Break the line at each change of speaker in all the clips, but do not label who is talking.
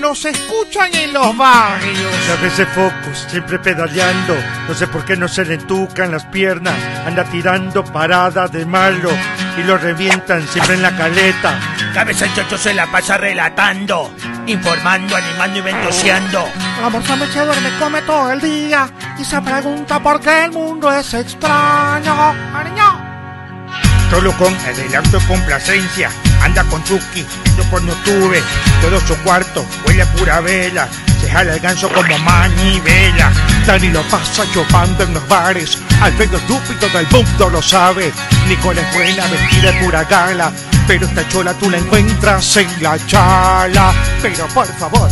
los escuchan en los barrios.
A veces focos, siempre pedaleando. No sé por qué no se le entucan las piernas. Anda tirando paradas de malo y lo revientan siempre en la caleta.
Cabeza el chocho se la pasa relatando, informando, animando y ventoseando.
La morsa se duerme, come todo el día y se pregunta por qué el mundo es extraño. Ariño.
Solo con adelanto y complacencia Anda con Chucky, yo cuando tuve Todo su cuarto huele a pura vela Se jala el ganso como manivela
Dani lo pasa chupando en los bares Alfredo estúpido del mundo lo sabe Nicole es buena, vestida de pura gala Pero esta chola tú la encuentras en la chala Pero por favor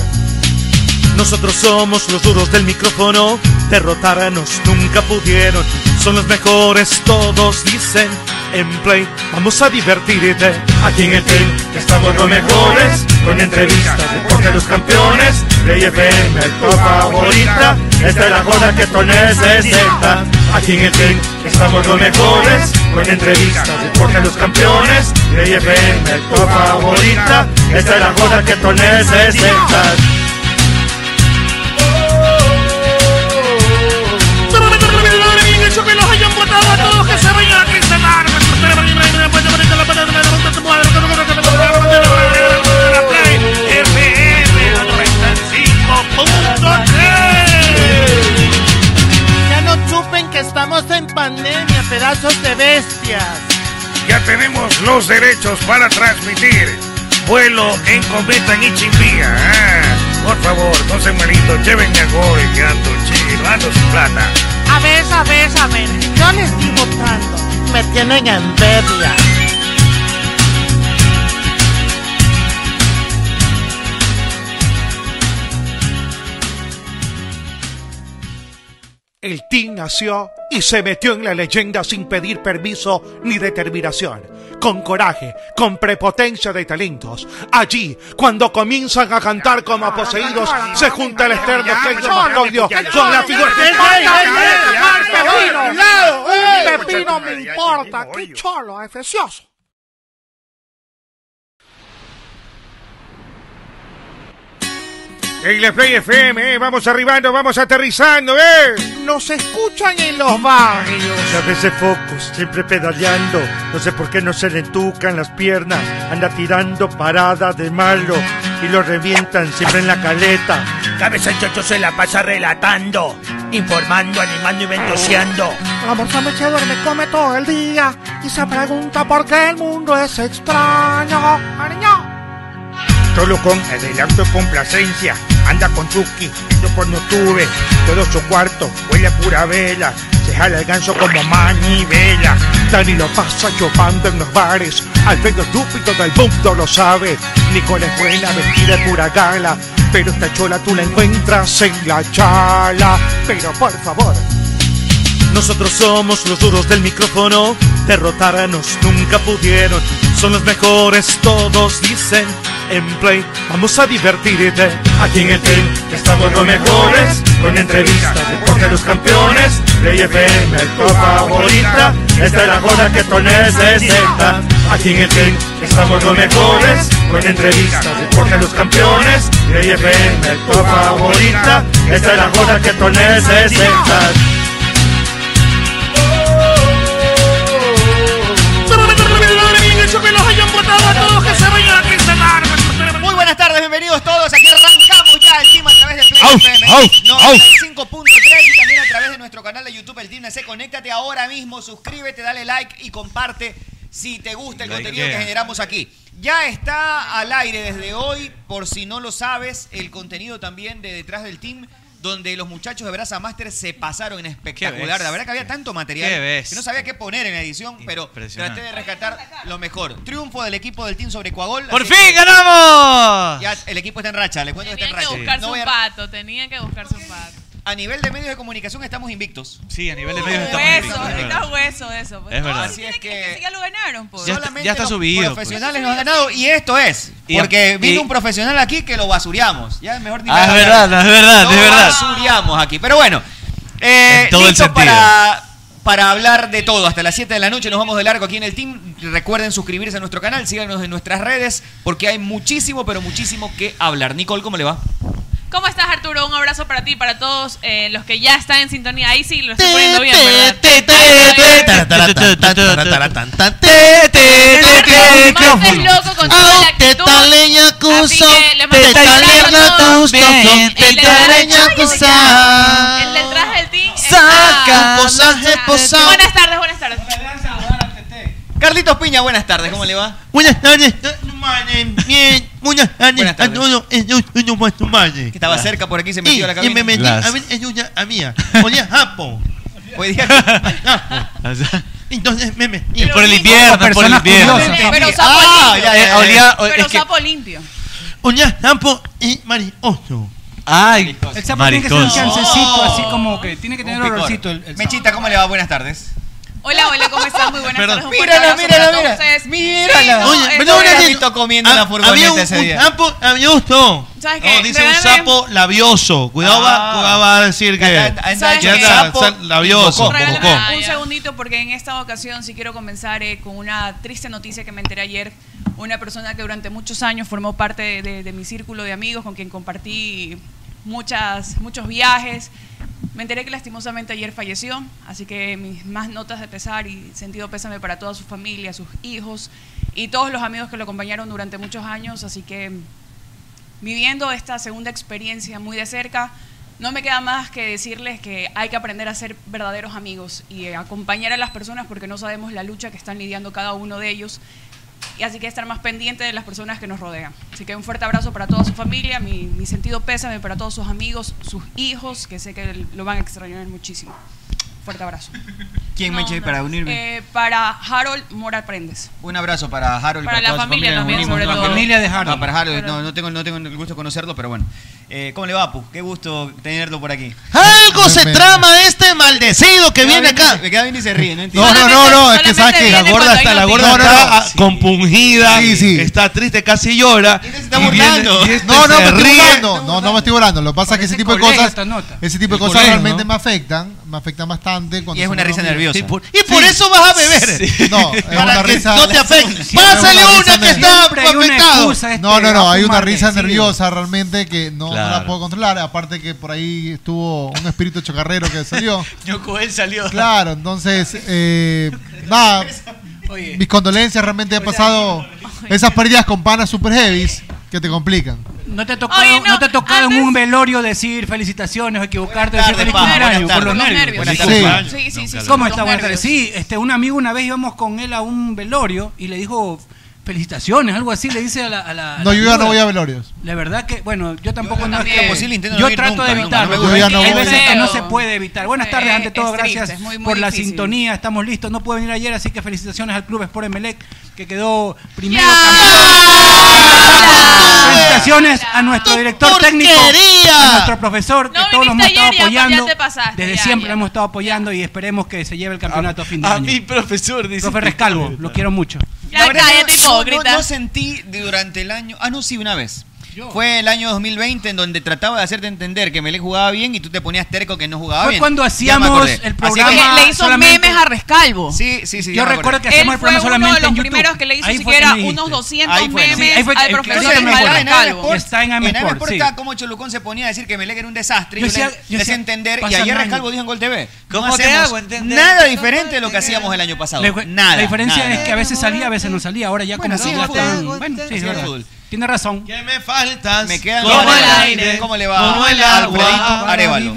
nosotros somos los duros del micrófono, derrotarnos nunca pudieron. Son los mejores, todos dicen. En Play, vamos a divertirte.
Aquí en el Play, ya estamos los mejores. Con entrevistas, deporte de los campeones. Play FM, tu favorita. Esta es la joda que tú necesitas. Aquí en el Play, ya estamos los mejores. Con entrevistas, deporte de los campeones. Play FM, tu favorita. Esta es la joda que tú necesitas.
que los hayan votado a todos que se vayan a Cristianar.
Ya no chupen que estamos en pandemia, pedazos de bestias.
Ya tenemos los derechos para transmitir vuelo en cometa en Ichimbía. Ah, por favor, no se malito, llévenme a Gol, que ando chido, ando sin plata.
A ver, a ver, a ver, yo les estoy votando. Me tienen envidia.
El team nació y se metió en la leyenda sin pedir permiso ni determinación. Con coraje, con prepotencia de talentos. Allí, cuando comienzan a cantar como poseídos, se junta el externo que Dios con la figura. eh!
Pepino me importa, qué cholo, es precioso.
En la Play FM, eh, vamos arribando, vamos aterrizando, ¿eh?
Nos escuchan en los barrios.
A veces focos, siempre pedaleando. No sé por qué no se le entucan las piernas. Anda tirando paradas de malo y lo revientan siempre en la caleta.
Cabeza el chocho se la pasa relatando, informando, animando y ventoseando.
La morsa se duerme, come todo el día y se pregunta por qué el mundo es extraño. Ariño
solo con adelanto y complacencia. Anda con Chucky, yo cuando tuve todo su cuarto, huele a pura vela. Se jala el ganso como manivela.
Dani lo pasa chupando en los bares. Alfredo estúpido del mundo lo sabe. Nicole es buena, vestida de pura gala. Pero esta chola tú la encuentras en la chala. Pero por favor.
Nosotros somos los duros del micrófono, derrotarnos nunca pudieron. Son los mejores, todos dicen en Play, vamos a divertirte.
Aquí en el Play, ya estamos los mejores, con entrevistas, deporte de los campeones. Play FM, tu favorita, esta es la joda que tú necesitas. Aquí en el Play, ya estamos los mejores, con entrevistas, deporte de los campeones. Play FM, tu favorita, esta es la joda que tú necesitas.
Que los hayan votado a todos que se vayan a Cristianar.
Muy buenas tardes, bienvenidos todos. Aquí arrancamos ya el team a través de Play
Au,
FM
au,
95.3 y también a través de nuestro canal de YouTube El Team NC. Conéctate ahora mismo, suscríbete, dale like y comparte si te gusta el contenido que generamos aquí. Ya está al aire desde hoy, por si no lo sabes, el contenido también de detrás del team donde los muchachos de Brasa Master se pasaron en
¿Qué
espectacular.
ves?
La verdad que había tanto material
¿Qué ves?
que no sabía qué poner en la edición, pero
Impresionante.
traté de rescatar lo mejor. Triunfo del equipo del team sobre Coagol.
¡Por
así
fin
que-
ganamos!
Ya el equipo está en racha, le cuento que está en
Tenían que
racha.
buscarse
No voy
un
a,
pato, tenían que buscarse un pato.
a nivel de medios de comunicación estamos invictos.
Sí, a nivel de medios estamos
Hueso,
invictos, es
ahorita
verdad.
hueso eso. Pues,
Es
no,
verdad.
si
Así
tiene que, que ya lo ganaron, pues.
Ya está- ya está subido, pues.
Profesionales nos han ganado y esto es.
Y-
Porque vino
y-
un profesional aquí que lo basureamos. Ya es mejor ni
Ah, es
hablar.
verdad, es verdad,
Lo
es verdad.
basureamos aquí. Pero bueno, eh,
En todo el
listo
sentido.
para para hablar de todo. Hasta las 7 de la noche nos vamos de largo aquí en el team. Recuerden suscribirse a nuestro canal, síganos en nuestras redes, porque hay muchísimo, pero muchísimo que hablar. Nicole, ¿cómo le va?
¿Cómo estás, Arturo? Un abrazo para ti y para todos eh, los que ya están en sintonía. Ahí sí lo estoy poniendo bien, ¿verdad? Martes loco con toda
Oh,
la actitud. Así que les mando un abrazo a todos. El del traje- El del traje del team está- Buenas tardes, buenas tardes.
Carlitos Piña, buenas tardes, ¿cómo le va?
Buenas tardes. Bien, buenas tardes a todos. Que
estaba cerca por aquí, se metió a la
Y me
cabina.
metí
Las-
a ver en una amiga. Olía japo.
Olía
japo. Entonces me metí.
Por el invierno, por el invierno.
Pero sapo
Ah,
limpio.
ya, ya, ya.
Olía-
o-
Pero
es que-
sapo limpio.
Olía japo y maricoso.
Ay,
El sapo tiene que ser
maricoso.
un
chancecito, así
como que tiene que
tener olorcito Oh. Mechita, ¿cómo le va? Buenas tardes.
Hola, hola, ¿cómo están? Muy buenas
Perdón.
tardes.
Mírala, mírala, mira.
Mírala.
Oye,
no,
perdón,
era
era-
Tito comiendo
Ah,
la furgoneta
había un-
ese día.
Un sapo labioso.
¿Sabes
No,
qué?
dice un
Regálame-
sapo labioso. Cuidado, va, cuidado, va a decir que.
¿Sabes
Ya
qué?
está,
Sapo
sal- labioso.
Regálame
bocó.
un segundito porque en esta ocasión sí quiero comenzar eh, con una triste noticia que me enteré ayer. Una persona que durante muchos años formó parte de, de- de mi círculo de amigos con quien compartí muchas, muchos viajes. Me enteré que lastimosamente ayer falleció, así que mis más notas de pesar y sentido pésame para toda su familia, sus hijos y todos los amigos que lo acompañaron durante muchos años, así que viviendo esta segunda experiencia muy de cerca, no me queda más que decirles que hay que aprender a ser verdaderos amigos y acompañar a las personas porque no sabemos la lucha que están lidiando cada uno de ellos. Y así que estar más pendiente de las personas que nos rodean. Así que un fuerte abrazo para toda su familia, mi, mi sentido pésame para todos sus amigos, sus hijos, que sé que lo van a extrañar muchísimo. Fuerte abrazo.
¿Quién, Meche, para unirme?
Eh, para Harold Mora Prendes.
Un abrazo para Harold. y
Para la
toda su
familia
nos
también,
unimos,
sobre
¿no?
todo.
No, para Harold. No, no tengo, no tengo el gusto de conocerlo, pero bueno. Eh, ¿Cómo le va, Pu? Qué gusto tenerlo por aquí.
Algo se trama este maldecido que
Me queda
Ah, viene
bien-
acá.
Me queda bien y se ríe, no entiendo.
No, no, no, no, es que sabes que
viene
la gorda
cuando
está,
hay
la gorda
noticias.
está
No, no, no.
ah, compungida, está triste, casi llora. y viene- y este
No, no,
se
me estoy
ríe.
burlando. No, no me estoy burlando. Lo que pasa es que ese tipo de
colegio
cosas,
esta nota.
ese tipo de
El
cosas
colegio,
realmente
¿no?
me afectan, me afectan bastante cuando
Y es
son
una risa
amigos.
nerviosa.
Y por,
y por eso vas a beber.
No, es
Para
una
que
risa.
no te afecte.
Sí, es una
Pásale
risa
una que está
nerviosa.
afectado. este
no, no, no, hay una
afumante,
risa
sí.
nerviosa realmente que no, no la
Claro.
puedo controlar, aparte que por ahí estuvo un espíritu chocarrero que salió.
Ñoco, él salió.
Claro, entonces, eh, nada,
Oye.
mis condolencias, realmente he pasado esas pérdidas con panas super heavies que te complican.
No te ha tocado, no, te ha tocado en un velorio decir felicitaciones o equivocarte, decir feliz
pa,
cumpleaños
buenas
por los
tardes.
nervios.
Buenas tardes. Sí. Buenas
tardes. Sí, sí, sí, sí,
¿Cómo
por
está?
los
Buenas tardes.
nervios.
Sí, este, un amigo una vez íbamos con él a un velorio y le dijo felicitaciones, algo así, le dice a la. a la- a
No,
la
yo ya no
viuda.
voy a velorios.
La verdad que, bueno, yo tampoco no es
también.
que-
Lo posible, intento no
yo
ir
trato
nunca,
de
nunca,
evitarlo.
nunca voy. Yo ya no
Hay
voy.
veces que no se
Creo.
puede evitar. Buenas
Eh,
tardes, ante
es
todo,
triste,
gracias
es muy, muy
por la
difícil.
sintonía. Estamos listos, no pude venir ayer, así que felicitaciones al club Sport Emelec, que quedó primero. campeón. Felicitaciones a nuestro director técnico,
porquería.
a nuestro profesor, que todos lo hemos
viniste
estado
ayer, ya, pues,
apoyando.
ya te pasaste,
Desde
ya,
siempre
ya.
lo hemos estado apoyando y esperemos que se lleve el campeonato a, fin de año. A mi
profesor, dice.
Profe Rescalvo, lo quiero mucho.
La verdad,
cállate,
yo no-
hipócrita.
No, no sentí durante el año. Ah, no, sí, una vez. Fue el año 2020 en donde trataba de hacerte entender que Melé jugaba bien y tú te ponías terco que no jugaba
Fue
Ah, bien.
cuando
Ya me
hacíamos
acordé.
el
Así que-
programa
Le hizo memes a Rescalvo.
Sí, sí, sí.
Yo recuerdo que hacíamos el programa solamente en YouTube.
Él fue uno de los primeros que le hizo
Ahí fue
siquiera
que me dijiste.
unos 200
Ahí fue, sí.
memes
Ahí fue que-
al
el-
profesor
claro, en
Ismael
AM
Rescalvo.
Sport,
Está en AM
AM
Sport,
Sport
sí.
estaba como Cholucón se ponía a decir que Melec era un desastre.
Yo
Yo,
decía-
le-
yo
le
decía,
hacía entender. Y
pasa
ayer
nada.
Rescalvo dijo en Gol TV.
¿Cómo
no
te
hacemos
hago entender?
Nada diferente de lo que hacíamos el año pasado.
Le fue-
nada.
la diferencia
nada.
es que a veces salía, a veces no salía. Ahora ya
Bueno,
como
así
que
es
ya
el fútbol.
está-
Bueno,
Bueno, sí,
así
es
es el
verdad.
fútbol.
Tiene razón.
¿Qué me faltas?
Me quedan
como
los-
el aire.
¿Cómo le va?
Como el
Alfredito
agua.
Arevalo.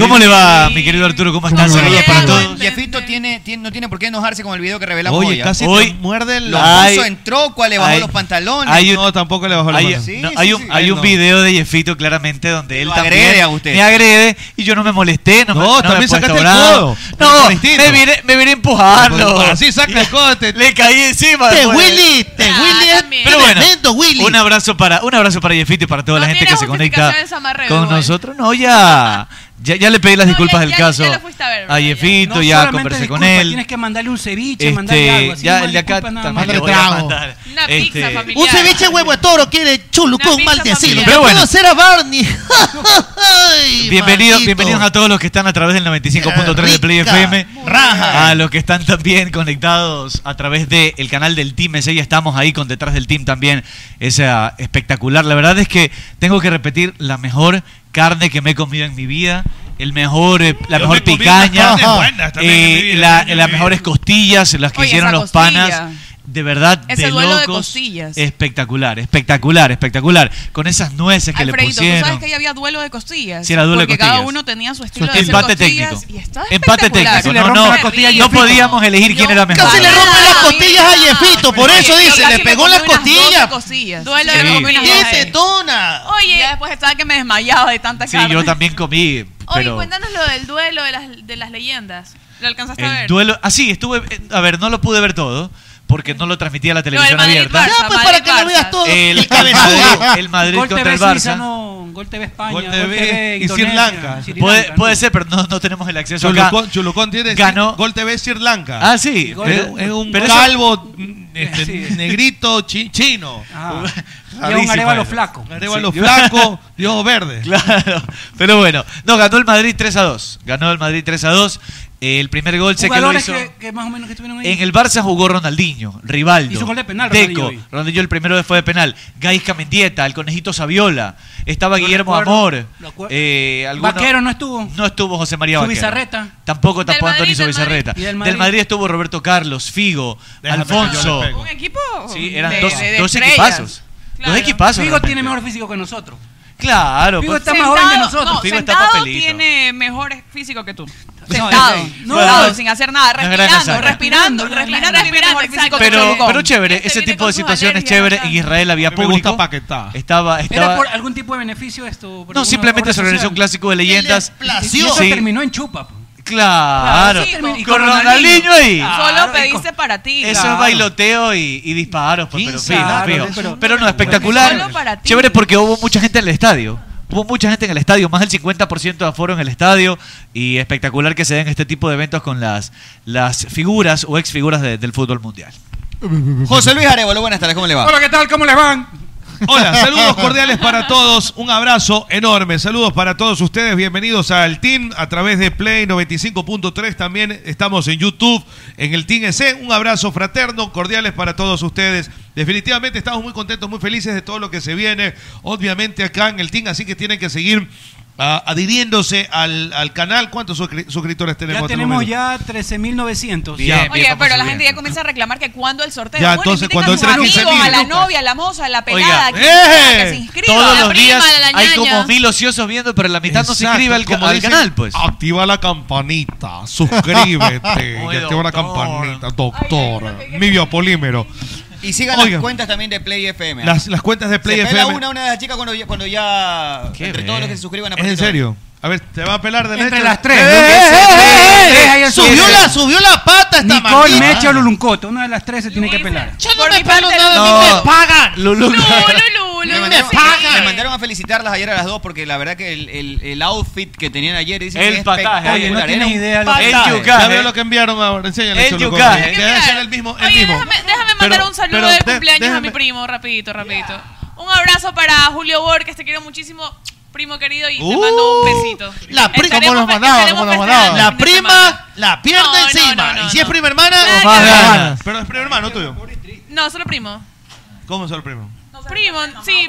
¿Cómo le va, mi querido Arturo? ¿Cómo estás? Saludos para todos.
Jeffito tiene, tiene- no tiene por qué enojarse con el video que revelamos
Oye,
hoy. ¿ah?
casi te
Hoy
muerde el-
Lorenzo
Ay.
entró, cuál le bajó
Ay.
los pantalones.
Hay un,
No,
tampoco le
bajó la
hay,
mano. Sí,
no,
sí,
hay un,
sí.
hay un
No.
video de Jeffito claramente donde él
Lo
también
agrede a usted.
me agrede y yo no me molesté. No, me-
No,
no
también
me he puesto
sacaste el
bravo.
codo.
No,
Es distinto.
me vine, me vine a empujarlo.
Así saca el cote.
Le caí encima.
Te
pues.
Willy, te
Ah,
Willy. es
Pero bueno,
tremendo, Willy.
un abrazo para un abrazo para Jeffito y para toda la gente que se conecta
justificación esa amarre,
con
igual.
nosotros. No, ya, ya, ya le pedí las disculpas del caso
ya lo fuiste a ver,
a Jeffito,
No
ya
solamente
conversé con
disculpa,
él.
Tienes que mandarle un ceviche, mandarle algo.
Este,
Así
ya
no
el de acá
disculpas nada
también
más.
le voy a mandar.
Una pizza
Este,
familiar.
Un ceviche huevo de toro quiere chulucón
Una pizza
maldecido.
familiar.
Pero
Pero
bueno.
bueno. ser a Barney. Ay,
Bienvenido-
maldito.
bienvenidos a todos los que están a
Eh,
través del 95.3 de Play
Rica,
FM. A los que están también conectados a través del canal del Team ese Ya estamos ahí con Detrás del Team también. Esa espectacular. La verdad es que tengo que repetir la mejor carne que me he comido en mi vida. El mejor, eh, la
Yo
mejor
me comí unas
picaña.
carnes buenas también en mi
eh,
vida,
la-
en mi
las mejores costillas, las que
Oye,
hicieron
esa
los
costilla.
panas. De verdad,
Ese
de
duelo de
locos.
costillas.
Espectacular, espectacular, espectacular. Con esas nueces que
Alfredito,
le
tú sabes
pusieron.
que ahí había duelo de costillas.
Sí, era duelo de
porque cada
costillas.
uno tenía su estilo de
Empate
hacer costillas
técnico.
y estaba
Empate
espectacular.
técnico. No, no, no podíamos elegir quién era mejor.
Casi le rompe
Ah,
las costillas a Jeffito, por
Oye,
eso
yo
dice,
casi
le
me
pegó
comí
las
unas
costillas.
12 costillas. Duelo de
Sí.
costillas.
¡Qué
tetona!
Oye, ya después estaba que me desmayaba de tanta
Sí,
carne.
yo también comí,
Oye,
pero
cuéntanos lo del duelo de las, de las leyendas. ¿Lo alcanzaste a
el
ver?
duelo, ah sí, estuve, eh, a ver, no lo pude ver todo porque no lo transmitía la televisión abierta.
Ya, pues para que lo veas todo.
El, el Madrid- el Madrid
Gol
contra
TV
el Barça.
Suiza no, Gol TV España, Gol TV,
y Sri
Indonesia,
Lanka.
Sri
Puede,
Lanka,
puede ser, pero no, no tenemos el acceso acá.
Chulucón, Chulucón tiene
Ganó-
Gol TV Sri Lanka.
Ah, sí.
Es, es un
Pero eso-
calvo mm, este, negrito chi- chino.
Ah. Y es un
Rarísimo
arévalo
era.
flaco.
Un arévalo
Sí.
flaco, de ojos verdes.
Claro, pero bueno, no, ganó el Madrid 3 a 2. Ganó el Madrid 3 a 2. Eh, El primer gol sé que lo
Jugadores
hizo.
que, que más o menos que estuvieron ahí.
En el Barça jugó Ronaldinho, Rivaldo,
Hizo gol de penal, Ronaldinho,
Deco,
vi.
Ronaldinho el primero fue de penal, Gaisca Mendieta, el conejito Saviola, estaba Guillermo
recuerdo,
Amor,
lo acuer-
eh, alguno-
Vaquero no estuvo.
no estuvo José María
Su
Vaquero.
bizarreta.
Tampoco tapó
Madrid,
Antonio
del Madrid.
Bizarreta.
Y del
Del Madrid.
Madrid.
estuvo Roberto Carlos, Figo,
Déjame, yo
Alfonso.
le pego.
Un equipo
Sí, eran
de-
dos,
de- de
dos
estrellas.
equipazos. Dos equipazos.
Figo
realmente.
tiene mejor físico que nosotros.
Claro.
Figo
pues-
está más joven que
Sentado-
nosotros.
No,
Figo está
sentado
papelito.
tiene mejor físico que tú.
No,
Sentado,
es-
no,
Bueno,
sin hacer nada,
no es gran
respirando,
hazaña.
respirando, respirando, tiene mejor físico que
pero,
Cholucón.
pero chévere, ese tipo de situaciones chévere. En Israel había público. Estaba,
¿Era
estaba,
por algún tipo de beneficio esto? por
No,
alguna
simplemente
obra
se organizó un
social?
clásico de leyendas.
Y eso
Sí,
terminó en chupa.
Claro.
Sí, terminó- y
Con Ronaldinho ahí.
Solo pediste para ti.
Eso es bailoteo y, y disparos, pues, pero,
Quince,
fino,
claro,
fino.
eso
pero,
no
no, espectacular.
Solo para ti.
Chévere porque hubo mucha gente en el estadio. Hubo mucha gente en el estadio, más del 50% de aforo en el estadio y espectacular que se den este tipo de eventos con las, las figuras o ex figuras de- del fútbol mundial.
José Luis Arevalo, buenas tardes, ¿cómo le va?
Hola, ¿qué tal? ¿Cómo les van? Hola, saludos cordiales para todos, un abrazo enorme, saludos para todos ustedes, bienvenidos al Team a través de Play 95.3, también estamos en YouTube, en el Team EC, un abrazo fraterno, cordiales para todos ustedes, definitivamente estamos muy contentos, muy felices de todo lo que se viene, obviamente acá en el Team, así que tienen que seguir ah, adhiriéndose al, al canal, ¿cuántos suscri- suscriptores tenemos?
Ya
hasta el
tenemos
momento?
ya 13.900.
Bien,
Oye,
bien,
pero la
subiendo.
gente ya comienza a reclamar que cuando el sorteo.
Ya,
Bueno,
entonces,
inviten
cuando
a sus
entren
amigos,
15.000,
a la
Lucas.
novia, a la moza, a la pelada,
Oiga, eh,
que, se- que se inscriba.
todos los
La prima,
días
la
hay
ñaña.
como mil ociosos viendo, pero la mitad no se inscribe al,
como
al
dicen,
canal, pues.
Activa la campanita, suscríbete,
Oye,
y activa la
doctor.
campanita, doctor. Mi biopolímero.
Y sigan
Oiga.
las cuentas también de Play FM. ¿ah?
Las, las cuentas de Play
se pela
FM.
una a una de las chicas cuando ya, cuando ya entre
ve.
todos los que se suscriban a
¿Es en
partir de
serio? A ver, te va a pelar de
Entre
leche?
las tres.
¡Eh,
¿no?
eh, eh, eh, eh!
Subió la, subió la pata esta
Nicole
maldita.
Mecha o Luluncoto, una de las tres se tiene que pelar.
Yo no me pelo nada, a mí me pagan.
Me mandaron, me mandaron a felicitarlas ayer a las dos porque la verdad que el, el- el outfit que tenían ayer dicen que
El
es
pataje.
espectacular. ¿eh?
Oye, no
Era
tienes
un
idea
pataje.
Ya veo lo que enviaron ahora. Enséñale,
El
Cholo,
yucaje.
cómo es.
Hay
Debe
que
ser el mismo. El
Oye,
mismo.
déjame, déjame mandar
Pero-
un saludo
pero
de
de-
cumpleaños a mi
déjame-
primo, rapidito, rapidito. Un abrazo para Julio Borges, te quiero muchísimo, primo querido, y te mando un besito.
Uh, La prima, como nos
fe-
mandaba,
estaremos
como nos mandaba.
festejando el
La
fin de
prima, la pierna encima. y si es prima hermana,
Nada
más
que ver.
ganas.
Pero es primer hermano tuyo.
semana. No, solo primo.
¿Cómo es el primo?
primo, sí.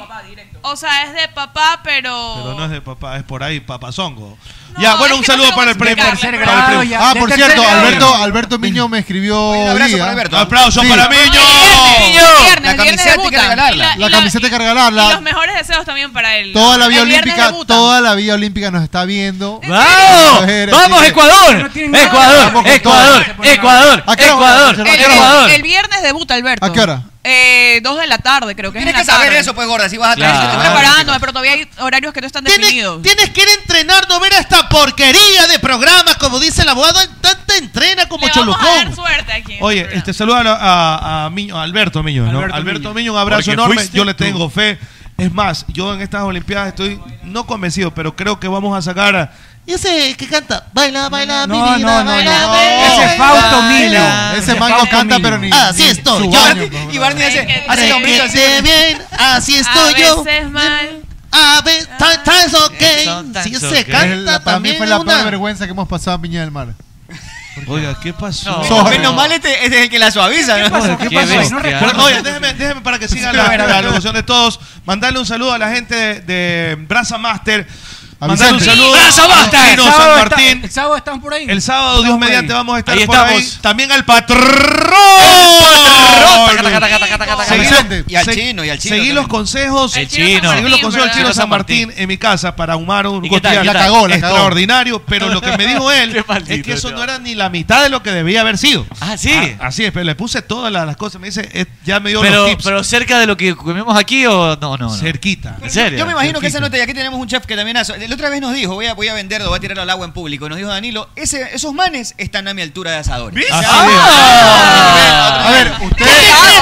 o sea, es de papá, pero...
Pero no es de papá, es por ahí, papazongo. ya, bueno,
es
un
que no
saludo
sé
para el
cómo
primo.
explicarle,
Para el
pero-
primo.
Ah,
de
por
tercer
cierto,
grado.
Alberto, Alberto Miño me escribió.
Un abrazo
hoy día.
para Alberto. Aplauso para Miño.
Viernes,
La
el viernes
camiseta hay que
debutan.
regalarla.
Y
La camiseta hay que regalarla.
Y los mejores deseos también para él.
Toda la vía
El viernes
olímpica,
debutan.
toda la vía olímpica nos está viendo.
¡Vamos! ¡Vamos, Ecuador! Ecuador,
Vamos con
Ecuador,
todo.
Ecuador,
¿A qué hora vamos,
Ecuador,
Marcelo?
El,
¿A qué hora vamos?
el viernes debuta Alberto.
¿A qué hora?
Eh, dos de la tarde, creo que
Tienes
es.
que saber eso, pues, gorda, si vas a tener-
Estoy
Claro.
preparándome, pero todavía hay horarios que no están definidos.
Tienes que ir a entrenar, no ver esta porquería de programas, como dice el abogado. Tanta entrena como Cholucón.
Oye, este saludo a, a- a Miño- a Alberto Miño, ¿no?
Alberto
Alberto,
Miño.
Miño, un abrazo
Porque
enorme.
fuiste
Yo le
tú.
tengo fe. Es más, yo en estas Olimpiadas estoy no convencido, pero creo que vamos a sacar
Y ese que canta, baila, baila,
No,
mi vida,
no, no,
baila,
no.
baila,
Ese es Fausto
baila".
Milo. Ese man no
Fausto
canta,
Milo.
pero ni-
Así
ni
estoy
su
yo.
baño, por
Y Barney hace, hace el hombrito así.
Requete bien, así estoy yo.
A veces mal.
A veces, times
Son
ok.
times
Si
okay.
se
Es la-
canta
para mí
también
fue la
es una-
peor vergüenza que hemos pasado en Viña del Mar.
Oiga, ¿qué pasó?
Menos mal este, este es el que la suaviza. ¿no?
Pero, Oye, déjeme, déjeme para que siga la, la locución de todos. Mandarle un saludo a la gente de, de Brasa Master.
A
Mandarle un
Vicente.
saludo
¡Brasa Master!
Martino
Ah, El
San
sábado está-
Martín.
el sábado están por ahí.
El sábado, Dios
Estamos
mediante,
ahí.
vamos a estar
Ahí
por ahí.
estamos.
También al patrón. Seguí-
Y al
se-
chino, y al chino.
Seguí
también.
los consejos.
El chino San
Seguí los
Martín,
consejos del
brother.
chino San Martín en mi casa para ahumar un
¿Y qué tal?
costillar.
La cagó, la cagó.
Extraordinario, pero lo que me dijo él es que eso
tío.
no era ni la mitad de lo que debía haber sido. Ah, sí. así es, pero le puse todas las, las cosas. Me dice, eh, ya me dio
Pero,
los tips.
pero cerca de lo que comemos aquí o no, no, no.
Cerquita.
¿En serio?
Yo me imagino que esa
Cerquita.
nota, y aquí tenemos un chef que también hace. La otra vez nos dijo, voy a, voy a venderlo, voy a tirarlo al agua en público. Y nos dijo Danilo, ese, esos manes están a mi altura de asadores.
Así
Ah.
A ver, usted.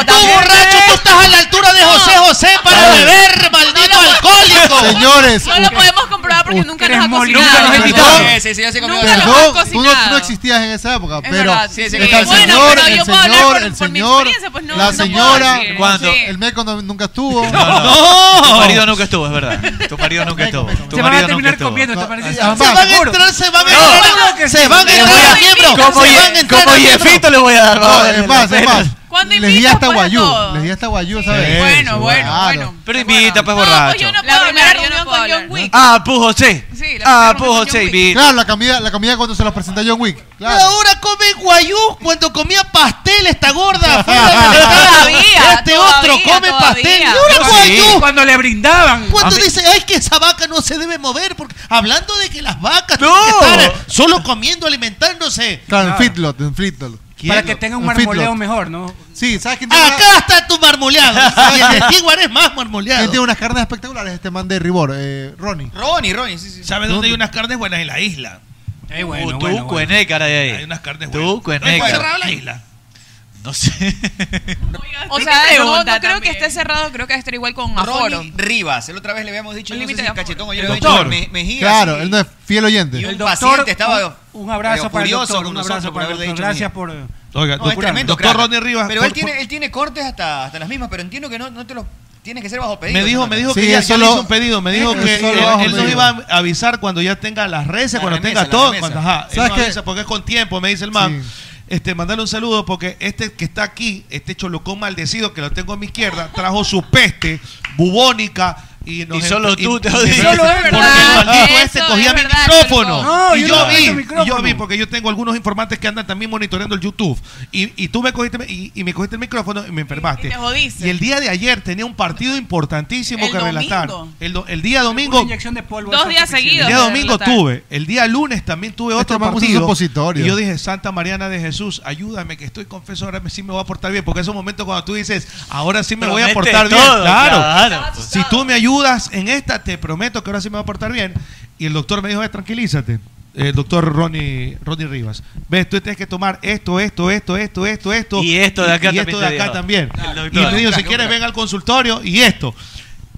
Tú, borracho, tú estás a la altura de José José para beber, maldito alcohólico.
Señores,
No lo podemos comprobar porque nunca nos ha cocinado.
Sí, sí, sí, ya se comió.
Nunca nos
Perdón,
ha cocinado.
tú no, tú no existías en esa época,
Es
pero
verdad, sí, sí,
está el
sí. Bueno,
señor,
pero yo
el
puedo hablar
señor,
por-
el
por mi
señor,
experiencia, pues no-
la
no puedo
señora,
decir.
¿Cuándo?
Sí.
el meco no- nunca estuvo.
No, no. Tu marido nunca estuvo, es verdad. Tu marido nunca estuvo. Tu
Se
marido
van a
nunca
terminar
estuvo.
comiendo, te parece.
Se van a entrar, se van a entrar. Se van a entrar miembros.
Como
Se
Ye-
van a entrar
como
al miembro.
Yefito le voy a dar.
No,
vamos a
es
darle
más,
la
es
pena.
más. Les di hasta guayú, les di hasta guayú, ¿sabes?
bueno, bueno,
bueno.
Pero invita, pues borracho.
La primera reunión con John Wick.
Ah, pues José.
Sí, la
Ah,
primera
pues
reunión
José.
con
vi-
Claro, la comida, la comida cuando se los presenta John Wick. Claro.
Y ahora come guayú cuando comía pastel esta gorda. Fuera del mercado.
Todavía,
Este
todavía,
otro come
todavía.
pastel. Y ahora guayú.
Cuando le brindaban.
Cuando
A mí-
dice, ay, que esa vaca no se debe mover, porque hablando de que las vacas tienen que estar eh, solo comiendo, alimentándose.
Claro, en Fitlot, en Fitlot.
Para que tenga un marmoleo mejor, ¿no?
Sí, ¿sabes quién tiene,
Acá está tu marmoleado. Y el de Stewart es más
una- quién
marmoleado.
tiene unas carnes espectaculares? Este man de Ribor, eh, Ronnie.
Ronnie, Ronnie, sí, sí.
¿Sabes dónde hay unas carnes buenas en la isla?
Eh,
Uh,
bueno,
tú,
bueno, bueno.
Cuenécara, de ahí.
Hay unas carnes buenas.
Tú, E,
¿No está
Cuenécara.
cerrada la isla?
No sé.
O
Qué
sea, no, no
pregunta
creo que
también.
esté cerrado, creo que va a estar igual con Aforo.
Ronnie Rivas, la otra vez le habíamos dicho,
El
yo no sé si
límite de amor.
cachetón o yo
El
le había dicho
doctor.
Me- Mejía.
Claro,
sí.
él no es fiel
Y
oyente.
un paciente estaba.
E.
un abrazo
medio
para el
curioso
doctor,
con
un
nosotros
abrazo
por
para el
haberle
doctor.
dicho,
Gracias
mira.
por
Oiga,
No, es tremendo,
doctor
crack.
Ronnie Rivas.
Pero
por-
él tiene, él tiene cortes hasta, hasta las mismas, pero entiendo que no, no te los tienes que ser bajo pedido.
Me dijo,
¿no?
me dijo
Sí,
que ya,
eso
ya le
lo-
hizo un pedido, me
es
dijo
que
que
eso
él,
lo bajo
él nos
pedido.
iba a avisar cuando ya tenga las reses,
La
cuando
remesa,
tenga
la
todo,
remesa.
cuando ajá, él
¿Sabes
nos
qué?
avisa porque es con tiempo, me dice el man. Este, mandarle un saludo porque este que está aquí, este cholocón maldecido que lo tengo a mi izquierda, trajo su peste bubónica y nos
Y solo tú te
y-
lo
y-
dices.
porque el maldito
Eso
este
es
cogía mi
verdad,
micrófono.
Cholocón.
No,
y
yo
yo
no
vi,
vi tu
y yo
micrófono.
vi porque yo tengo algunos informantes que andan también monitoreando el YouTube y, y tú me cogiste y, y me cogiste el micrófono y me enfermaste.
Y te jodiste.
Y el día de ayer tenía un partido importantísimo
El
que relatar.
domingo.
El, do- el día
Una
domingo,
inyección de polvo.
Dos
esa
días
oficina.
el
seguidos.
día
de
domingo
relatar.
tuve, el día lunes también tuve otro
man puso
partido.
supositorio.
Y yo dije, Santa Mariana de Jesús, ayúdame que estoy confeso, ahora me- sí me voy a portar bien, porque es un momento cuando tú dices, ahora sí me voy a
Promete
portar bien.
todo,
Claro.
claro.
Si tú me ayudas en esta, te prometo que ahora sí me voy a portar bien. Y el doctor me dijo, "Ve, tranquilízate. El doctor Ronnie, Ronnie Rivas. Ves, tú tienes que tomar esto, esto, esto, esto, esto, esto.
Y esto de acá
y
también
esto de
te
acá
dio.
también.
El
Y
doctor.
me dijo, si
Claro,
quieres,
claro.
ven al consultorio y esto.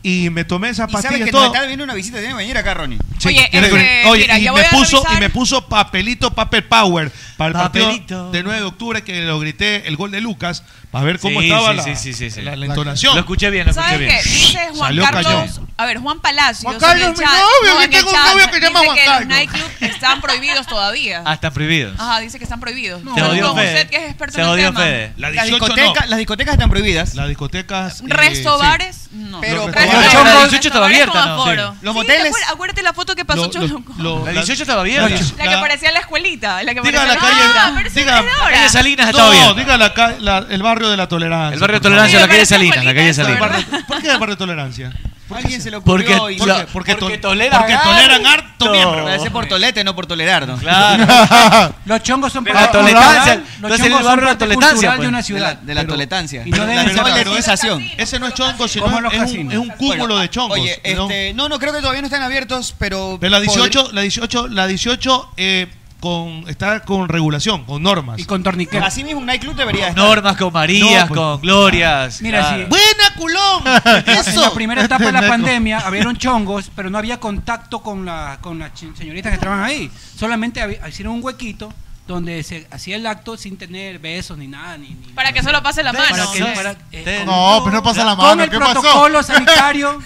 Y me tomé esa
Y sabes
pastilla
que
todo.
nos está viendo una visita, tiene que venir acá, Ronnie.
Sí,
Oye,
eh,
tiene que
este,
venir. Oye,
mira,
y,
ya
me
voy a
puso, y
revisar.
me puso papelito, papel power para el partido
Papelito.
de 9 de octubre que lo grité el gol de Lucas para ver cómo
Sí,
estaba
sí,
la,
sí, sí, sí, sí.
la- la entonación.
Lo escuché bien, lo escuché
¿Sabes
bien.
qué? Dice Juan
Salió
Carlos.
cañón.
A ver, Juan Palacios.
Juan Carlos
en el
es mi
chat,
novio, yo
en
tengo
el
un
chat
novio que se llama
dice
Juan
que
Carlos.
Los nightclubs están prohibidos todavía.
Ah, están prohibidos.
Ajá, dice que están prohibidos.
Se
Con-
jodió
con
Fede.
usted que es experto
Se
en el
jodió
tema.
Fede.
La
Las
18
discotecas, las discotecas están prohibidas.
no. Las discotecas. eh,
Resto
sí.
bares, no.
Pero
Los
con-
restaurantes-
Chombo,
Los
la 18 estaba
restaurantes con
abierta, ¿no?
aforo.
Sí.
Sí,
Los
¿te
moteles-
acuer- Acuérdate la foto que pasó
Lo- lo-
Choloco.
lo-
La
la-
18 estaba
la-
abierta.
La que parecía la escuelita. La que
Diga
parecía
la calle.
Ah, pero esa
diga,
es
La
ahora.
calle Salinas estaba
no,
abierta.
diga la ca- la- el barrio de la tolerancia.
El barrio de
por favor.
Tolerancia,
Sí,
la calle
parece
Salinas, la calle
bonita
El
esa,
Salinas.
barrio- ¿Por qué el barrio de tolerancia?
Alguien se le ocurrió
Porque,
y-
la-
porque tol-
toleran
porque toleran harto miembro.
Parece por tolete, no por tolerar, ¿no?
Claro.
Los chongos son
Pero
parte
la toletancia,
cultural,
no
los
es el
chongos son
barrio de la
parte
toletancia,
cultural
pues.
de una
De la,
ciudad.
de la toletancia.
y no
De
deben
la
ser así.
toletización.
Ese no es chongo, sino
Como los
es, un,
casinos.
es un cúmulo
Bueno,
de chongos.
Oye,
¿no?
este, no, no, creo que todavía no están abiertos, pero...
Pero la
podri-
18, la 18, la 18 eh, con, está con regulación, con normas. Y
con torniquetes.
Así mismo un nightclub debería
Con
estar.
normas, con Marías,
No, pues.
con glorias.
Mira,
claro.
si-
¡Buena, culón!
En la primera etapa de la
Neco.
pandemia habieron chongos, pero no había contacto con las con las chi- señoritas que estaban ahí. Solamente había- hicieron un huequito donde se hacía el acto sin tener besos ni nada. Ni, ni-
Para que solo pase la
Para
mano.
que- para- eh, con-
No, pues no pasa la
Con
mano,
el
¿qué pasó?
protocolo sanitario.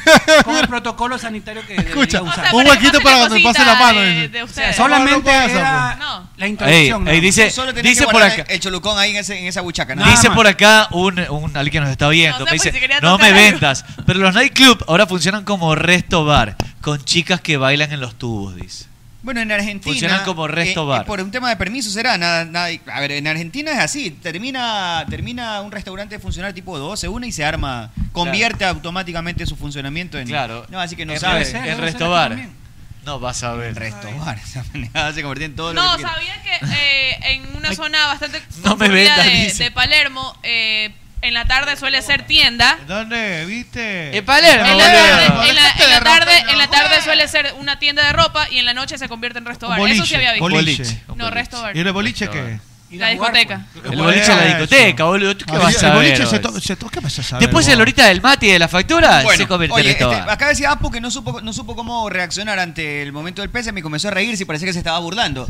con el protocolo sanitario que debería
Escucha,
usar.
un huequito para cuando me pase la mano. dice.
Solamente
No pasa,
era pues. la
Ey,
introducción.
ey, dice,
Solo tenía
dice
que
por
guardar
acá.
El cholucón ahí en, ese- en esa buchaca. nada
Dice
más.
por acá un, un alguien que nos está oyendo.
No sé,
me
pues,
dice,
si quería
no
tocar
me
algo".
vendas. Pero los nightclubs ahora funcionan como resto bar, con chicas que bailan en los tubos, dice.
Bueno, en Argentina. eh,
Funcionan como resto bar.
Por un tema de permiso será. Nada, nada- a ver, en Argentina es así. Termina, termina un restaurante de funcionar tipo 12, una y se arma. Convierte automáticamente su funcionamiento en.
Claro.
No, así que no
En
sabes.
re- en resto bar. No vas a ver.
Resto bar. esa manejada se convirtió en todo lo
No,
que quieras.
sabía que eh, en una zona bastante
No me
concurrida
vendas,
de,
dice.
de Palermo, eh, en la tarde suele ser tienda.
¿Dónde? ¿Viste?
En Palermo,
En la tarde,
boludo.
en la- en la tarde, en la tarde suele ser una tienda de ropa y en la noche se convierte en resto
Un
bar. Eso sí
boliche,
había visto.
boliche.
No, resto bar.
¿Y el boliche qué?
La discoteca.
El boliche de la discoteca, boludo. ¿Tú qué vas a
El
ver?
boliche se,
hoy?
to se toca, ¿qué vas a saber,
Después de
vos?
la horita del mate y de la factura,
Bueno,
Ah, se convierte
oye,
en resto
este,
bar.
acá decía Apu que no supo, no supo cómo reaccionar ante el momento del pésame y comenzó a reírse y parecía que se estaba burlando.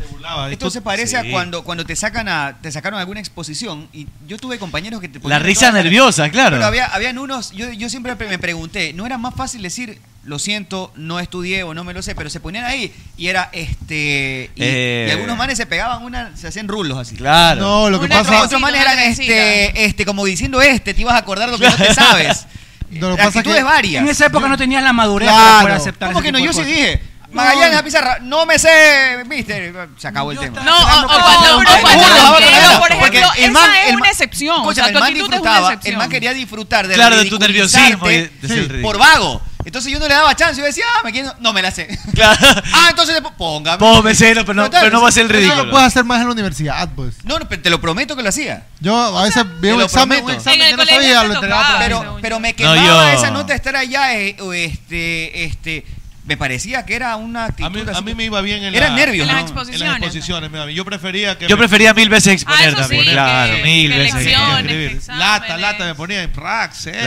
Esto se parece a
Sí.
cuando, cuando te sacan a, te sacaron a alguna exposición y yo tuve compañeros que te
La
ponían
risa
toda la-
nerviosa, claro.
Pero había, habían unos, yo, yo siempre pre- me pregunté, ¿no era más fácil decir, lo siento, no estudié o no me lo sé? Pero se ponían ahí y era este. Y,
Eh.
y algunos manes se pegaban una, se hacían rulos así.
Claro.
No, lo que
Una-
pasa-
Otros manes
Una
eran este, este, como diciendo este, te ibas a acordar lo que no te sabes. Eh,
No, lo que pasa
Actitudes
que
varias.
En esa época no tenías la madurez para
Claro.
poder aceptar.
¿Cómo
ese
que no?
tipo
Yo
de
sí
cosas.
dije. Magallanes a pizarra, no me sé, viste, se acabó el tema.
No, o, o cuando, o
Ay,
cuando
bueno,
te
bueno,
quedas, por
porque
ejemplo,
el
esa
man-
es
el
una
man-
excepción.
Escúchame,
o sea, tu
el man
actitud es una
disfrutaba, el
excepción.
man quería disfrutar de
Claro, de tu nerviosismo y de- de ser
sí,
ridículo.
por vago. Entonces yo no le daba chance, yo decía, ah, me quiero, no me la sé.
Claro.
ah, entonces po- póngame.
Vos, mesero, pero no,
Total,
pero no vas a ser el
Eso lo
ridículo.
puedes hacer más en la universidad, pues.
No, no, pero te lo prometo que lo hacía.
Yo a veces veo un
lo
examen, un
prometo.
examen
En
que
el
no
colegio
sabía,
te
lo
tocaba,
entregaba.
pero, pero me
No,
quemaba
yo-
esa nota de estar allá, eh, o este, este, me parecía que era una actitud
A mí,
así
a mí
que-
me iba bien en,
Eran
la-
nervios,
en
¿no?
En las exposiciones. me iba bien. Yo prefería que.
Yo
me-
prefería mil veces exponer
eso sí,
también.
que-
claro,
que
mil veces.
elecciones,
exponer.
que
Lata, lata, me ponía en rack, cero.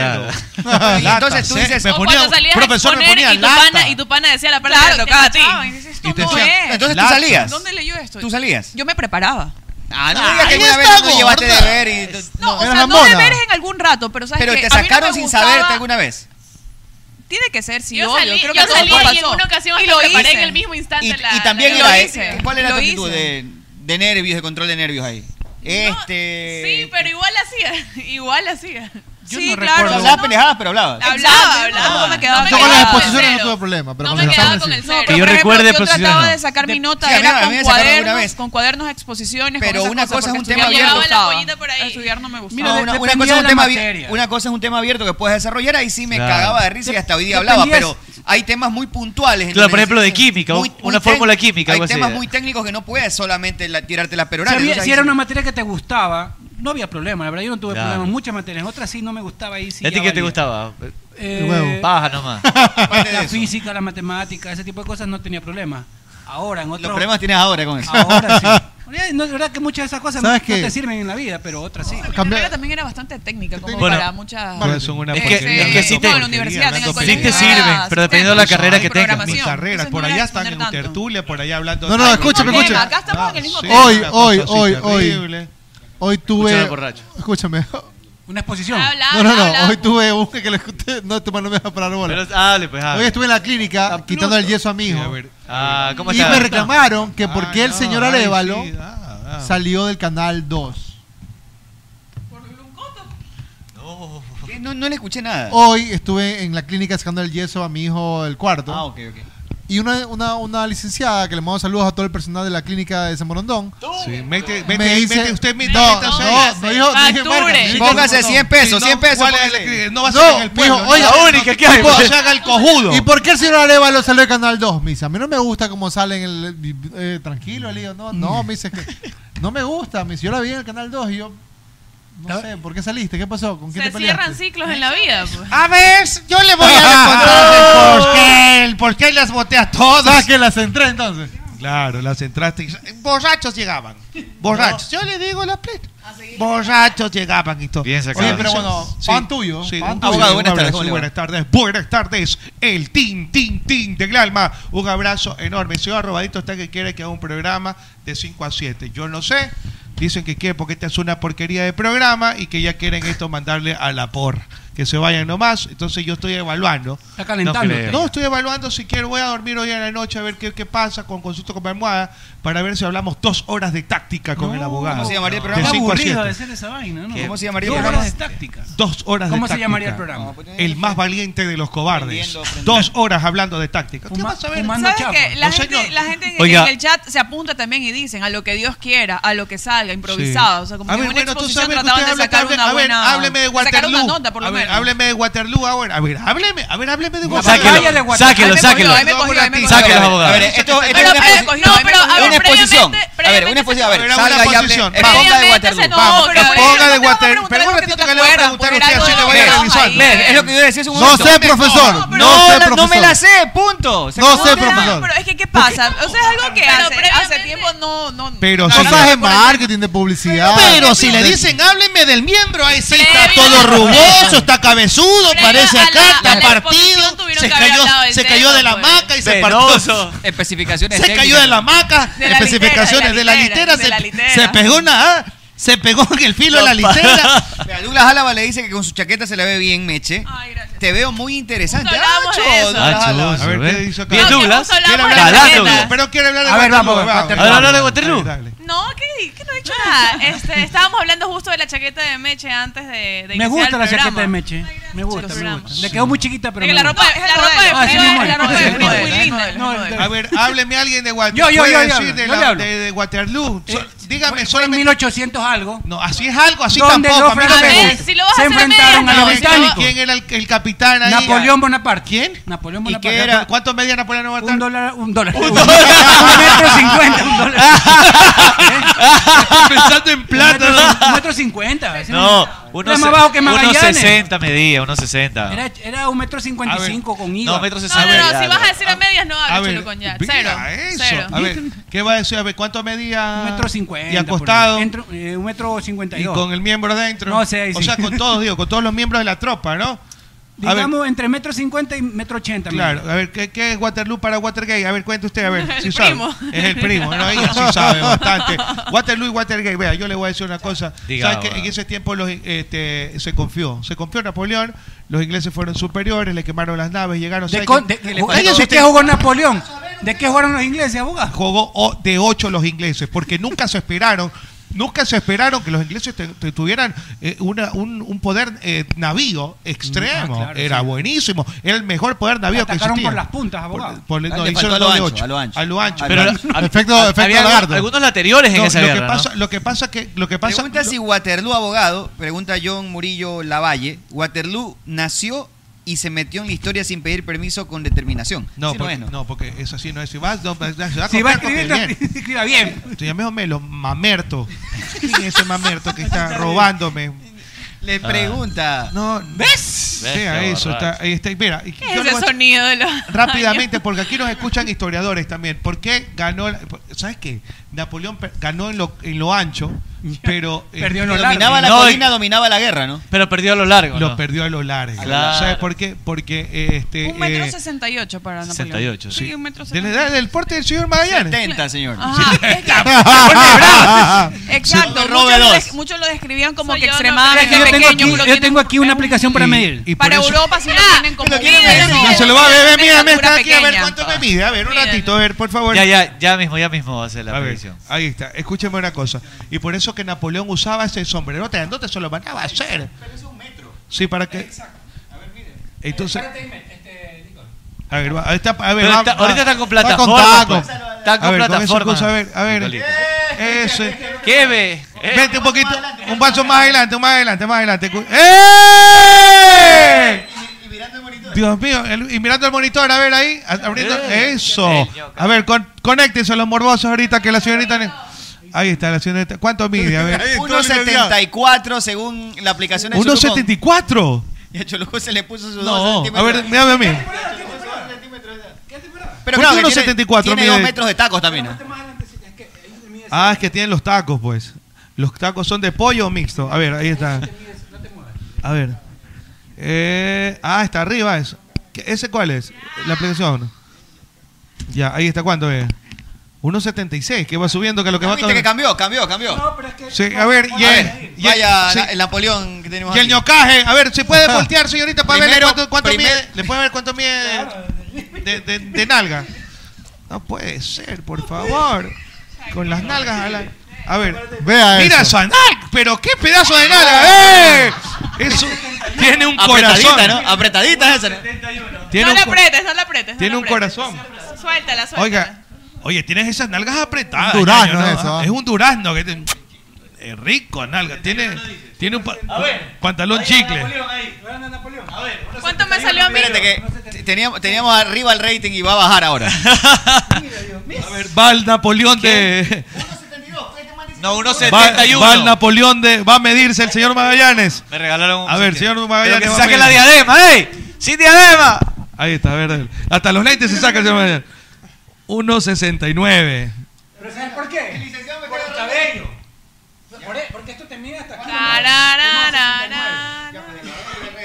Claro.
Lata,
Entonces tú
cero.
dices-
me
O
ponía,
"Oh, cuando salías
profesor
a
me
exponer
ponía
y, tu
lata.
pana, y tu pana decía la palabra
Claro,
que le
tocaba a ti.
echaban, y dices, esto
Y te
no
decía,
es.
Entonces tú
Lata.
salías.
¿Dónde leyó esto?
¿Tú salías?
Yo me preparaba.
Ah, no
Ah,
me digas que
ahí
alguna vez
está,
tú te llevaste
gorda.
de ver y...
No, o
Era
sea,
la
no
mona.
deberes en algún rato, pero sabes
Pero
que
te
a mí no
sacaron
me
sin
gustaba-
saberte alguna vez.
Tiene que ser, sí,
Yo
obvio.
salí,
Creo que
yo
eso
salí
pasó.
y en una ocasión
Y
hasta
lo
preparé
hice.
en el mismo instante
Y,
la
y también
la-
lo
era...
hice.
¿Cuál era
Lo
tu actitud
hice.
de, de nervios, de control de nervios ahí? Este...
Sí, pero igual hacía, igual hacía.
Yo
sí,
no
claro.
Pero
recuerdo.
hablabas, peleabas, pero hablabas.
Hablaba, hablaba.
No me quedaba
Yo con
pegada.
las exposiciones no
cero.
tuve problema, pero
No
con
me
los
quedaba
exámenes sí.
con el
No,
cero.
pero,
yo
por ejemplo,
recuerde
pues,
yo
posiciones,
trataba
no.
de sacar mi nota,
sí, a mí- a
era con
mí me sacaron alguna
cuadernos,
vez.
con cuadernos, exposiciones,
Pero
con esas
una
cosas,
cosa es un
porque
tema
estudiar no me
abierto.
gustaba.
La pollita por ahí.
Estudiar no me gustaba.
Mira,
No, una,
de-
una cosa
dependía
es
de
un
la
tema
materia.
abier- una cosa es un tema abierto que puedes desarrollar, ahí sí me
Claro.
cagaba de risa y hasta hoy día hablaba,
dependía-
pero hay temas muy puntuales. en
Claro,
donde
por ejemplo, de
necesitas-
química,
muy- muy
una fórmula
tec-
química,
Hay
algo así
temas
era.
muy técnicos que no puedes solamente la- tirarte la
Si,
perorana.
había-
entonces
si
ahí
era
sí-
una materia que te gustaba, no había problema. La verdad, yo no tuve
Claro.
problemas. Muchas materias. En otras sí no me gustaba. Ahí sí
¿Y a ti
ya
qué te
valía.
gustaba?
Eh,
Huevo. Paja nomás.
La física, la matemática, ese tipo de cosas no tenía problema. Ahora, en otros.
Los problemas tienes ahora con eso.
Ahora sí. Eh, No, es verdad que muchas de esas cosas no,
¿Sabes
no
qué?
te sirven en la vida, pero otras sí.
Mi carrera también era bastante técnica, como
Bueno,
para muchas...
Bueno, son una
Es que,
porquería,
es que sí
una
te,
No, en la universidad, en el
una
colegio.
sí te
porquería.
sirven,
Ah,
pero dependiendo de la carrera que tengas.
programación.
Mis carreras,
Entonces
por
no
allá
era
están en
tanto.
tertulia, por allá hablando.
No, no,
Ay,
escúchame,
no,
escúchame.
Acá estamos en el mismo
sí,
tema.
Hoy,
una
hoy,
cosa así
hoy, hoy.
terrible.
Hoy
Escuchar al
tuve.
borracho.
Escúchame.
Una exposición.
Habla,
No, no,
habla,
no.
habla.
Hoy tuve un que le escuché. No, este man no me deja parar bola.
Pero dale, pues
Hoy
dale.
estuve en la clínica quitando el yeso a mi
Sí, a
hijo.
ver.
Ah, ¿cómo
Y me
estás?
reclamaron que por qué
Ah,
el
no,
señor
ay, sí,
Arevalo
ah, ah.
salió del canal 2.
Eh, No, no le escuché nada.
Hoy estuve en la clínica sacando el yeso a mi hijo del cuarto.
Ah, ok, ok.
Y una, una, una licenciada que le mando saludos a todo el personal de la clínica de San Morondón.
Sí, mete,
Me
mete, ahí,
dice-
mete usted mete
No,
métase ahí.
no, no dijo. no dije marca,
Facture.
dije
Póngase
Morondón.
100 pesos, 100 pesos.
¿Cuál es
póngase.
el- no va a ser en
No,
el
mijo,
pueblo.
oiga,
La única que hay,
tipo,
pues.
se haga el cojudo. ¿Y por qué el señor Arevalo salió de Canal 2, misa? A mí no me gusta cómo sale en el. eh, tranquilo, el lío. No, no, misa, es que. No me gusta, misa. Yo la vi en el Canal 2 y yo. No sé, ¿por qué saliste? ¿Qué pasó? ¿Con quién
Se
te peleaste? Ah,
cierran ciclos en la vida. pues.
A ver, yo
ah,
le voy a responder el por qué, el por qué las boté a todas.
¿Sabes que las entré entonces?
Claro, las entraste y...
Borrachos llegaban. Borrachos. Yo le digo la pleta. Borrachos llegaban y todo.
Bien sacado.
Oye, pero bueno, pan tuyo.
Sí,
pan
un
tuyo.
abogado, buenas
Un
tardes.
abrazo,
buenas tardes. Buenas tardes. El tin, tin, tin de Glalma. Un abrazo enorme. El señor Arrobadito está que quiere que haga un programa de 5 a 7. Yo no sé. Dicen que quiere porque esta es una porquería de programa y que ya quieren esto mandarle a la porra. Que se vayan nomás. Entonces yo estoy evaluando.
Está calentando.
No, creo. No, estoy evaluando si quiero. Voy a dormir hoy en la noche a ver qué, qué pasa con consulto con mi almohada para ver si hablamos dos horas de táctica con el abogado.
¿Cómo se llamaría el programa?
De
Qué
5 a
aburrido
7.
decir esa vaina, ¿no?
¿Cómo se llamaría el
Dos
programa?
horas de táctica.
Dos horas de
¿Cómo se
táctica.
llamaría el
Ah,
programa?
pues,
El más valiente de los cobardes. Dos horas hablando de táctica. ¿Qué vas a ver?
¿Sabes qué? La
No,
gente,
señor.
la gente en,
Oiga.
en el chat se apunta también y dicen a lo que Dios quiera, a lo que salga, improvisado.
Sí.
O sea, como
a
que
ver,
en una
bueno, tú
exposición
sabes que
trataban
usted
de
habla,
sacar
hable-
una
a ver,
buena...
hábleme de
sacar una
Waterloo.
nota, por lo
a ver,
menos.
hábleme de Waterloo ahora. A ver, hábleme, a ver, hábleme de Waterloo.
Sáquelo, Vaya de Waterloo. sáquelo, sáquelo.
Ahí me cogió, ahí me cogió.
Sáquelo, abogado.
A ver, esto- esto
Pero, pero, no, pero, a ver,
una exposición.
previamente-
A ver, una
previamente
exposición. A ver,
se-
salga y hable.
previamente
Exponga de
se-
Waterloo.
no,
Vamos,
pero-
exponga de
pero-
Waterloo.
pero-
Pero un ratito que le voy a preguntar a
poner
usted,
algo
así
de
le voy a
broma
revisar.
ahí.
Ver, es lo que yo decía hace un
No
momento.
sé, profesor. No,
No,
sé,
la- no me
profesor.
la
eh,
sé, punto. Se acabó el tema.
Pero es que, ¿qué pasa? O sea, es algo que hace, hace tiempo no... no
Pero
no,
Cosas de marketing, de publicidad.
Pero si le dicen, háblenme del miembro, ahí sí está
Previo-
todo rugoso, está cabezudo,
Previo
parece
a la-
acá,
a
está
la exposición
partido,
tuvieron
se
que haber
cayó,
hablado del
se cayó
tema,
de la
pues.
hamaca y se partió.
Especificaciones
Se cayó de la hamaca,
De la
especificaciones
litera,
de la litera,
de la
se-
litera.
se pegó nada, se pegó en el filo de la litera.
Mira, Douglas Álava le dice que con su chaqueta se la ve bien, Meche. Te veo muy interesante.
Justo
Ah,
hablábamos de
chulo,
eso.
Douglas
Ah,
Álava.
chulo,
A ver,
¿ves?
¿eh?
¿qué dice acá?
Bien,
No, que
Douglas.
justo hablamos
Quiere
de la
hablar de
neta.
Waterloo.
Pero quiere hablar de
A ver,
Waterloo,
vamos,
vamos.
Waterloo. A ver, hablar de Waterloo.
No, que, que no he hecho nada. Este, estábamos hablando justo de la chaqueta de Meche antes de, de
Me
iniciar
gusta
el
la
programa.
chaqueta de Meche. Me gusta,
los
me
programas.
gusta. Le quedó muy chiquita, pero.
Es que
me
la
gusta.
ropa de- la ropa de
Ah, sí,
Fred,
mismo.
la ropa de
Ah, sí,
Fred
mismo.
es muy linda, es muy
A ver, hábleme alguien de
Yo,
Waterloo.
yo, yo,
¿Puede
yo
decir
hablo,
de,
yo
la-
le hablo. Eh,
de- de Waterloo? So- dígame
Fue en
solamente.
1800 algo.
No, así es algo, así
Donde
tampoco.
los
a mí no me
franceses
gusta.
Si lo vas a se hacer enfrentaron media, a los
¿Quién-
británicos.
¿Quién era el, el capitán ahí?
Napoleón Bonaparte.
¿Quién?
Napoleón
¿Y
Bonaparte.
qué era? ¿Cuánto medía Napoleón Bonaparte?
Un dólar, un dólar. Un metro cincuenta, un dólar.
Pensando en
plata. Un metro, un metro cincuenta. ese
No,
era
unos,
más bajo que Magallanes.
1.60 medía, 1.60.
Era, era un metro cincuenta y cinco con IVA.
no, metro
No, no,
sesenta.
no,
Ya,
si
ya.
vas a decir a medias, no
A
hables,
ver,
Cholucón, ya.
mira
Cero.
eso.
Cero.
A ver, ¿qué va a decir? A ver, ¿cuánto medía?
Un metro cincuenta.
Y
por ahí.
acostado.
Entro- eh, un metro cincuenta y
Y
dos.
con el miembro dentro.
No sé, ahí
O
sí.
sea, con todos, digo, con todos los miembros de la tropa, ¿no? A ver,
Digamos entre metro cincuenta y metro ochenta.
claro. A ver, ¿qué, qué es Waterloo para Watergate? A ver, cuente usted, a ver.
El
si sabe.
primo.
Es el primo, ¿no? Ella sí sabe bastante. Waterloo y Watergate. Vea, yo le voy a decir una cosa.
Diga,
¿Sabes que
abogado.
en ese tiempo los, este, se confió? Se confió Napoleón. Los ingleses fueron superiores, le quemaron las naves, llegaron.
De,
¿sabe
con-
qué?
de- de-
Le faltó-
¿De qué jugó Napoleón? ¿De qué jugaron los ingleses, abogado?
jugó o- de 8 los ingleses, porque nunca se esperaron. Nunca se esperaron que los ingleses te- te tuvieran eh, una- un, un poder eh, navío extremo.
Ah, claro,
era
sí.
buenísimo. Era el mejor poder navío que
Atacaron
existía.
por las Ah, puntas, abogado.
Por-
Le
no,
faltó
hicieron
a lo
doble
ancho,
ocho.
a lo ancho.
A lo ancho.
Ah,
Pero
claro.
era-
Efecto-
había
efecto
algo-
lagarto.
Algunos lateriores en
No,
esa
lo
guerra,
que
¿no?
pasa, Lo que pasa que... Lo que pasa,
Pregunta
lo-
si Waterloo abogado, pregunta John Murillo Lavalle. Waterloo nació y se metió en la historia sin pedir permiso con determinación.
No,
Sí,
porque,
es,
no, porque eso sí no es. Si vas, no, pues, ya se va a
Si va a
comprar
escribir,
porque
no,
bien.
escriba bien.
Te llamé Homelo, mamerto. ¿Quién es ese mamerto que está robándome?
Le
Ah.
pregunta.
No, ¿ves? Vea
Bestia
eso.
borracho.
Está, ahí está, mira, y-
¿Qué
yo
es
le
ese
voy a-
sonido de los
Rápidamente, porque aquí nos escuchan historiadores también. ¿Por qué ganó? la- ¿Sabes qué? Napoleón per- ganó en lo, en lo ancho, pero. eh,
Perdió en lo Dominaba largo. la colina, dominaba la guerra, ¿no?
Pero perdió a lo largo.
Lo
¿no?
perdió a lo largo.
Claro.
¿Sabes por qué? Porque. eh, Este,
Un metro
eh,
sesenta y ocho para Napoleón.
68, sí.
un metro
de la
sesenta.
edad del porte del señor Magallanes.
70, señor.
Ajá, es que- Exacto,
Sí.
muchos lo, des- muchos lo describían como que
Es
extremadamente
que yo tengo
pequeño,
aquí, yo tengo aquí una aplicación para medir.
y por
Para
eso-
Europa si lo tienen como Mira,
No se lo va a beber, mira, me está aquí a ver
pequeña.
cuánto me mide. A ver, un ratito, a ver, por favor.
Ya, ya, ya mismo, ya mismo va a ser la
A ver,
predicción.
ahí está. Escúcheme una cosa. Y por eso que Napoleón usaba ese sombrero grandote, se lo mandaba a hacer. Sí, para que. Entonces. A ver, va- ahí está, a ver,
Pero
va-
está-
va-
ahorita está con
Está con
plataforma,
taco.
pues. Está con
a ver,
plataforma.
Con esa cosa, a ver, a ver.
Nicolito.
Ese.
¿Qué ve?
Vete un poquito. Un paso más adelante, más adelante, más adelante. Cu- ¡Eh! Dios mío, el- y mirando el monitor, a ver ahí, a- abriendo
¡Eh!
eso. A ver, con, conéctense los morbosos ahorita que la señorita. ne- Ahí está la señorita. ¿Cuánto mide? A ver.
1.74 según la aplicación de Cholucón.
1.74.
Y a Cholucón se le puso sus dos
No, a
centímetros.
ver, mírame a mí.
Pero
¿Por
claro,
qué
que
unos
tiene-
74
tiene dos
mide?
metros de tacos también. ¿ah?
Ah, es que tienen los tacos, pues. ¿Los tacos son de pollo o mixto? A ver, ahí está. A ver. Eh, ah, está arriba eso. ¿Qué- ¿Ese cuál es? La aplicación. Ya, ahí está. ¿Cuánto es? 1.76, que va subiendo que lo que va
¿Viste que cambió, cambió, cambió?
Sí, a ver, y el- y el-
Vaya
sí.
la- el Napoleón que tenemos
Y el
aquí.
ñocaje. A ver, ¿se puede voltear, señorita, para verle
Primero,
cuánto, cuánto
primer-
mide? ¿Le puede ver cuánto mide de, de- de nalga? No puede ser, por favor. Con las nalgas a la... A ver,
Vea
mira
eso.
esa nalga, pero qué pedazo de nalga. ¡Eh! Eso tiene un
Apretadita,
corazón.
¿no? Apretadita esa. ¿no?
Tiene
no
un
le
cor-
apretes, no le apretes. no
Tiene
le
un
apretes.
corazón.
Suéltala, suéltala.
Oiga, oye, tienes esas nalgas apretadas.
Un durazno
ñaño,
eso, ¿ah?
Es un durazno que te- es rico, nalga. Tiene, tiene un pa- pantalón chicle.
¿Cuánto me salió a mí?
Espérate que t- teníamos, teníamos arriba el rating y va a bajar ahora.
Va el Napoleón de.
No,
Va,
1.71.
va el Napoleón de. Va a medirse el señor Magallanes.
Me regalaron un
A ver,
sitio.
señor Magallanes.
Pero que
va
se
a
saque la
medirse.
diadema, ¡ey! ¡Sin diadema!
Ahí está, a ver. dale. Hasta los lentes se saca el señor Magallanes. 1.69.
¿Pero sabes por qué? por el cabello. Por e- porque esto te mide hasta aquí.
Tarararara.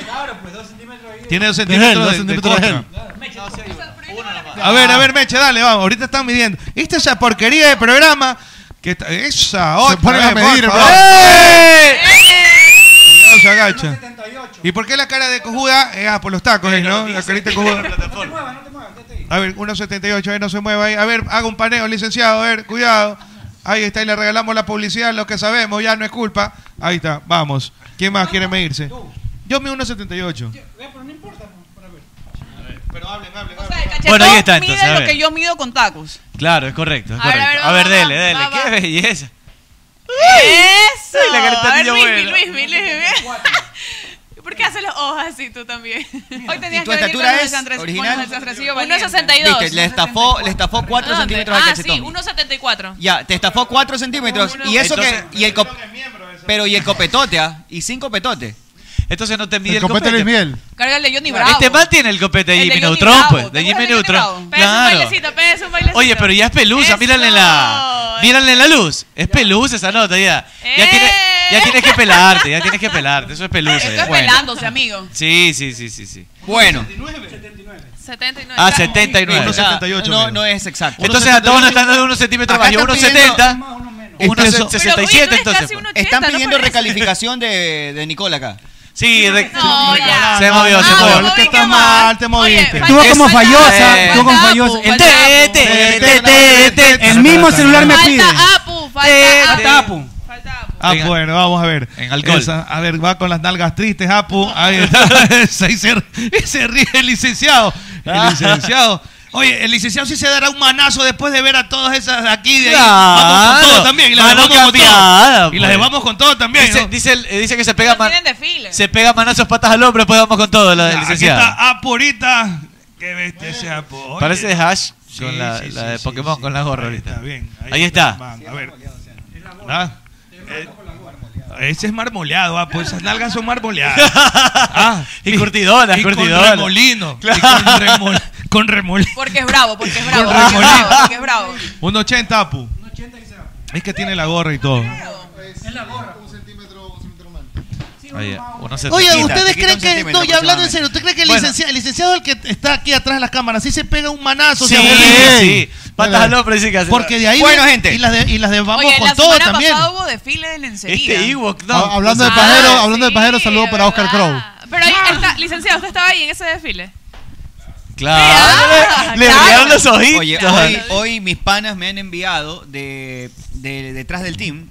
Claro, pues dos centímetros ahí.
Tiene dos centímetros de, de contra. A ver, a ver, Meche, dale, vamos. Ahorita están midiendo. ¿Viste esa porquería de programa? Que está- esa otra.
ponen a
vez, por
medir,
favor.
bro.
¡Eh! Cuidado, se agacha. ¿Y por qué la cara de cojuda? Eh, ah, por los tacos, eh, ¿no? La carita de cojuda. A ver, 1.78, ahí eh, no se mueva ahí. A ver, haga un paneo, licenciado, a ver, cuidado. Ahí está, y le regalamos la publicidad, lo que sabemos, ya no es culpa. Ahí está, vamos. ¿Quién más quiere medirse? Yo me 1.78.
Bueno, ahí está,
Mide
entonces, a
lo
ver.
que yo mido con tacos.
Claro, es correcto, es
A ver,
correcto.
a ver,
A ver,
va, va,
dele,
va,
dele.
va,
¡Qué
va.
belleza!
¡Eso!
Ay, la carita de
A ver,
niño
Luismi,
bueno.
Luismi, Luismi. ¿Por qué haces los ojos así tú también? Hoy
¿Y
tenías
tu
que venir con
estatura
los
es
de San Andrés- con
original?
los de San Andrés-
Viste, le
1.62.
estafó, le estafó 4
Ah,
centímetros al
Ah, sí,
cachetón.
1.74.
Ya, te estafó 4 centímetros.
No, no,
Y eso
entonces-
que. Y el cop- pero y el copetote, ¿ah? Y sin copetote.
Entonces no te mide el,
copete Luis
Miguel.
Cárgale Johnny Bravo.
Este man tiene el copete de
El de
Jimmy
Johnny
Neutron,
Bravo.
pues.
¿Te
De Jimmy
acuerdas de Johnny
Neutron.
Bravo? Pégase un
Claro.
bailecito, pégase un bailecito.
Oye, pero ya es pelusa, mírale la. Mírale la luz. Es pelusa esa nota ya. Ya, tiene- ya tienes que pelarte, ya tienes que pelarte. Eso es pelusa.
Esto
ya.
es
Bueno.
pelándose, amigo.
Sí, sí, sí, sí, sí.
Bueno.
79.
Ah, 79.
Mira,
1.78
No,
menos.
no es exacto.
Entonces a todos nos están dando unos centímetros más. Yo
Acá
unos
están
70.
Entonces-
1.67 entonces. pues.
Están pidiendo recalificación de, de Nicola acá.
Sí, de-
No, ya.
se movió, se
Ah,
movió.
no,
Te
vi que
estás
mal.
mal, te moviste.
Estuvo como fallosa, estuvo como fallosa. El,
Te, te, te, te, te.
el mismo celular me pide.
Apu, falta Apu.
Tapu.
Ah, bueno, vamos a ver. En
alcohol.
a ver, va con las nalgas tristes, Apu. Ahí está. Ahí se, ahí se ríe el licenciado.
Ah.
El licenciado. Oye, el licenciado sí se dará un manazo después de ver a todas esas aquí de ahí. Vamos con todo también. Y las
Mano
llevamos con
cambiada,
todo. Y las
pues.
llevamos con todo también.
Dice,
¿no?
dice, el- eh, dice que se pega, man-
Tienen desfile.
se pega manazos patas al hombro, después vamos con todo, la
Aquí
licenciada.
está Apu ahorita. Qué bestia ese Apu. Oye,
Parece Hash con
sí,
la,
sí,
la
sí,
de
sí,
Pokémon
sí.
con la gorra
Ahí
ahorita.
está, bien.
Ahí, está.
man. A ver. Ah, eh, Ese es marmoleado, ah, pues esas nalgas son marmoleadas. Ah,
Y curtidoras,
y con
curtidoras.
remolino. y con, remol- con remolino.
Porque es bravo, porque es bravo.
Con
Porque es
remolino.
bravo, porque es bravo.
Un 80, Apu. Es que tiene la gorra y todo.
Es la gorra. Un centímetro, un centímetro más.
Ahí, unos
Oye,
70.
¿ustedes creen que.? No, ya hablando en serio, ¿usted cree que el
Bueno.
licenciado, el licenciado es el que está aquí atrás de las cámaras, sí se pega un manazo?
Sí,
se aburre?
sí. Patas al hombro, dice que hace.
Porque de ahí. Y las de, y las de vamos
Oye,
con
la
todo
semana
también.
pasada hubo desfile de lencería.
Este Ewok, no.
Ah, Hablando de
Ah,
pajero, hablando de pajero, saludo para Oscar Crow.
Pero ahí
Ah.
está, licenciado, usted estaba ahí en ese desfile.
Ah,
Claro. Le brillaron los ojitos.
Oye, hoy, hoy mis panas me han enviado de, de- detrás del team,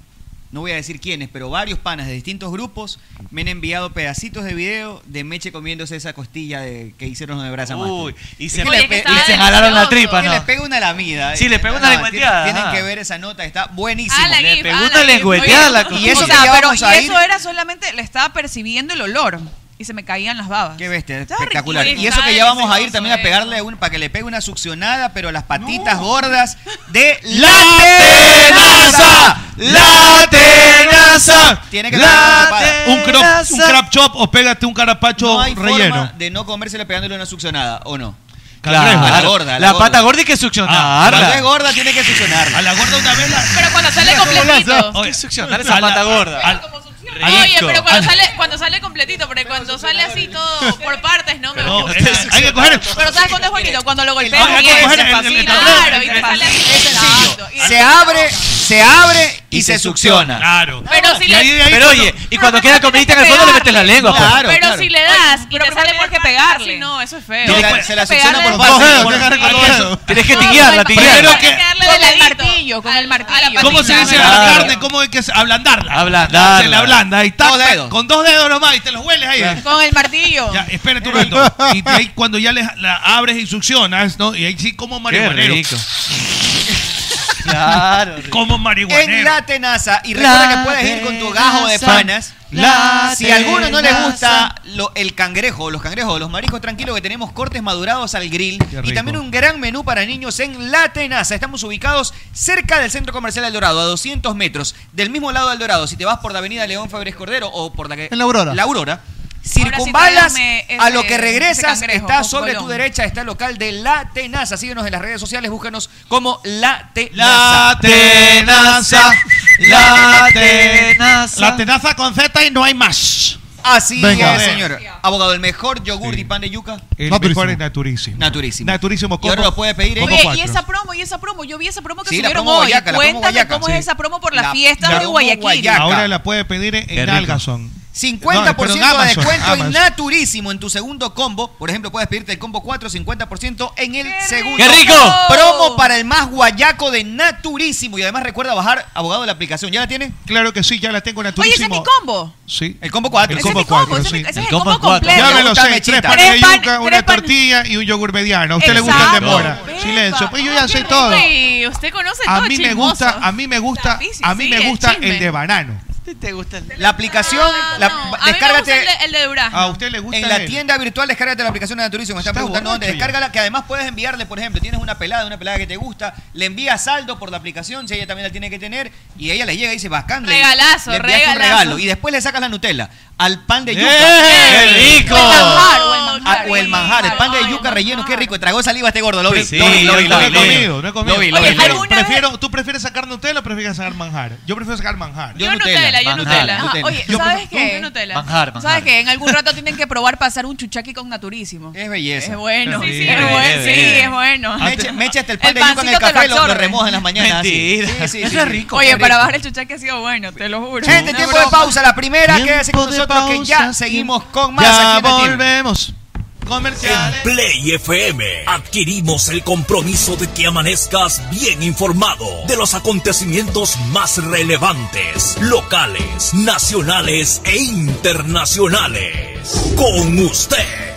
no voy a decir quiénes, pero varios panas de distintos grupos me han enviado pedacitos de video de Meche comiéndose esa costilla de, que hicieron de brasa
Uy, y se,
Es que le
y
pe-
se
y se
jalaron la tripa,
que
¿no?
le pega una lamida. eh,
Sí, le pegó una lengüeteada,
Tienen
ajá.
que ver esa nota, está buenísimo.
Ah, la
Le
gif,
pegó
ah,
una
la gif.
lengüeteada
Oye,
la cruz.
Y eso
o
que
sea,
ya
pero
vamos a
y
ir.
eso era solamente, le estaba percibiendo el olor y se me caían las babas. Qué
bestia, Espectacular. Y eso que ya vamos a ir también a pegarle un, para que le pegue una succionada, pero a las patitas gordas de la tenaza.
¡La tenaza!
Tiene que
La
pegar
te- un, crop, un crap chop o pégate un carapacho
Ah, No hay
relleno.
forma de no comérsela pegándole una succionada, ¿o no?
Claro.
A la gorda, a la
La
gorda.
pata gorda Ah, hay que succionarla.
Cuando es gorda tiene que succionarla.
A la gorda una vez
Pero cuando sale
Mira cómo
completito.
lanza. Hay que succionar esa pata gorda.
Oye,
Rico.
pero cuando
Ah,
sale, cuando sale completito, porque cuando sale así todo por partes, no me
no,
gusta.
esa- hay que coger-
Pero ¿sabes cuándo es bonito? Cuando lo
Ah,
golpeas
hay
y
que
es
coger el- el- el-
Claro, y te sale así.
Se abre, se abre
Y se succiona. Claro.
Pero si
Y ahí-
le-
ahí- Pero oye, y cuando queda comidita en el fondo le metes la lengua. pues.
pero si le das y te sale porque pegarle. Así no, eso es feo.
Tienes que-
Hay que pegarle
Por-
con-
por-
con-
hay que- Tienes que tiñarla,
Primero
tiñarla.
que darle del martillo, con el martillo.
¿Cómo se dice
Claro.
a la carne? ¿Cómo es que se ablandarla?
Ablandarla.
Se la ablanda y tac, tac, con dos dedos nomás y te los hueles ahí.
Con el martillo.
Ya, espérate un rato. Y de ahí cuando ya les- la abres y succionas, ¿no? Y ahí sí como marihuanero.
rico. Claro.
Como marihuanero.
En la tenaza. Y recuerda
La
que puedes ir con tu gajo de
tenaza,
panas.
la
si a alguno no le
tenaza.
gusta lo- el cangrejo, los cangrejos, los mariscos, tranquilo que tenemos cortes madurados al grill. Y
rico.
también un gran menú para niños en La Tenaza. Estamos ubicados cerca del Centro Comercial El Dorado, a 200 metros. Del mismo lado del Dorado, si te vas por la avenida León Febres Cordero o por la que...
En la Aurora.
La Aurora.
sí
Circunvalas,
tráigame ese-
a lo que
ese
regresas,
cangrejo
está
con
sobre
bolón.
tu derecha, está el local de La Tenaza. Síguenos en las redes sociales, búscanos como La Tenaza.
La tenaza, la tenaza.
La
tenaza con Z y no hay más.
Así
Venga.
es,
A ver.
señor. Abogado, el mejor yogur y pan de yuca.
El
Naturísimo.
mejor es naturísimo.
Naturísimo.
Naturísimo.
Y ahora lo puede pedir en-
como
Oye, y
cuatro.
esa promo, y esa promo, yo vi esa promo que
Sí, la
subieron
promo
hoy.
guayaca, la promo
Cuéntame
guayaca,
cómo
sí.
es esa promo por la,
La-
fiesta
la
de
promo
Guayaquil.
guayaca.
Ahora la puede pedir
Qué
en
rico.
Nalgazón.
50%
No, perdón,
de
Amazon,
descuento
Amazon.
en Naturísimo en tu segundo combo. Por ejemplo, puedes pedirte el combo 4, 50% en el segundo.
¡Qué rico!
Promo para el más guayaco de Naturísimo. Y además recuerda bajar, abogado, la aplicación. ¿Ya la tiene?
Claro que sí, ya la tengo
Oye, ese es mi
naturísimo.
combo.
Sí.
El combo 4.
El combo 4,
ese es mi-
sí.
ese es el combo completo.
Ya me lo
Gusta
sé.
mechita.
Tres panes de
Tres pan-
yuca,
tres
una
pan-
tortilla y un yogur mediano. A usted le gusta el de
Exacto.
mora. Silencio. Pues yo ya sé
Qué
todo.
rico, y usted conoce
A
todo,
mí me
chismoso.
gusta, a mí me gusta, a mí
sí,
me
el
gusta
chisme.
el de banano.
¿Te gusta el
La aplicación, la-
No, a mí me gusta
descárgate.
el de- el de Durazno.
A Ah, usted le gusta
En la
él.
tienda virtual, descárgate la aplicación de Naturísimo. Están preguntando dónde.
borracho ya.
Descárgala, que además puedes enviarle, por ejemplo, tienes una pelada, una pelada que te gusta, le envías saldo por la aplicación, si ella también la tiene que tener, y ella le llega y dice, bacán. le-
Regalazo,
le envías un
regalazo.
regalo. Y después le sacas la Nutella al pan de yuca.
¡Eh, qué rico! O el manjar,
o el manjar.
Ah, o el manjar, el pan de yuca relleno, qué rico. Tragó saliva este gordo, lo vi.
Sí,
lo vi, lo vi,
yo
lo vi,
lo
lo
he
vi.
comido,
No he comido.
Lo vi, lo vi, lo vi.
Prefiero- prefiero- ¿Tú prefieres sacar Nutella o prefieres sacar manjar? Yo prefiero sacar manjar.
Yo Nutella, yo Nutella. Ajá, Oye,
Yo
¿sabes
prefiero-
qué? Yo Nutella.
Manjar, manjar.
¿Sabes qué? En algún rato tienen que probar pasar un chuchaqui con naturísimo.
Es belleza.
Es bueno.
Sí,
Sí,
sí,
es
es
bueno. Sí,
belleza.
es bueno.
Meche, meche hasta el pan de yuca en el café, lo, lo remoja en las mañanas. así.
Mentira.
Sí, sí,
Eso
sí, sí.
es rico.
Oye,
Qué
para
rico.
bajar el chuchaqui ha sido bueno, te lo juro.
Gente, tiempo de pausa. La primera, quédese con
de
nosotros que ya
pausa.
seguimos con más.
Ya
aquí en la tienda.
volvemos. Comercial.
Play FM. Adquirimos el compromiso de que amanezcas bien informado de los acontecimientos más relevantes, locales, nacionales e internacionales. Con usted.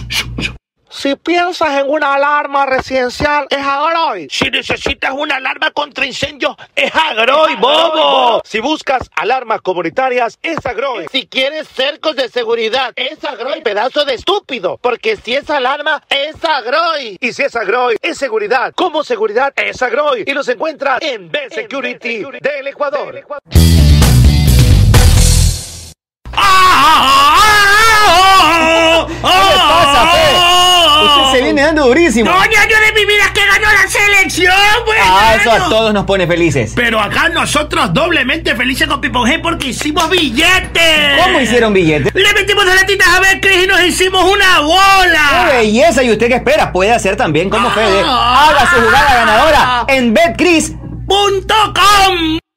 Si piensas en una alarma residencial, es Agroy. Si necesitas una alarma contra incendios, es Agroy, bobo. Si buscas alarmas comunitarias, es Agroy. Si quieres cercos de seguridad, es Agroy, pedazo de estúpido. Porque si es alarma, es Agroy. Y si es Agroy, es seguridad. Como seguridad, es Agroy. Y los encuentras en Best Security del Ecuador.
¿Qué le pasa, Fe? Usted se viene dando durísimo.
año de mi vida que ganó la selección, bueno.
Ah, eso a todos nos pone felices.
Pero acá nosotros doblemente felices con Pipo G porque hicimos billetes.
¿Cómo hicieron billetes?
Le metimos las latitas a ver, Cris, y nos hicimos una
¡Qué
bola.
belleza! ¿Y usted qué espera? Puede hacer también
Ah.
como Fede. Haga su jugada ganadora en BetCris.com.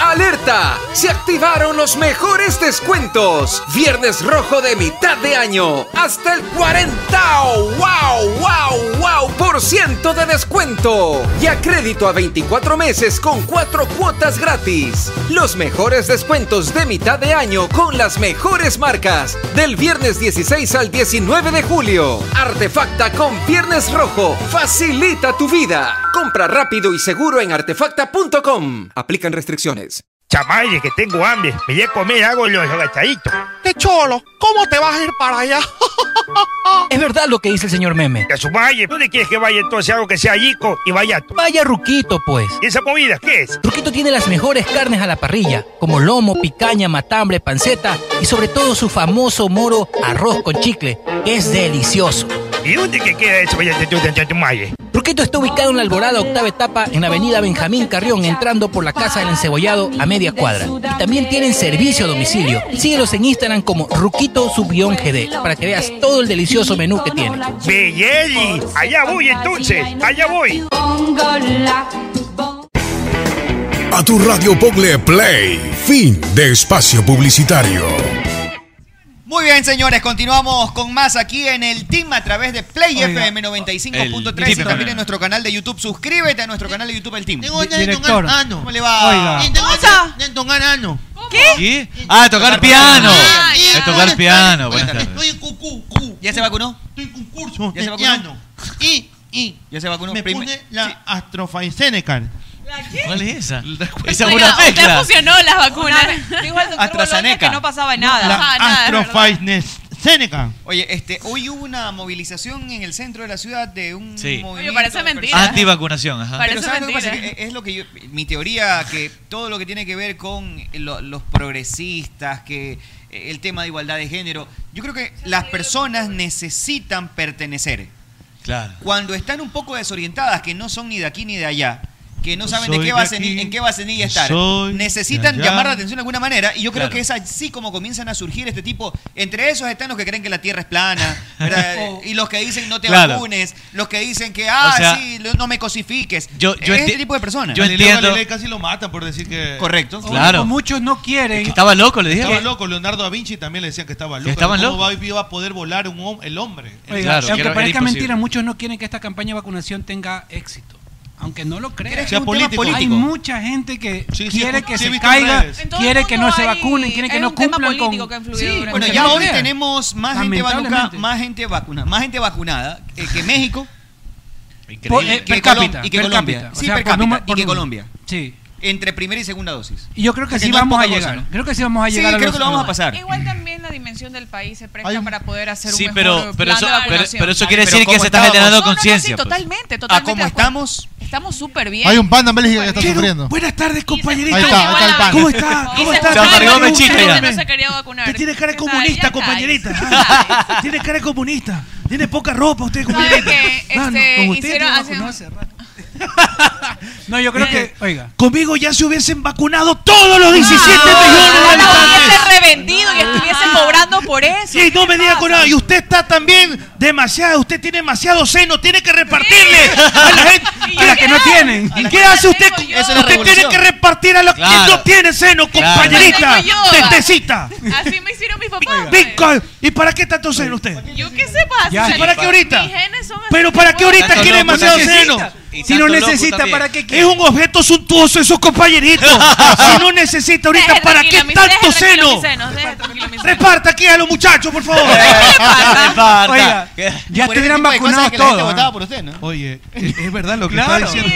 ¡Alerta! Se activaron los mejores descuentos. Viernes rojo de mitad de año. Hasta el 40. ¡Wow, wow, wow! Por ciento de descuento. Y a crédito a 24 meses con 4 cuotas gratis. Los mejores descuentos de mitad de año con las mejores marcas. Del viernes 16 al 19 de julio. Artefacta con Viernes Rojo. Facilita tu vida. Compra rápido y seguro en artefacta.com. Aplican restricciones.
Chamaye, que tengo hambre. Me voy a comer algo y los agachaditos.
¡Qué cholo! ¿Cómo te vas a ir para allá? es verdad lo que dice el señor Meme.
A su valle. ¿Dónde quieres que vaya entonces algo que sea yico y vaya tú?
Vaya Ruquito, pues.
¿Y esa comida qué es?
Ruquito tiene las mejores carnes a la parrilla, como lomo, picaña, matambre, panceta y sobre todo su famoso moro arroz con chicle, que es delicioso.
¿Y dónde que queda eso? Vaya, tú, tú, tú, tú, maye?
Ruquito está ubicado en la Alborada Octava Etapa en la avenida Benjamín Carrión, entrando por la Casa del Encebollado a media cuadra. Y también tienen servicio a domicilio. Síguelos en Instagram como Ruquito Subión GD para que veas todo el delicioso menú que tiene.
Belleli, allá voy entonces, allá voy.
A tu radio Pogle Play, fin de espacio publicitario.
Muy bien, señores, continuamos con más aquí en el Team a través de Play
Oiga,
FM
el
95.3 y
Team,
también
perdón.
en nuestro canal de YouTube. Suscríbete a nuestro canal de YouTube El Team.
Director. Ah, no.
¿Cómo le va?
Y tengo que- de tocar ano.
¿Qué? Ah, tocar piano. Es
Ah,
tocar piano. Buenas tardes.
¿Ya se vacunó?
Estoy en concurso
¿Ya se
de
vacunó?
piano. Y, y.
¿Ya se vacunó?
Me
Prim-
pone la AstraZeneca.
¿Cuál es esa?
Esa es una mezcla.
las vacunas. Dijo el doctor Boloña
AstraZeneca.
que no pasaba
Ah,
nada.
La
Ajá, nada, es verdad.
AstraZeneca.
Oye, este, hoy hubo una movilización en el centro de la ciudad de un
Sí. Oye,
movimiento
parece
de
mentira. ¿eh?
personas.
Antivacunación,
Pero
ajá.
Parece
¿sabes lo que pasa?
mentira.
Que es lo que yo, mi teoría que todo lo que tiene que ver con lo- los progresistas, que eh, el tema de igualdad de género, yo creo que las personas necesitan pertenecer.
Claro.
Cuando están un poco desorientadas, que no son ni de aquí ni de allá, que no
Yo
saben de
soy
qué
de
bacenilla-
aquí,
en qué bacenilla
yo
estar,
soy de
necesitan
allá.
llamar la atención de alguna manera y yo creo
Claro.
que es así como comienzan a surgir este tipo, entre esos están los que creen que la Tierra es plana, ¿verdad? y los que dicen no te
Claro.
vacunes, los que dicen que, ah,
O sea,
sí, lo- no me cosifiques.
Yo- yo
Es
enti-
este tipo de personas.
yo
Galileo
entiendo-
Galilei casi lo matan por decir
eh,
que.
Correcto.
Claro.
Muchos no quieren.
que estaba loco, le dije.
Estaba loco. Leonardo da Vinci también le decían que estaba loco.
estaban
¿Cómo
locos?
va- iba a poder volar un hom- el hombre?
Oiga, y aunque parezca mentira, muchos no quieren que esta campaña de vacunación tenga éxito. Aunque no lo crean.
¿Crees que es Sea un tema político.
Hay
político?
mucha gente que
Sí, sí,
quiere
escu-
que
sí, he
se
visto en
caiga,
redes. En
todo el
quiere que no
mundo
se
hay-
vacunen, quiere que
hay
no
un tema
cumplan con...
político que ha influido durante
Bueno,
que
ya
no
hoy
crean.
tenemos más gente, vacunada,
Lamentablemente.
más gente vacunada, más gente vacunada eh, que México.
Por- eh,
Y que
per
Colom-
cápita.
Y que
per
Colombia.
cápita. O
Sí,
sea,
per
por
cápita.
número-
Y
por
que
número.
Colombia.
Sí.
Entre primera y segunda dosis.
Y yo creo que
O sea,
sí
no es
vamos
poca
a
cosa,
llegar.
¿no?
Creo que sí vamos a
Sí,
llegar a
creo
los-
que lo vamos a pasar.
Igual también la dimensión del país se presta
Hay un-
para poder hacer
Sí,
un mejor
pero- pero
plan
eso-
ah,
de
pero-
vacunación.
pero eso quiere Ay, pero decir que ¿cómo se está estábamos? generando
No, no, no,
conciencia,
sí,
pues.
totalmente,
Ah,
totalmente.
¿cómo
de acuerdo. Estamos súper bien.
Hay un panda en Bélgica que está sufriendo.
Buenas tardes, compañerito.
Ahí está, ahí está el panda.
¿Cómo está? ¿Cómo
Se
está?
amargó
Compañero,
Mechita
usted
ya.
no se-
Se quería vacunar.
Usted tiene cara de comunista, compañerita. Ah, Tiene cara de comunista. Tiene poca ropa usted,
¿Sabe
compañerita. Ah,
que
Ah,
No, no,
este,
con usted
hicieron
no
hace-
No, yo creo
Eh,
que... Oiga.
Conmigo ya se hubiesen vacunado todos los 17
Ah,
millones de
no lo
habitantes.
hubiese revendido y estuviese
Ah.
cobrando por eso.
Sí, no me diga con nada. Ah. Y usted está también demasiado, usted tiene demasiado seno, tiene que repartirle a la gente.
A la que no tienen.
¿Y qué hace usted? con-
es la
usted tiene
revolución.
que repartir a los que
Claro.
no tienen seno,
Claro.
compañerita,
Tengo yo.
testecita.
Así me hicieron mis papás.
Ven, co-
¿Y para qué tanto seno usted?
Yo qué sé pasa.
Ya,
señorita.
¿para qué ahorita?
Mis genes son así. pues.
¿Pero para qué ahorita
Tanto
quiere
loco
demasiado
necesita.
seno?
Y
Si
tanto
no
loco
necesita,
también.
¿para qué quiere? Es un objeto suntuoso, esos compañeritos. si no necesita ahorita,
Deje
¿para qué
tranquilo mis-
tanto
deje tranquilo
seno?
mis senos, deje tranquilo mis senos.
Reparta aquí a los muchachos, por favor.
Reparta.
Oiga,
ya
Por ese
estuvieran
tipo de cosas
vacunados
que la gente
todos.
votaba por usted, ¿no?
¿ah? Oye, es es verdad lo que
Claro.
está diciendo.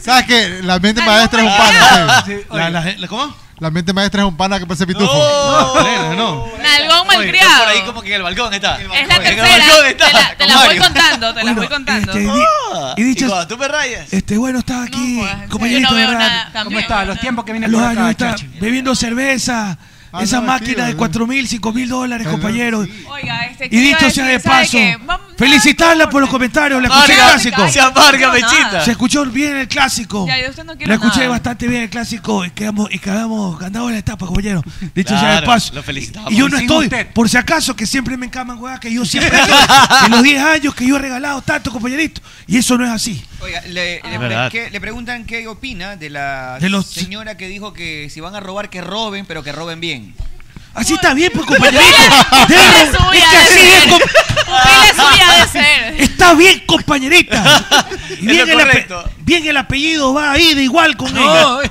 ¿Sabes qué? La mente maestra es un pana. sí.
La- la- la- ¿Cómo?
La mente maestra es un pana que parece pitufo.
No, no.
Nalgón
Oye, está
malcriado.
Por ahí como que en el balcón está.
Es la
En el
tercera.
balcón está.
Te la, te la
con
voy
Mario.
contando, te la voy contando.
este, di-
Ah,
y dicho-
cuando tú me rayas.
Este bueno estaba aquí, compañerito
Yo no
de
veo
radio.
nada, también,
¿Cómo está? Los tiempos que vienen
Los
por
años
acá,
está
chachi.
bebiendo cerveza.
Ah,
esa
no,
máquina de
tío,
4 mil, 5 mil dólares, compañeros.
Oiga, este ¿qué
Y
le iba a
dicho sea de
decir? ¿Sabe
paso,
qué? Vamos-
felicitarla por los comentarios. La escuché el
Amarga,
clásico.
se amarga, Mechita.
Se escuchó bien el clásico.
Ya, yo usted no quiero
La escuché
nada.
bastante bien el clásico. Y quedamos, y quedamos ganado la etapa, compañero. Dicho sea de
Claro,
paso.
Lo felicitamos.
Y yo no
Sin
estoy,
usted.
por si acaso, que siempre me encaman, weá, que yo siempre. en los 10 años que yo he regalado tanto, compañerito. Y eso no es así.
Oiga, le,
Ah.
le-
verdad.
que- le preguntan qué opina de la
De los-
señora que dijo que si van a robar, que roben, pero que roben bien.
Así está bien, pues, compañerito.
Dele
Debe-
suya,
es que así
debe
es,
ser.
com-
Ah,
suya de ser.
Está bien, compañerita. Y
Es lo
bien, el ape-
correcto.
bien el apellido va ahí de igual con
No,
ella.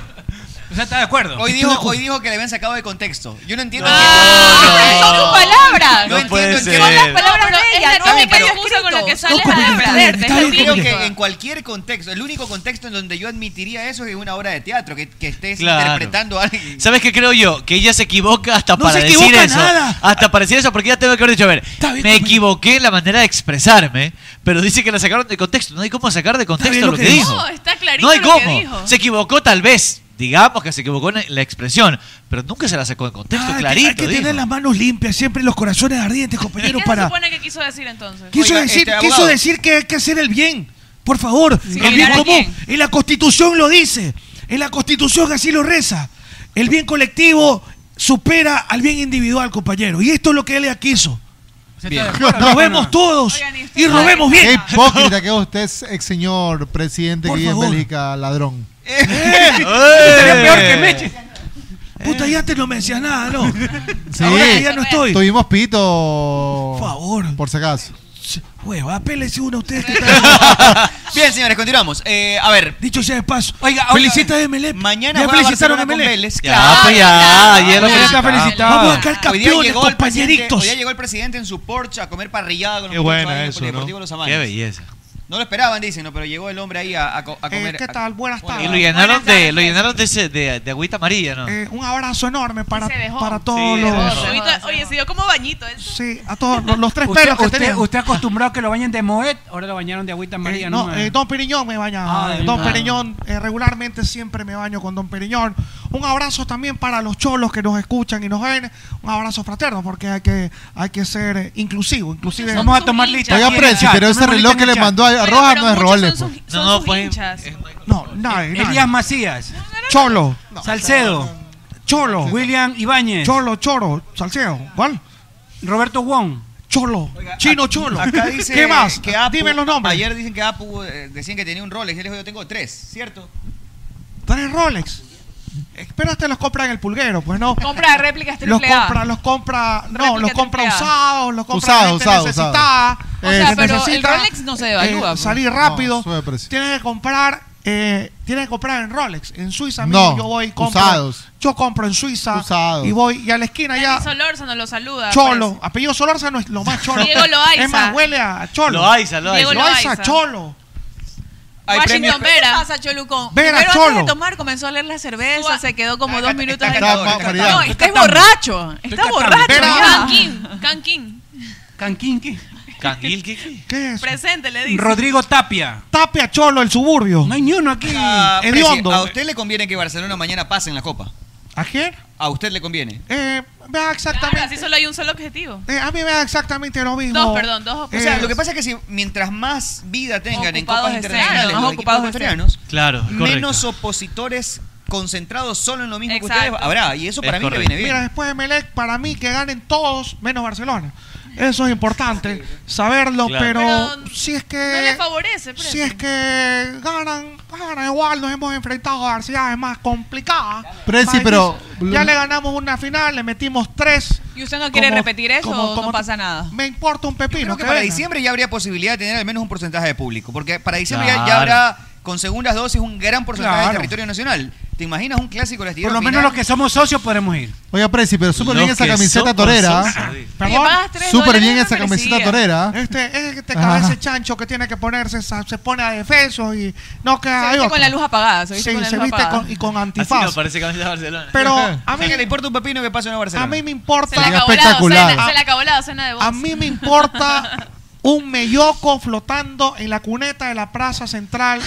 O sea, está de acuerdo.
Hoy dijo, hoy dijo que le habían sacado de contexto. Yo no entiendo. qué-
Son tus palabras.
No entiendo en qué-
palabras de ella, no me cayó excusa con la que sales a defenderte. es la
Yo creo
única.
que en cualquier contexto, el único contexto en donde yo admitiría eso es en una obra de teatro, que, que estés
Claro.
interpretando a alguien.
¿Sabes qué creo yo? Que ella se equivoca hasta
No
para
se
decir
equivoca
eso.
nada.
Hasta para decir eso, porque ella tengo que haber dicho, a ver, me equivoqué en la manera de expresarme, pero dice que la sacaron de contexto. No hay cómo sacar de contexto lo que, dijo.
No, está clarito
No hay
lo que
cómo.
dijo.
Se equivocó tal vez. Digamos que se equivocó en la expresión, pero nunca se la sacó de contexto,
Ah, hay que-
clarito.
hay que
dijo.
tener las manos limpias, siempre los corazones ardientes,
¿Y
compañeros,
qué se
para.
supone que quiso decir entonces?
Quiso decir,
este
quiso decir que hay que hacer el bien. Por favor, el bien
mirar a
común. En la Constitución lo dice. En la Constitución así lo reza. El bien colectivo supera al bien individual, compañero. Y esto es lo que él quiso.
Bien.
Robemos todos y robemos
Qué
bien.
hipócrita que es usted es ex señor presidente que vive en Bélgica, ladrón.
Eh. Sería peor que Meche. Puta, ya antes no me decías nada, ¿no?
Sí.
Ahora que ya no estoy.
Tuvimos pito. Por
favor.
Por si acaso.
Hueva, apélese uno a ustedes.
Bien, señores, continuamos. Eh, a ver.
Dicho sea de paso.
Oiga,
felicita de Melep.
Mañana
Ya
juega
felicitaron
Barcelona
a
con
Melec.
Vélez.
Ya,
Claro.
pues ya,
Ah,
ayer lo
ya.
felicitamos.
felicitamos.
Vamos a buscar
Hoy día
campeones,
llegó el presidente-
compañeritos.
Hoy día llegó el presidente en su Porsche a comer parrillada con los
Qué
muchachos
buena
ahí en
eso,
Polideportivo
¿no?
Los
Qué
Amanes.
belleza.
No lo esperaban, dicen, ¿no? pero llegó el hombre ahí a, a co- a comer.
Eh, ¿qué tal? Buenas
Ah,
Y lo llenaron de, lo llenaron de, ese- de, de agüita amarilla, ¿no?
Eh, un abrazo enorme para, para todos
Sí, se
los.
dejó, se
Oye, Oye, se dio como bañito. él.
Sí, a todos los, los tres
Usted,
pelos que
usted,
tenía.
usted acostumbrado que lo bañen de Moet, ahora lo bañaron de agüita amarilla.
Eh, no, eh, don Periñón me baña.
Ah,
don
ah.
Periñón, eh, regularmente siempre me baño con Don Periñón. Un abrazo también para los cholos que nos escuchan y nos ven. Un abrazo fraterno porque hay que, hay que ser eh, inclusivo. Inclusive
Vamos a tomar lista.
Oiga, Preci, pero ese reloj que le mandó a Rojas no es Rolex. pues.
No, no, fue.
No, nada.
E- Elías Macías.
Cholo.
Salcedo.
Cholo.
William Ibáñez.
Cholo, Choro, Salcedo. ¿Cuál?
Roberto Wong. ah,
Cholo. Chino Cholo.
Acá dice
¿Qué más?
que Apu-
Dime los nombres.
Ayer dicen que Apu eh, decían que tenía un Rolex. Él dijo, yo tengo tres, ¿cierto?
Tres Rolex. Eh, Pero este los compra en el pulguero, pues no.
Compra de réplicas
Los
triple A.
compra, los compra, no,
Réplica
los compra
triple A.
usados, los compra
Usado,
gente
usado,
necesitada.
usado. O sea,
que
pero el
necesita, eh,
Rolex no se devalúa, pues.
salir
No,
rápido.
sube de precio.
tienes que comprar, eh, tienes que comprar en Rolex. En Suiza,
No,
amigo, yo voy y compro.
usados.
Yo compro en Suiza
Usados.
y voy y a la esquina ya.
Denis Solorza nos lo saluda. pues.
Cholo, apellido Solórzano es lo más cholo.
Diego Loaiza.
Es más, huele a Cholo.
Loaiza, Loaiza.
Diego Loaiza.
Cholo.
Hay Washington
premios-
Vera. ¿Qué pasa, Cholucón?
Vera,
Primero
Cholo.
antes de tomar comenzó a leer la cerveza, se quedó como dos minutos en el
catando, está
No,
catando.
este
está
Estoy catando.
borracho.
Estoy
Está
catando.
borracho.
Vera.
Canquín. Canquín.
Canquín, ¿qué?
Canguil, ¿qué- qué?
¿Qué es?
Presente, le dice.
Rodrigo Tapia.
Tapia Cholo, el suburbio.
No hay ni uno aquí.
Ah, Presi,
Hediondo.
A usted le conviene que Barcelona mañana pase en la Copa.
¿A quién?
A usted le conviene.
Eh, me da exactamente.
Claro, así solo hay un solo objetivo.
eh, a mí me da exactamente lo mismo.
Dos, perdón, dos
O sea,
Eh,
lo que pasa es que si mientras más vida tengan en
Ocupados
copas
de
internacionales,
ser, más
los
ocupados
equipos
de ser.
ecuatorianos,
Claro, es correcto.
menos opositores concentrados solo en lo mismo
Exacto.
que ustedes habrá. Y eso para
Es
mí le
correcto.
viene bien.
Mira, después de Melec, para mí que ganen todos menos Barcelona. Eso es importante saberlo,
Claro.
pero, si es que.
No le favorece, pero-
Si es que ganan, ganan igual, nos hemos enfrentado a adversidades más complicadas.
Presi,
Más
pero-
difíciles. Ya le ganamos una final, le metimos tres.
¿Y usted no quiere
Como-
repetir eso
como-
o
como-
no pasa nada?
Me importa un pepino.
Creo que
que
para
vengan.
diciembre ya habría posibilidad de tener al menos un porcentaje de público, porque para diciembre ya- ya,
Claro.
habrá con segundas dosis un gran porcentaje del
Claro.
territorio nacional. ¿Te imaginas un clásico de
Por lo menos los que somos socios podemos ir.
Oiga, Presi, pero súper
Los
bien esa
que
camiseta
son
torera.
consensos,
¿eh?
Perdón.
Súper bien esa camiseta torera.
Este, este
Ajá.
cabeza chancho que tiene que ponerse, sa- se pone a defenso y no queda.
Se
ahí
viste
otra.
con la luz apagada, se viste
Sí,
con la
se
luz
viste
apagada.
con- y con
Así
antifaz.
no parece que de Barcelona.
Pero
a
a
mí
mí-
que le importa un pepino que pase en Barcelona.
a mí me importa.
Se le acabó la docena, se le acabó la docena de voz.
A mí me importa un melloco flotando en la cuneta de la plaza central.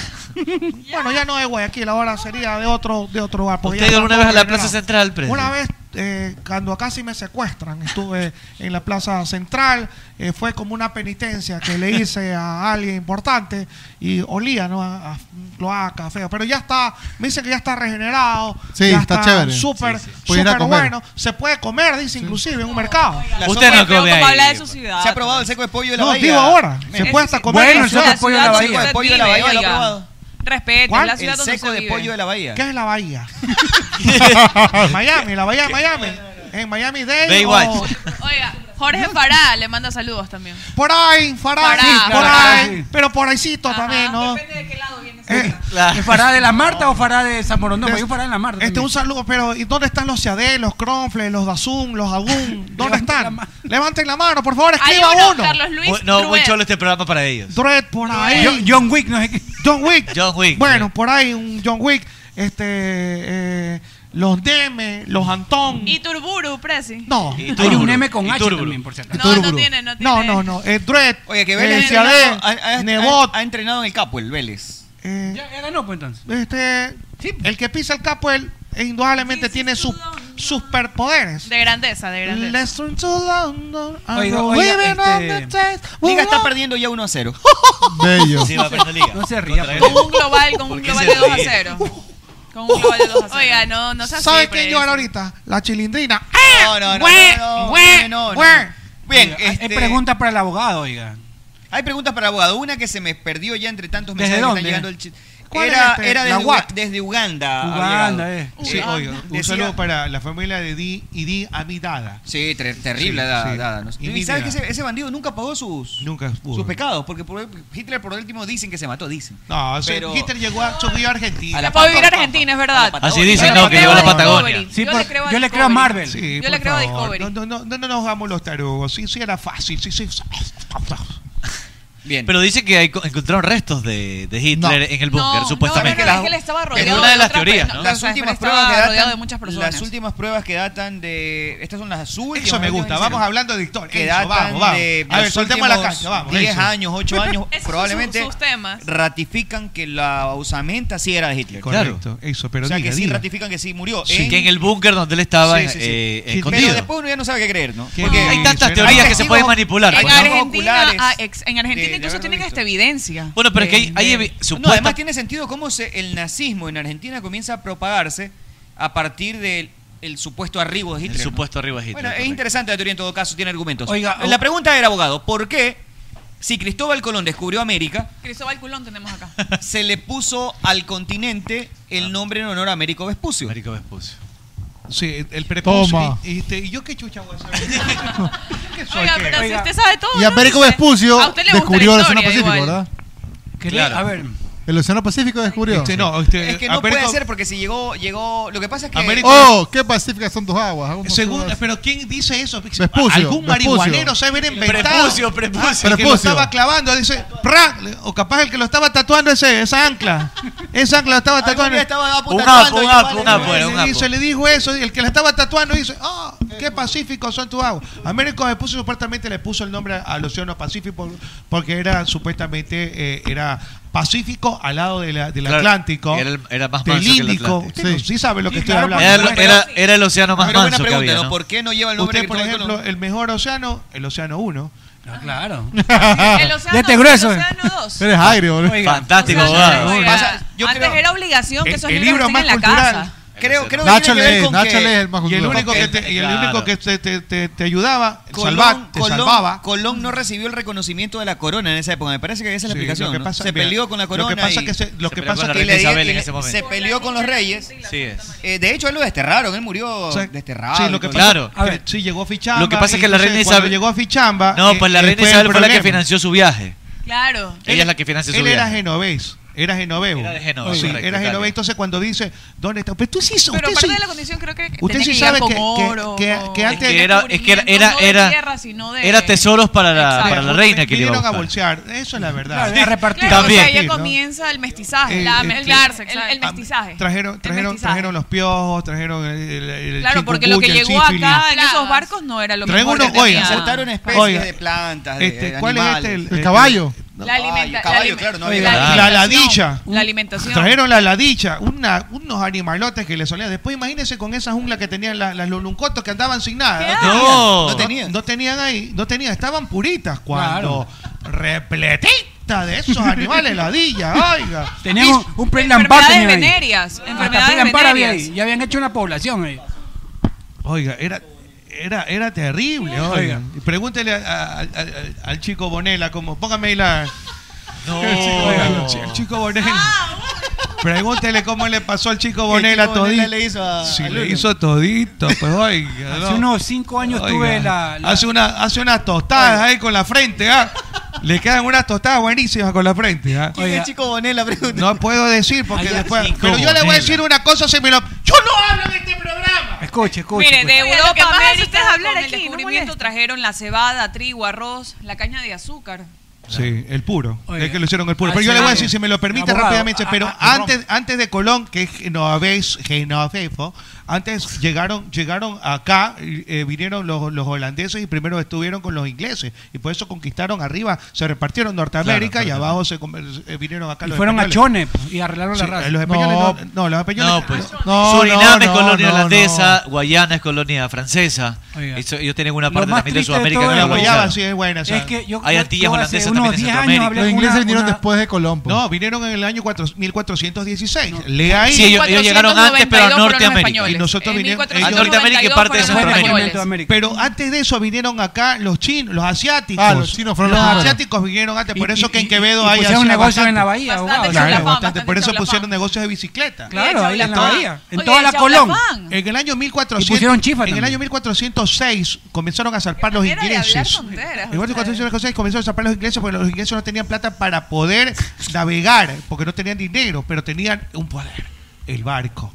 bueno, ya no de Guayaquil, ahora sería de otro, de otro lugar. porque
¿Usted ha
ya
ido
está
alguna vez a la
todo
plaza
liberado.
central, Presi?
Una vez, eh, cuando casi me secuestran, estuve en la plaza central. eh, fue como una penitencia que le hice a alguien importante y olía, ¿no? A, a cloaca, feo. Pero ya está, me dicen que ya está regenerado.
Sí,
ya
está chévere.
Súper,
Sí, sí. Puede ir a
súper
comer.
bueno. Se puede comer, dice, inclusive en un mercado.
La Usted sopa no de feo come como ahí. habla de su
ciudad.
Se ha probado el seco de pollo de la
No,
bahía.
digo ahora. Se
Eh,
puede hasta comer.
Bueno, el
eso.
seco de pollo de la bahía.
ciudad
El pollo de la
donde
bahía lo ha
usted vive,
probado.
oiga.
Respete,
¿Cuál?
la ciudad donde
seco
usted
de
vive.
pollo de la bahía.
¿Qué es la bahía? Miami, la bahía de Miami. En Miami Dade.
Baywatch.
o-
Oiga, Jorge Fará le manda saludos también.
Por ahí, por ahí,
Pará. Sí,
por
claro,
ahí.
sí.
Pero por ahícito también, ¿no?
¿Es fará de la Marta o fará de San Morondón? Yo fará de la Marta.
Este, un saludo, pero ¿y dónde están los Ciadel, los Cronfles, los Dazun, los Agún? ¿Dónde están? Levanten la mano, por favor,
Hay
escriba
uno,
uno.
Carlos Luis.
Bu- No, muy
Druet.
cholo este programa para ellos.
Dredd por ahí.
John-
John Wick, no John Wick.
John Wick.
Bueno, por ahí un John Wick, este, eh, los Deme, los Antón.
Y Turburu, Presi.
No.
Y
Hay un M con H también, por cierto.
No, no tiene, no tiene.
No, no, no. Eh, Dredd.
Oye, que
eh,
Vélez ha,
Ciadel,
entrenado- ha- ha-
Nebot.
ha- ha entrenado en el capo, el Vélez.
eh,
Ya ganó, pues entonces.
este, el que pisa el capo, él eh, indudablemente tiene sus superpoderes.
De grandeza, de grandeza.
Listen to London,
Ah,
I'm
Oiga,
a
oiga,
living on the
este-
test.
Liga está perdiendo ya 1 a 0.
Bello.
Sí, va perdiendo liga.
No se ría.
Con un global, con un
qué
global
se
de 2 a
ríe?
0. Con un global de 2 a 0. Oiga, no, no pues. se
¿Sabe
Pues,
quién llora ahorita? La chilindrina. ¡Eh!
No, no, no,
Güey,
no, no,
güey,
no, no.
güey.
Bien,
Oiga, hay- hay
este-
preguntas para el abogado, oiga.
Hay preguntas para el abogado. Una que se me perdió ya entre tantos
¿Desde
mensajes que
dónde?
están llegando al chat.
¿Cuál
era,
es este?
era desde,
La UAT.
Uga- desde Uganda. ha
Uganda,
llegado.
eh. Sí, oiga, un
Decía-
saludo para la familia de Di y Di Amidada.
Sí, ter- terrible
Sí,
dada.
sí.
dada, no sé.
Y
Y,
Lidia.
sabes que ese, ese bandido nunca pagó sus,
Nunca pudo.
sus pecados, porque por- Hitler por último dicen que se mató, dicen.
No, ese- Hitler
llegó a subir a Argentina.
A la
Se puede
pampa.
vivir a Argentina, es verdad.
Así Ah, dicen,
Yo
¿no?
le
Que
creo
llegó a la
Discovery.
Patagonia.
yo le creo a
Sí,
Discovery. yo le
por
creo a
favor.
Discovery.
No, no, no, no nos hagamos los tarugos. Sí, sí, era fácil. Sí, sí.
Pero dice que hay- encontraron restos de, de Hitler en el búnker,
No,
supuestamente.
no, no, es que él estaba rodeado
Es una de
de
las
otras
teorías,
personas.
¿no?
Las
sea,
últimas
estaba
pruebas que
rodeado
datan
de muchas personas.
Las últimas pruebas que datan de estas son las últimas.
Eso me
últimas
gusta.
que
Vamos
hicieron.
hablando de historia.
Que
Eso,
datan
vamos, vamos.
de
A ver,
los
soltemos la
últimos
cancha, vamos,
10
eso.
años, 8 años,
Esos son
probablemente
sus- sus temas.
ratifican que la osamenta sí era de Hitler.
Correcto, eso, pero
o sea,
diga,
que sí
diga.
ratifican que sí murió.
Sí,
en-
que en el búnker donde él estaba
Sí, sí, sí.
eh,
Sí,
escondido.
Pero después uno ya no sabe qué creer, ¿no?
Qué Hay tantas teorías que se
testigos-
pueden manipular,
hay
pues,
testigos
¿no?
Argentina,
oculares.
ah, ex- en Argentina
de
incluso
haberlo
tiene que
visto.
esta evidencia. Eh,
Bueno, pero es que hay, hay evi-
No,
supuestas-
además tiene sentido cómo se- el nazismo en Argentina comienza a propagarse a partir del el supuesto arribo de Hitler.
el
¿no?
supuesto arriba de Hitler.
Bueno, es interesante la teoría en todo caso, tiene argumentos.
Oiga,
la pregunta era, abogado, ¿por qué si Cristóbal Colón descubrió América,
Cristóbal Culón tenemos acá.
se le puso al continente el nombre en honor a Américo Vespucio? Américo
Ah. Vespucio.
Sí, el prepucio.
Toma.
Y, y este, ¿y yo qué chucha voy a saber? ¿Qué soy?
Oiga,
¿Qué?
pero si
Oiga.
usted sabe todo.
Y
¿no?
Américo
Dice.
Vespucio
A usted le gusta
descubrió
la
el Océano
historia
Pacífico,
igual.
¿verdad?
Claro. A ver.
El Océano Pacífico descubrió.
Este, no, este,
Es que no
Américo-
puede ser porque si llegó, llegó, lo que pasa es que
Américo-
Oh, qué pacíficas son tus aguas.
Según, pero ¿quién dice eso?
Vespucio,
Algún
Vespucio.
marihuanero se haber inventado.
Prepucio, prepucio.
El que lo
Prepucio.
estaba clavando, dice, "Pra", o capaz el que lo estaba tatuando ese, esa ancla. Esa ancla la estaba tatuando.
día estaba
Un
apuntando
apo,
y
un
vale,
apo, un
vale.
apo, era un
Y
apo.
se
le dijo eso, y el que la estaba tatuando dice, oh, qué pacíficos son tus aguas. Américo Vespucio supuestamente le puso el nombre al Océano Pacífico porque era supuestamente eh, era Pacífico al lado de la- del
Claro,
Atlántico.
era el- era más
del
manso que el
Índico.
Atlántico.
Usted no- sí. sabe lo que estoy
claro,
hablando.
era, era- era el océano más
Pero buena
manso que
pregunta,
había,
¿no?
¿no?
¿Por qué no lleva el nombre
Usted,
de
por
Cristóbal
ejemplo, el mejor océano, el océano 1.
claro.
El océano,
este
el
grueso.
océano dos.
Eres aire, boludo.
Fantástico,
Océano
abogado.
Pues
dos, oiga.
Pasa-
Antes era obligación que
El-
esos
el
libros
libro
estén
más
en la
cultural
casa.
Creo, creo que
Nacho
tiene que ver
Lee,
con
Nacho
que-
Lee es el más
Y el único
Ok.
que te, y el único que te, te- te- te ayudaba,
Colón-
salva- te
Colón-
salvaba.
Colón no recibió el reconocimiento de la corona en esa época. Me parece que esa es la
Sí,
explicación.
lo que
¿no?
pasa-
se
mira,
peleó con la
lo que
corona.
pasa
y-
que se- lo Se que peleó pasa con la
y le
reina
di-
Isabel
y
en
le-
ese momento.
Se peleó con los reyes.
Sí es.
Eh, de hecho, él lo desterraron. Él murió desterrado.
Sí,
y
lo que
todo.
pasa, que sí llegó a Fichamba.
Lo que pasa es que
y
la
entonces,
reina
cuando
Isabel-
llegó a Fichamba.
No, pues la
eh,
reina
fue el
Isabel fue la que
problema.
financió su viaje.
Claro.
Ella es la que financia su
Él
viaje.
era genovés. Era genovés.
Era de Génova,
Sí,
correcto,
era
Italia.
genovés. Entonces, cuando dice, ¿dónde está? Pero tú sí,
Pero
usted
aparte
sí-
de la condición, creo que
Usted
tenés
sí
que
sabe
llegar con
que- que-
oro,
que-
con-
que antes-
Que era, es que era, era,
no de
era,
tierra, sino de-
era tesoros para la, para la reina que le iba
vinieron
a
a
buscar.
bolsear. Eso es la verdad.
Claro, Claro,
También.
o sea, ya
Sí, ¿no?
comienza el mestizaje,
Eh,
la-
eh,
mezclarse, el, el mestizaje.
Trajeron,
El
trajeron,
mestizaje.
trajeron los piojos, trajeron el, el- el
Claro, porque lo que
chikungunya, el
llegó
sífilis.
acá en esos barcos no era lo
Traen
mismo.
unos, oiga,
Saltaron especies
oiga,
de plantas, de,
este,
de
¿cuál es
animales.
este? El,
caballo.
La alimenta-
caballo,
la alime-
claro, no
la
había-
alimentación.
La ladicha.
La alimentación.
Trajeron la ladicha, una, unos animalotes que le solían. Después imagínense con esa jungla que tenían la- las luluncotos que andaban sin nada.
¿Qué?
No. No
tenían. No tenían ahí, no tenían, estaban puritas cuando repletita de esos animales ladilla, oiga.
Teníamos un plan
Enfermedades venerias, enfermedades venerias.
Ya habían hecho una población eh. ahí.
Oiga, era era era terrible, oiga. Y Pregúntele a- a- a- al- al chico Bonela como póngame ahí la
No.
El chico, oiga, el chi- el chico Bonela. Pregúntele cómo le pasó al chico Bonela
chico
todito.
Bonela le hizo a-
Sí,
al
le
Lulo.
hizo todito, pues oiga.
Hace
no.
unos cinco años
Oiga,
tuve la. la-
Hace una hace unas tostadas ahí con la frente, ¿ah? Le quedan unas tostadas buenísimas con la frente, ¿ah?
¿Quién es Chico Bonela? Pregunta.
No puedo decir porque
Allá,
después.
Chico
Pero yo le voy a
Bonela.
decir una cosa si me lo. Yo no hablo de este programa.
Escuche, escuche.
Mire, de
escuche.
Europa,
lo que más hace
América,
usted es hablar
con el
aquí, no
descubrimiento trajeron la cebada, trigo, arroz, la caña de azúcar.
Sí, el puro.
Oiga.
Es que lo hicieron el puro.
Ah,
Pero
Así
yo le voy a
es.
decir, si me lo permite
Abogado, Ah,
rápidamente,
a-
pero
a- a-
antes, antes de Colón, que es genovés, genovefo, antes llegaron, llegaron
ah,
acá, y, eh, vinieron los, los holandeses y primero estuvieron con los ingleses. Y por eso conquistaron arriba, se repartieron Norteamérica
Claro,
y
claro.
abajo se conver- eh, vinieron acá
Y
los
fueron a
españoles.
Chone y arreglaron la
Sí, eh,
raza.
los españoles no, no, los españoles
No, pues.
no,
Suriname
no,
es colonia
no, no.
holandesa, Guayana es colonia francesa.
Oiga.
Eso- ellos tienen una
Lo
parte
más
también de
triste de
Sudamérica
todo
que no
es
la
la
usaron.
guayaba, sí, es buena, esa.
Es que yo,
Hay
yo-
antillas
yo
holandesas
hace
también
unos
en
10 años
Centroamérica.
hablé
Los
con
ingleses
una-
vinieron
una-
después de Colón. po.
No, vinieron en el año 4 1416. Lea ahí.
Sí, ellos, ellos llegaron antes, pero a
1492 fueron los
Norteamérica.
españoles.
Y nosotros
En
vinimos.
1492
ellos-
A Norteamérica y parte de
fueron los
Centroamérica.
españoles.
Pero antes de eso vinieron acá los chinos, los asiáticos.
Ah, los chinos fueron
Los
los primeros.
asiáticos vinieron antes, por
y-
eso que en
y-
Quevedo
y
hay
pusieron
Asia
negocios
bastante.
en la bahía,
Bastante
abogado.
Claro,
Chaulafán,
bastante.
bastante
Por eso
Chaulafán.
pusieron negocios de bicicleta.
Claro, ahí en la
Chaulafán.
bahía. En
Oye,
toda la Colón.
Chaulafán.
En el año
Y pusieron
1400,
chifa
en el
también.
año 1406 comenzaron a zarpar los
manera de hablar
ingleses.
tonteras,
En 1406 comenzaron a zarpar los ingleses porque los ingleses no tenían plata para poder navegar, porque no tenían dinero, pero tenían un poder, el barco.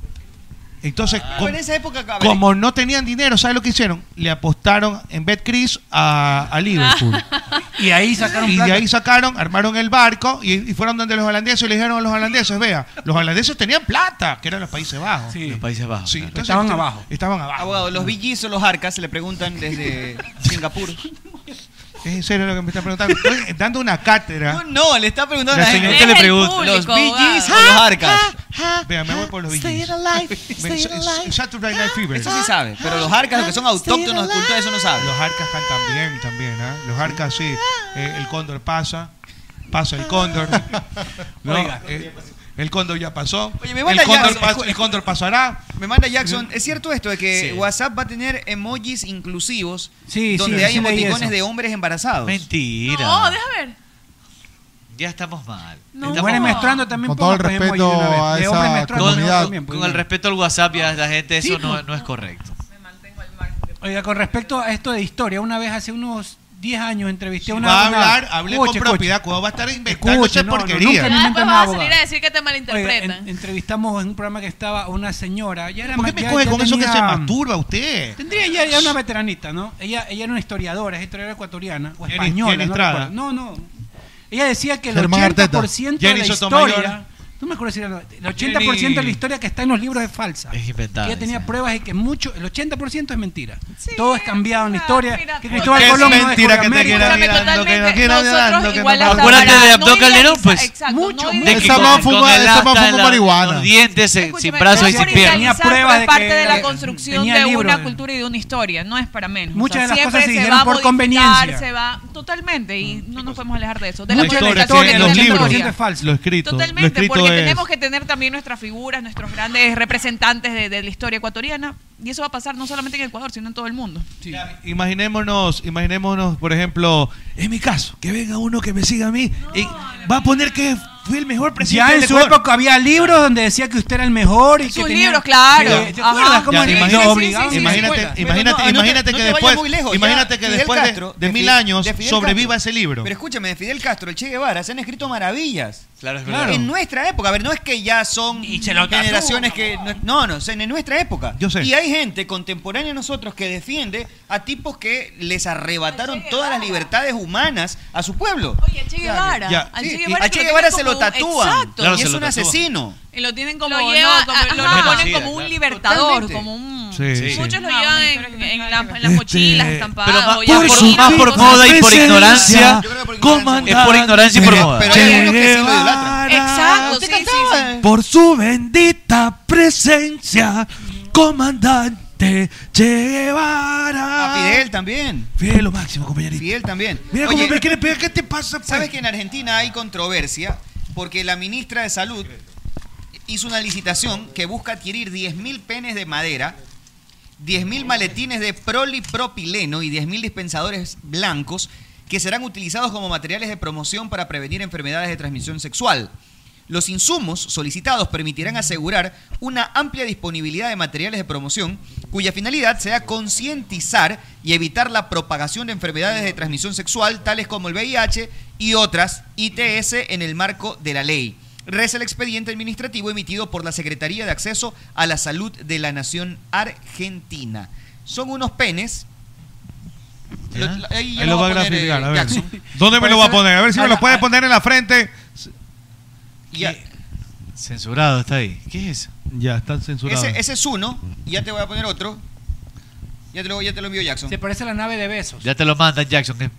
Entonces,
Ah. Pero
com-
en esa época, a ver,
como no tenían dinero, ¿sabes lo que hicieron? Le apostaron en BetCris a, a Liverpool.
Y ahí sacaron
Y de
plata.
ahí sacaron, armaron el barco y, y fueron donde los holandeses y le dijeron a los holandeses, vea, los holandeses tenían plata, que eran los Países Bajos.
Sí.
Los Países Bajos.
Sí,
claro.
entonces,
Estaban
este-
abajo.
Estaban abajo.
abogado, los villis o los arcas se le preguntan desde Singapur.
Es en serio lo que me está preguntando. Estoy dando una
No,
cátedra.
no, le está preguntando
La
a la gente.
señorita le Es el pregunta.
público,
Los BGs o
abogado.
los arcas.
ah,
Vea, me voy por los
Stay
billys.
alive,
Me-
stay
es- es-
alive.
Saturday Night Fever.
Eso sí sabe. Pero los arcas, los que son autóctonos de cultura, eso no sabe.
Los arcas cantan bien también, ¿ah? Los arcas sí. Eh, el cóndor pasa. Pasa el cóndor. No,
Oiga.
eh, el cóndor ya pasó.
Oye, me manda
el, cóndor
Jackson.
pas- el cóndor pasará.
Me manda Jackson, ¿es cierto esto de que
Sí.
WhatsApp va a tener emojis inclusivos
Sí, sí,
donde
sí
hay
leí
emoticones
eso.
de hombres embarazados?
Mentira.
No, deja ver.
Ya estamos mal.
No.
Estamos
Mujeres
mal.
menstruando también.
Con todo el
pongan, pues,
respeto
emoji de una vez.
a
De hombres
esa
menstruando
Con,
comunidad.
también, pues,
con el respeto al WhatsApp y a la gente, eso
Sí,
no,
no.
no es correcto.
Oiga, con respecto a esto de historia, una vez hace unos 10 años entrevisté a una.
va a
una-
hablar, hable
Escuche,
con
escuche.
propiedad. Cuando va a estar inventando
Escuche,
esa
no, no,
porquería.
nunca-
Ya después vas a
abogado.
salir a decir que
Oiga,
te
en-
malinterpretan.
entrevistamos en un programa que estaba una señora. Ya era
¿Por qué
ma-
me
ya-
coge
ya
con eso que se
tenía-
masturba usted?
Tendría ya, ya una veteranita, ¿no? Ella, ella era una historiadora, es historiadora ecuatoriana o
Jenny-
española.
Jenny
no,
Estrada.
recuerdo. no, no. Ella decía que el
Germán Arteta.
80% de
Jenny
la
Sotomayor.
historia. No me acuerdo si era. no, El 80% de la
Jenny-
historia que está en los libros es falsa.
Es inventada.
Ella tenía
dice.
pruebas de que mucho, el 80% es mentira.
Sí,
Todo es cambiado en la historia.
mira,
que
mira,
Cristóbal
Es
Colón no
mentira
descubrió
que te
América.
quiera
Escúchame,
mirando, que no
totalmente,
quiera mirando,
nosotros
que no
igual
para-
hasta
Acuérdate
para-
de
no
Abdo
idealiza-
Calderón, pues.
exacto, no
Mucho,
idealiza-
De
Esa
que con- con
man fuma-
el
esa man
asta
fuma
en la-
marihuana.
Los dientes, se-
Escúchame,
sin brazos y
no
sin
es
piernas.
Tenía
idealizar,
pruebas
pero
de
es parte
que
de eh,
la-
la construcción
tenía
de
libros
una
de-
cultura y de una historia, no es para menos.
Muchas de las
siempre
cosas se
va
hicieron
a
por
modificar,
conveniencia.
Se va totalmente y no nos podemos alejar de eso. De la
Mucho
Los
de la
polarización
historia,
actores,
que
el
los
tiene la
libros,
historia.
es falso.
lo escrito, lo
Totalmente,
escrito
porque
que
es.
tenemos que tener también nuestras figuras, nuestros grandes representantes de, de la historia ecuatoriana. Y eso va a pasar no solamente en Ecuador, sino en todo el mundo.
Imaginémonos, imaginémonos, por ejemplo, en mi caso, que venga uno que me siga a mí y va a poner que fui el mejor presidente
Ya en
del
su
Ecuador.
época había libros donde decía que usted era el mejor. Y que
Sus
tenía-
libros, claro.
¿Te- ¿Te
Ajá.
acuerdas cómo
Ya,
era?
imagínate,
Lo obligaban.
imagínate, imagínate,
Pero no,
Ah, imagínate
no
que
te vayas
después,
muy lejos, ya.
imagínate que
Fidel
después
Castro,
de, de
Fi-
mil años
de Fidel
sobreviva
Castro.
ese libro.
Pero escúchame, de Fidel Castro, el Che Guevara, se han escrito maravillas.
Claro, es
verdad.
En nuestra época, a ver, no es que ya son generaciones que... No, no, o sea, en nuestra época.
Yo sé.
Y hay gente contemporánea a nosotros que defiende a tipos que les arrebataron todas las libertades humanas a su pueblo.
Oye, a Che Guevara.
Ya.
al
Sí,
Che
y
Guevara,
a
que
Che Guevara
tienen
se lo
como-
tatúan.
Exacto.
Claro, Y se es lo un tatúan. asesino.
Y lo tienen como,
Lo lleva-
no, como- lo
ajá.
ponen
Sí,
como un libertador,
Totalmente.
como un...
Sí, sí.
Muchos lo llevan en, en la- en las
Este,
mochilas estampadas.
Pero más
o ya
por,
por-
más por
cosas
moda y por
así.
ignorancia. Es por ignorancia y por
Pero-
moda.
pero hay Che algunos que sí lo
Exacto, sí, sí, sí.
eh,
Por su bendita presencia, comandante Che Guevara.
A Fidel también.
Fidel lo máximo, compañerito.
Fidel también.
Mira
Oye,
cómo me quiere pegar, ¿qué te pasa? pues?
¿Sabes que en Argentina hay controversia? Porque la ministra de Salud hizo una licitación que busca adquirir 10.000 penes de madera, 10.000 maletines de prolipropileno y 10.000 dispensadores blancos que serán utilizados como materiales de promoción para prevenir enfermedades de transmisión sexual. Los insumos solicitados permitirán asegurar una amplia disponibilidad de materiales de promoción cuya finalidad sea concientizar y evitar la propagación de enfermedades de transmisión sexual tales como el VIH y otras ITS en el marco de la ley. Reza el expediente administrativo emitido por la Secretaría de Acceso a la Salud de la Nación Argentina. Son unos penes. Lo- lo- ahí ya
Ahí lo va a
poner, eh,
graficar, a ver.
Jackson.
¿Dónde me lo va a poner? A ver si me
Ahí
lo
va,
puede poner en la frente.
Ya.
Censurado está ahí. ¿Qué es eso?
Ya, están censurados.
Ese, ese es uno. Y ya te voy a poner otro. Ya te lo, ya te lo envío Jackson. Se
parece a la nave de besos.
Ya te lo mandan, Jackson. que-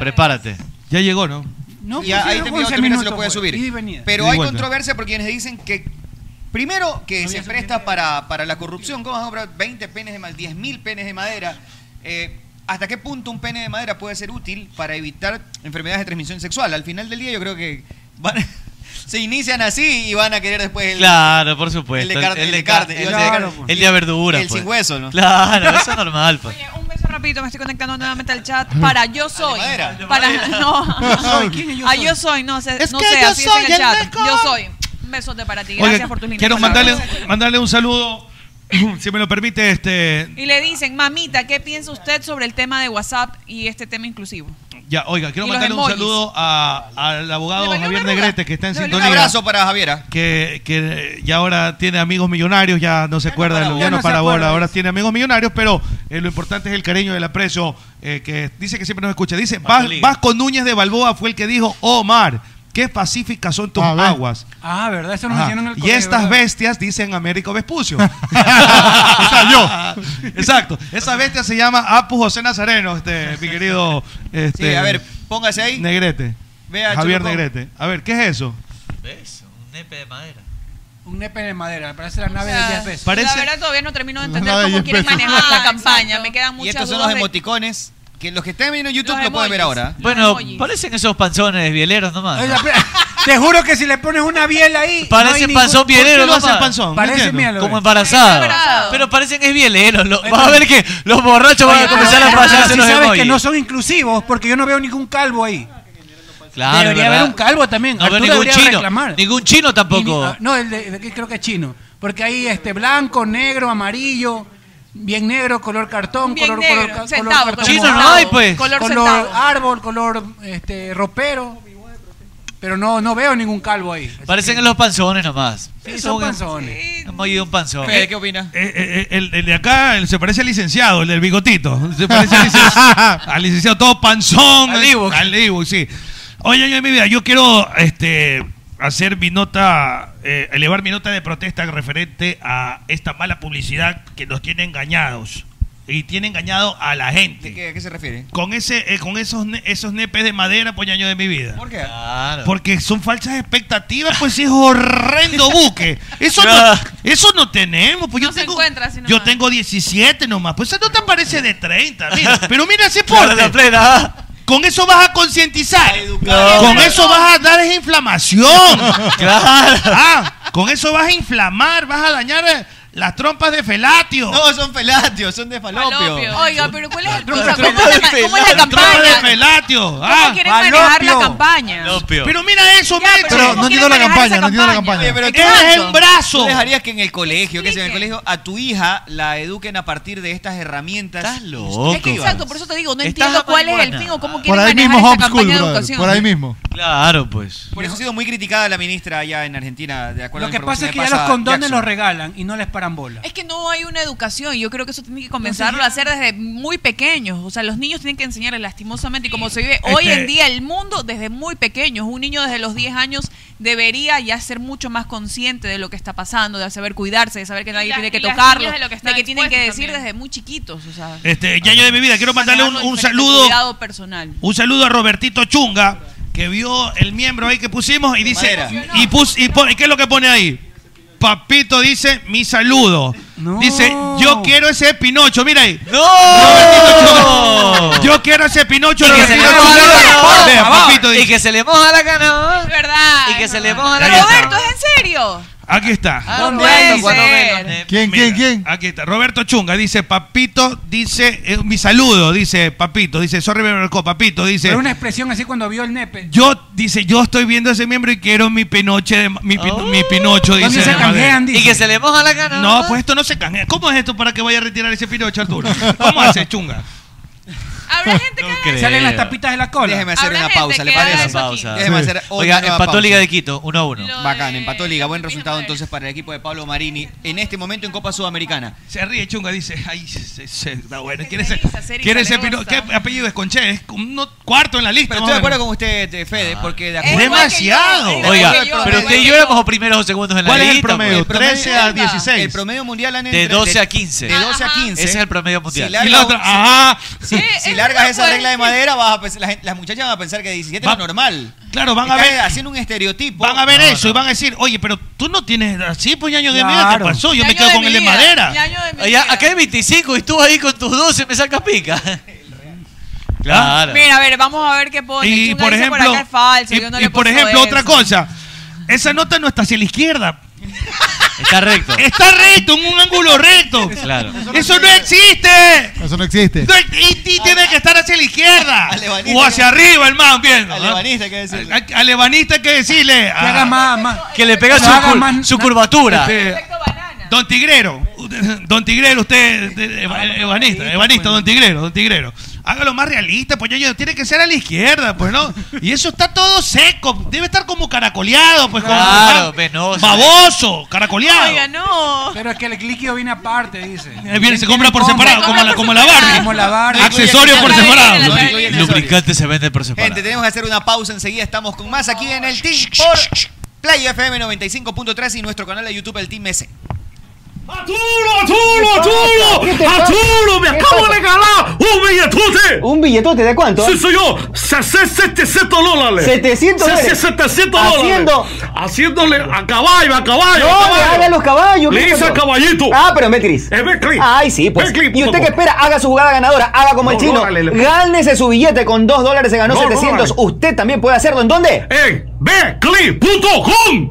Prepárate.
Ya llegó, ¿no?
No, pues
y ahí te
pusieron
envío otro,
11
mira si
minutos,
lo puedes
pues,
subir.
ida y venida.
Pero
Ida y
hay
vuelta.
controversia porque quienes dicen que... Primero, que se presta para, para la corrupción. ¿Cómo vas a comprar 20 penes de madera? 10 mil penes de madera. Eh, ¿Hasta qué punto un pene de madera puede ser útil para evitar enfermedades de transmisión sexual? Al final del día yo creo que van- se inician así y van a querer después el...
Claro, por supuesto.
El de carne, el de carne,
el,
el de carne.
el de verdura.
El sin
pues.
hueso, ¿no?
Claro, eso es normal. Pues.
Un beso rapidito, me estoy conectando nuevamente al chat. Para yo soy. Para
madera.
no.
Yo soy, ¿quién es yo
Ah,
soy?
yo soy, no sé,
Es
no
que
sé,
yo
así es en
soy
el
el
chat.
mejor.
Yo soy. Un besote para ti.
Oye,
Gracias por tus lindas
quiero
palabras.
mandarle, mandarle un saludo, si me lo permite, este,
Y le dicen, mamita, ¿qué piensa usted sobre el tema de WhatsApp y este tema inclusivo?
Ya, oiga, quiero
Y los
mandarle un
emojis.
saludo a- al abogado Javier Negrete, que está en
valió
sintonía.
una abrazo para Javiera.
Que, que ya ahora tiene amigos millonarios, ya no se acuerda de lo
para
bueno
bola.
para
Ya no se
bola,
acuerda.
ahora tiene amigos millonarios, pero eh, lo importante es el cariño y el aprecio eh, que dice que siempre nos escucha. Dice, Vas-
liga.
Vasco Núñez de Balboa fue el que dijo, Omar, qué pacíficas son tus aguas.
Ah, ¿verdad? Eso nos
Ajá.
hicieron en el
y
colegio,
estas
¿verdad?
bestias dicen Américo Vespucio. o sea, yo. Exacto. Esa bestia se llama Apu José Nazareno, este, mi querido este,
Sí, a ver, póngase ahí.
Negrete.
Vea,
Javier
Cholucón.
Negrete. A ver, ¿qué es eso?
¿Ves? Un nepe de madera.
Un nepe de madera, parece la nave de
sea,
10 pesos.
La verdad todavía no termino de entender cómo quieren manejar la campaña. Me quedan
Y
muchas
estos son
dudas
los
de-
emoticones. Que los que estén viendo en YouTube
Los
lo pueden ver
emojis.
ahora.
Bueno, parecen esos panzones bieleros nomás.
Oiga, pero- Te juro que si le pones una biela ahí.
Parecen
hay ningún-
panzón
¿Por qué
bielero,
lo
nomás.
hacen panzón? Parece míralo,
Como
ve.
embarazado. Pero parecen es bieleros. lo- Vas a ver que los borrachos van
Oye,
a comenzar
pero-
a pasarse
sí
los
sabes
emojis.
que no son inclusivos porque yo no veo ningún calvo ahí.
Claro,
debería
¿verdad?
haber un calvo también.
No veo
Arturo
ningún
debería
chino.
reclamar.
Ningún chino tampoco.
Ah, No, el de, de que creo que es chino. Porque hay este blanco, negro, amarillo, bien negro, color cartón,
Bien
color,
negro,
color, ca-
centavo,
color cartón.
Chino no centavo, hay, pues.
Color,
color centavo.
árbol, color este, ropero. Pero no, no veo ningún calvo ahí.
Parecen los panzones nomás.
Sí, son panzones.
Hemos ido un panzón.
Fede, ¿qué opina?
Eh, eh, el, el de acá el- se parece al licenciado, el del bigotito. Se parece al licenciado, al licenciado todo panzón. Al Al Ivo, sí. Oye, yo en mi vida, yo quiero este, hacer mi nota, eh, elevar mi nota de protesta referente a esta mala publicidad que nos tiene engañados. Y tiene engañado a la gente.
¿De qué, a qué se refiere?
Con, ese, eh, con esos, ne- esos nepes de madera, poñaño de mi vida.
¿Por qué?
Porque son falsas expectativas, pues es horrendo buque. Eso no,
Claro.
eso no tenemos. Pues yo tengo,
encuentra así nomás.
yo tengo 17 nomás. Pues eso no te parece de 30. Mira, pero mira ese
Claro,
porte.
la plena, ah.
Con eso vas a concientizar.
educar.
Con
No.
eso vas a dar es inflamación.
Claro.
Ah, con eso vas a inflamar, vas a dañar eh, las trompas de felatio.
No, son felatios, son de falopio.
Oiga, pero ¿cuál es el
Trompa-
o sea, ¿cómo
trompa
es la
de
ca- ¿Cómo es la
felatio.
campaña?
Trompa de felatio.
¿Cómo quieren manejar la campaña?
Pero mira eso, Mecho.
pero ¿cómo quieren manejar esa Oye, pero tú-
es el brazo.
¿Tú dejarías que en el colegio, que en el colegio, a tu hija la eduquen a partir de estas herramientas? Estás
loco.
Es que exacto, por eso te digo, no
Estás
entiendo cuál es el
marihuana.
fin o cómo
Por
quieren
ahí
manejar
mismo
esta
homeschool,
campaña de
brother.
educación.
Por ahí mismo.
Claro, pues.
Por eso ha sido muy criticada la ministra allá en Argentina, de acuerdo
Lo
a la
que pasa
información
es que ya
pasa
los condones
Jackson.
los regalan y no les paran bola.
Es que no hay una educación y yo creo que eso tiene que comenzarlo a hacer desde muy pequeños. O sea, los niños tienen que enseñarles lastimosamente y como se vive hoy en día el mundo desde muy pequeños. Un niño desde los 10 años debería ya ser mucho más consciente de lo que está pasando, de saber cuidarse, de saber que nadie
las-
tiene que
y las
tocarlo,
niñas de
de,
lo que están
que tienen que
expuestas
decir
también.
desde muy chiquitos. O sea,
Este, ya yo de mi vida quiero mandarle un,
manejarlo
un
diferente,
saludo.
Cuidado personal.
Un saludo a Robertito Chunga, que vio el miembro ahí que pusimos y dice.
madera.
Y, pus- y pone- ¿Qué es lo que pone ahí? Papito dice mi saludo. Dice, yo quiero ese Pinocho. Mira ahí. ¡No! Yo quiero ese Pinocho.
Y que se le moja la
Chunga.
canoa, por
Vea,
favor.
papito dice.
Y que se le moja la canoa.
Es verdad.
Y que se le moja la
Ahí está.
Roberto, ¿es en serio?
Aquí está.
Ah,
¿Dónde es?
¿Quién, quién, quién? Aquí está. Roberto Chunga dice, papito, dice, eh, mi saludo, dice, papito, dice, sorry me marcó, papito, dice.
Pero una expresión así cuando vio el nepe.
Yo, dice, yo estoy viendo a ese miembro y quiero mi pinoche, de ma- mi, pin-
Oh.
mi pinocho,
¿Dónde
dice.
se
de madera.
canjean, dice? Y que se le moja la cara.
No, pues esto no se canjea. ¿Cómo es esto para que vaya a retirar ese pinocho, Arturo? ¿Cómo hace, chunga?
Habrá gente que
creo.
Salen las tapitas de la cola.
Déjeme hacer
Habrá
una
gente
pausa, ¿le
que haga
parece?
eso aquí.
Déjeme hacer otra
Oiga,
nueva
empató
pausa.
Liga de Quito, 1 a 1.
Bacán, empató Liga. Buen resultado entonces para el equipo de Pablo Marini en este momento en Copa Sudamericana.
Se ríe Chunga, dice, ay, se, se- está bueno. Quiere ser,
eriza, se eriza,
quiere ser
le
pino-
gusta.
¿Qué apellido es Conche? Es uno- cuarto en la lista.
Pero
más
estoy de
o menos. Ah.
acuerdo con usted, eh, Fede, porque de
Es
acuerdo.
igual que yo, Demasiado. es igual
Oiga,
que yo,
pero
igual
usted y
que
yo éramos primeros o segundos en la
¿Cuál es el
liguita,
promedio?
pues.
13 a 16.
El promedio mundial han
De 12 a 15.
De 12 a
Ajá.
15.
Ese es el promedio mundial.
Si largas,
Y la otra,
si-
ajá.
si-
Sí,
si
es
largas
una
esa regla de
buena-
madera, vas a pensar- las, las muchachas van a pensar que 17 es lo normal.
Claro, van a
Están
ver-
haciendo un estereotipo.
Van a ver eso y van a decir, oye, pero tú no tienes así, pues año de vida, ¿qué
Claro.
pasó? Yo
Ñaño
me quedo
de
con
mi
el de
vida,
madera.
ñaño de mi Oye, vida. acá hay 25 y tú ahí con tus 12 me sacas pica. Claro.
Mira, a ver, vamos a ver qué pone.
Y
Chunga
por
dice
ejemplo,
acá es falso,
y,
yo no
y
le
por
puso
ejemplo,
eso.
otra cosa, esa nota no está hacia la izquierda.
Está recto.
Está recto, en un ángulo recto.
Claro.
Eso no existe.
Eso no existe.
No, y, y tiene que estar hacia la izquierda.
Lebanista
O hacia
que-
arriba, el man, viendo.
Al
¿ah?
lebanista
hay que
decirle. Al lebanista hay que decirle. Que
haga más,
Que le pega su, cur- su curvatura.
Este,
don Tigrero, don Tigrero, usted, de-
Ah,
de- ebanista, ebanista, don Tigrero, don Tigrero. Hágalo más realista, pues yo, yo, tiene que ser a la izquierda, pues no. Y eso está todo seco, debe estar como caracoleado, pues como
Claro,
ba-
venoso.
baboso, caracoleado.
Oiga,
no.
Pero es que el líquido viene aparte, dice.
Eh, viene, se compra por separado, como la, como la Barbie.
Como la Barbie.
Accesorio por separado.
Lubricante se vende por separado.
Gente, tenemos que hacer una pausa. Enseguida estamos con más aquí en el Team por Play FM 95.3 y nuestro canal de YouTube, el Team S.
¡Arturo, Arturo! ¡Arturo! ¡Me acabo de regalar un billetote!
¿Un billetote de cuánto?
Sí, soy yo. Se- se- 700 dólares.
700
Se- se-
dólares.
700 dólares.
Haciendo-
Haciéndole a caballo, a caballo.
No,
a caballo.
me hagan los caballos.
Le
¿qué
hice
pasó?
a caballito.
Ah, pero en Betcris.
En Betcris.
Ay, sí, pues.
Betcris punto
y usted que
com.
espera, haga su jugada ganadora, haga como el
No,
chino.
dólares le-
Gánese su billete con 2 dólares, se ganó
No,
700.
dólares.
Usted también puede hacerlo. ¿En dónde?
En Betcris.com.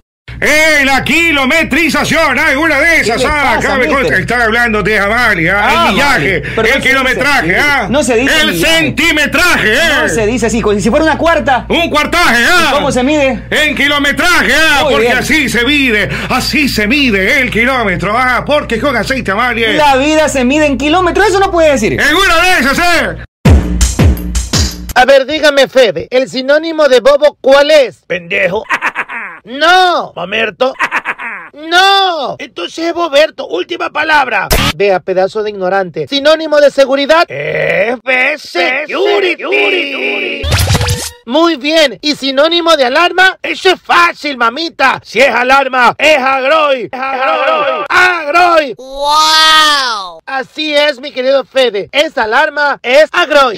¡Eh, la kilometrización! ¡Hay una de
esas, ah, acá me consta-
Están hablando de
ah,
Amalia,
el millaje, el kilometraje, ah.
eh, No se dice
El
centimetraje,
No se dice así, como si fuera una cuarta.
Un cuartaje, ah.
¿Y ¿Cómo se mide?
En kilometraje, ah,
Muy
porque
bien.
así se mide, así se mide el kilómetro, ah, porque con aceite amarillo.
La vida se mide en kilómetros, eso no puede decir.
En una de esas, eh.
A ver, dígame, Fede, ¿el sinónimo de bobo cuál es? Pendejo. No. Mamerto. No. Entonces es boberto. Última palabra. Vea, pedazo de ignorante. Eh, Sinónimo de seguridad. F. Security. Muy bien. ¿Y sinónimo de alarma? Eso es fácil, mamita. Si es alarma, es agroy. Es agroy. Agroy. ¡Wow! Así es, mi querido Fede. Esa alarma es agroy.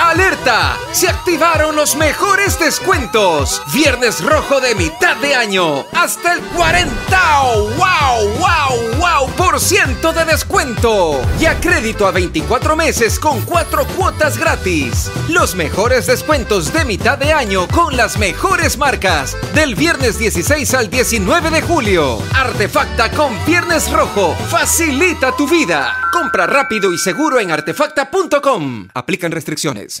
¡Alerta! Se activaron los mejores descuentos. Viernes rojo de mitad de año. Hasta el 40. ¡Wow! ¡Wow! ¡Wow! Por ciento de descuento. Y a crédito a 24 meses con 4 cuotas gratis. Los mejores descuentos de mitad de año con las mejores marcas. Del viernes 16 al 19 de julio. Artefacta con Viernes Rojo. Facilita tu vida. Compra rápido y seguro en artefacta.com. Aplican restricciones.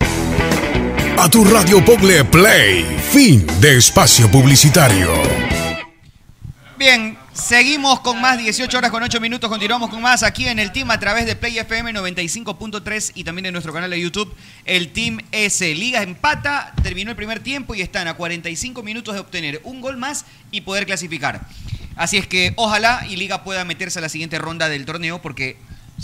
A tu radio Pogle Play, fin de espacio publicitario.
Bien, seguimos con más 18 horas con 8 minutos, continuamos con más aquí en el team a través de Play FM 95.3 y también en nuestro canal de YouTube, el team S. Ligas empata, terminó el primer tiempo y están a 45 minutos de obtener un gol más y poder clasificar. Así es que ojalá y Liga pueda meterse a la siguiente ronda del torneo porque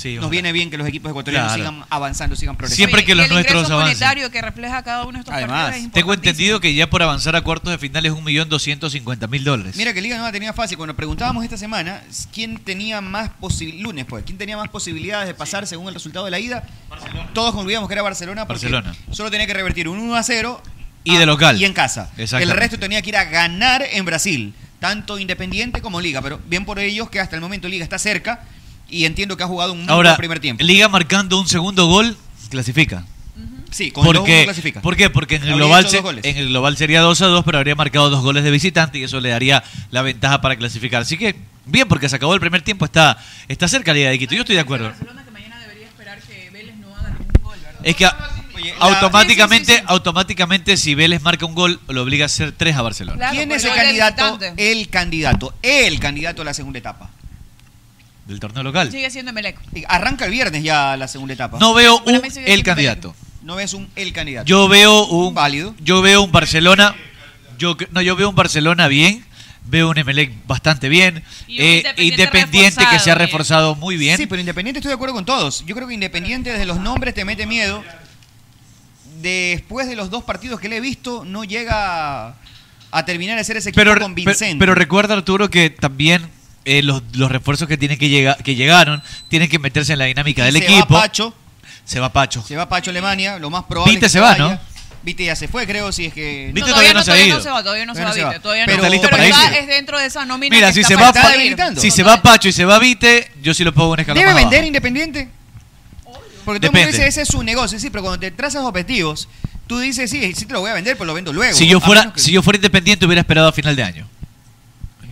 nos viene bien que los equipos ecuatorianos
Claro.
sigan avanzando, sigan progresando.
Siempre que los nuestros
ingreso
avancen.
monetario que refleja cada uno de estos partidos es
Tengo
importante.
entendido que ya por avanzar a cuartos de final es 1.250.000 dólares.
Mira que Liga no la tenía fácil. Cuando preguntábamos esta semana quién tenía más posibilidades, lunes pues, quién tenía más posibilidades de pasar según el resultado de la ida, todos concluíamos que era Barcelona porque
Barcelona.
solo tenía que revertir un 1 a 0
Y de local.
ah, y en casa. El
Exactamente.
resto tenía que ir a ganar en Brasil, tanto Independiente como Liga. Pero bien por ellos que hasta el momento Liga está cerca y entiendo que ha jugado un muy
Ahora,
buen primer tiempo.
Liga marcando un segundo gol, clasifica.
Sí, con dos uno
Porque,
clasifica.
¿Por qué? Porque en el,
Habría
global
hecho
se-
dos goles.
en el global sería 2 a 2, pero habría marcado dos goles de visitante y eso le daría la ventaja para clasificar. Así que, bien, porque se acabó el primer tiempo, está, está cerca Liga de Quito. Yo estoy de acuerdo. Es que
Oye, la-
automáticamente, automáticamente si Vélez marca un gol, lo obliga a hacer 3 a Barcelona.
¿Quién es el
porque el
candidato? El candidato, el candidato a la segunda etapa.
Del torneo local.
Sigue siendo Emelec.
Arranca el viernes ya la segunda etapa.
No veo
Bueno,
un
me sigue
el
sin pena.
candidato.
No ves un el candidato.
Yo veo un
válido.
Yo veo un Barcelona. Yo cre- no, yo veo un Barcelona bien. Veo un Emelec bastante bien. eh, Independiente, que se ha reforzado muy bien.
Sí, pero Independiente estoy de acuerdo con todos. Yo creo que Independiente desde los nombres te mete miedo. Después de los dos partidos que le he visto, no llega a terminar de ser ese equipo
pero, pero,
convincente.
pero recuerda Arturo que también eh, los, los refuerzos que tienen que llegar que llegaron tienen que meterse en la dinámica del
Se va
equipo.
Pacho.
Se va Pacho.
se va Pacho a Alemania, lo más probable.
Vite
es que
se va,
vaya.
¿no?
Vite ya se fue, creo, si es que.
Vite No, todavía todavía no no, se ha todavía ido. no se
va, todavía no se va, Vite, todavía no.
Pero-
Está listo para
Pero
irse.
está- es dentro de esa nómina.
Mira,
que
si
está
se va
falta
Pa-
de ir.
si se va Pacho y se va Vite, yo sí lo pongo un escalón
¿Debe
más
vender
abajo.
Independiente? Porque todo el mundo
Depende.
dice, ese es su negocio. Sí, pero cuando te trazas objetivos, tú dices, sí, sí te lo voy a vender, pero lo vendo luego.
Si yo
A
fuera
menos
si yo fuera independiente hubiera esperado a final de año.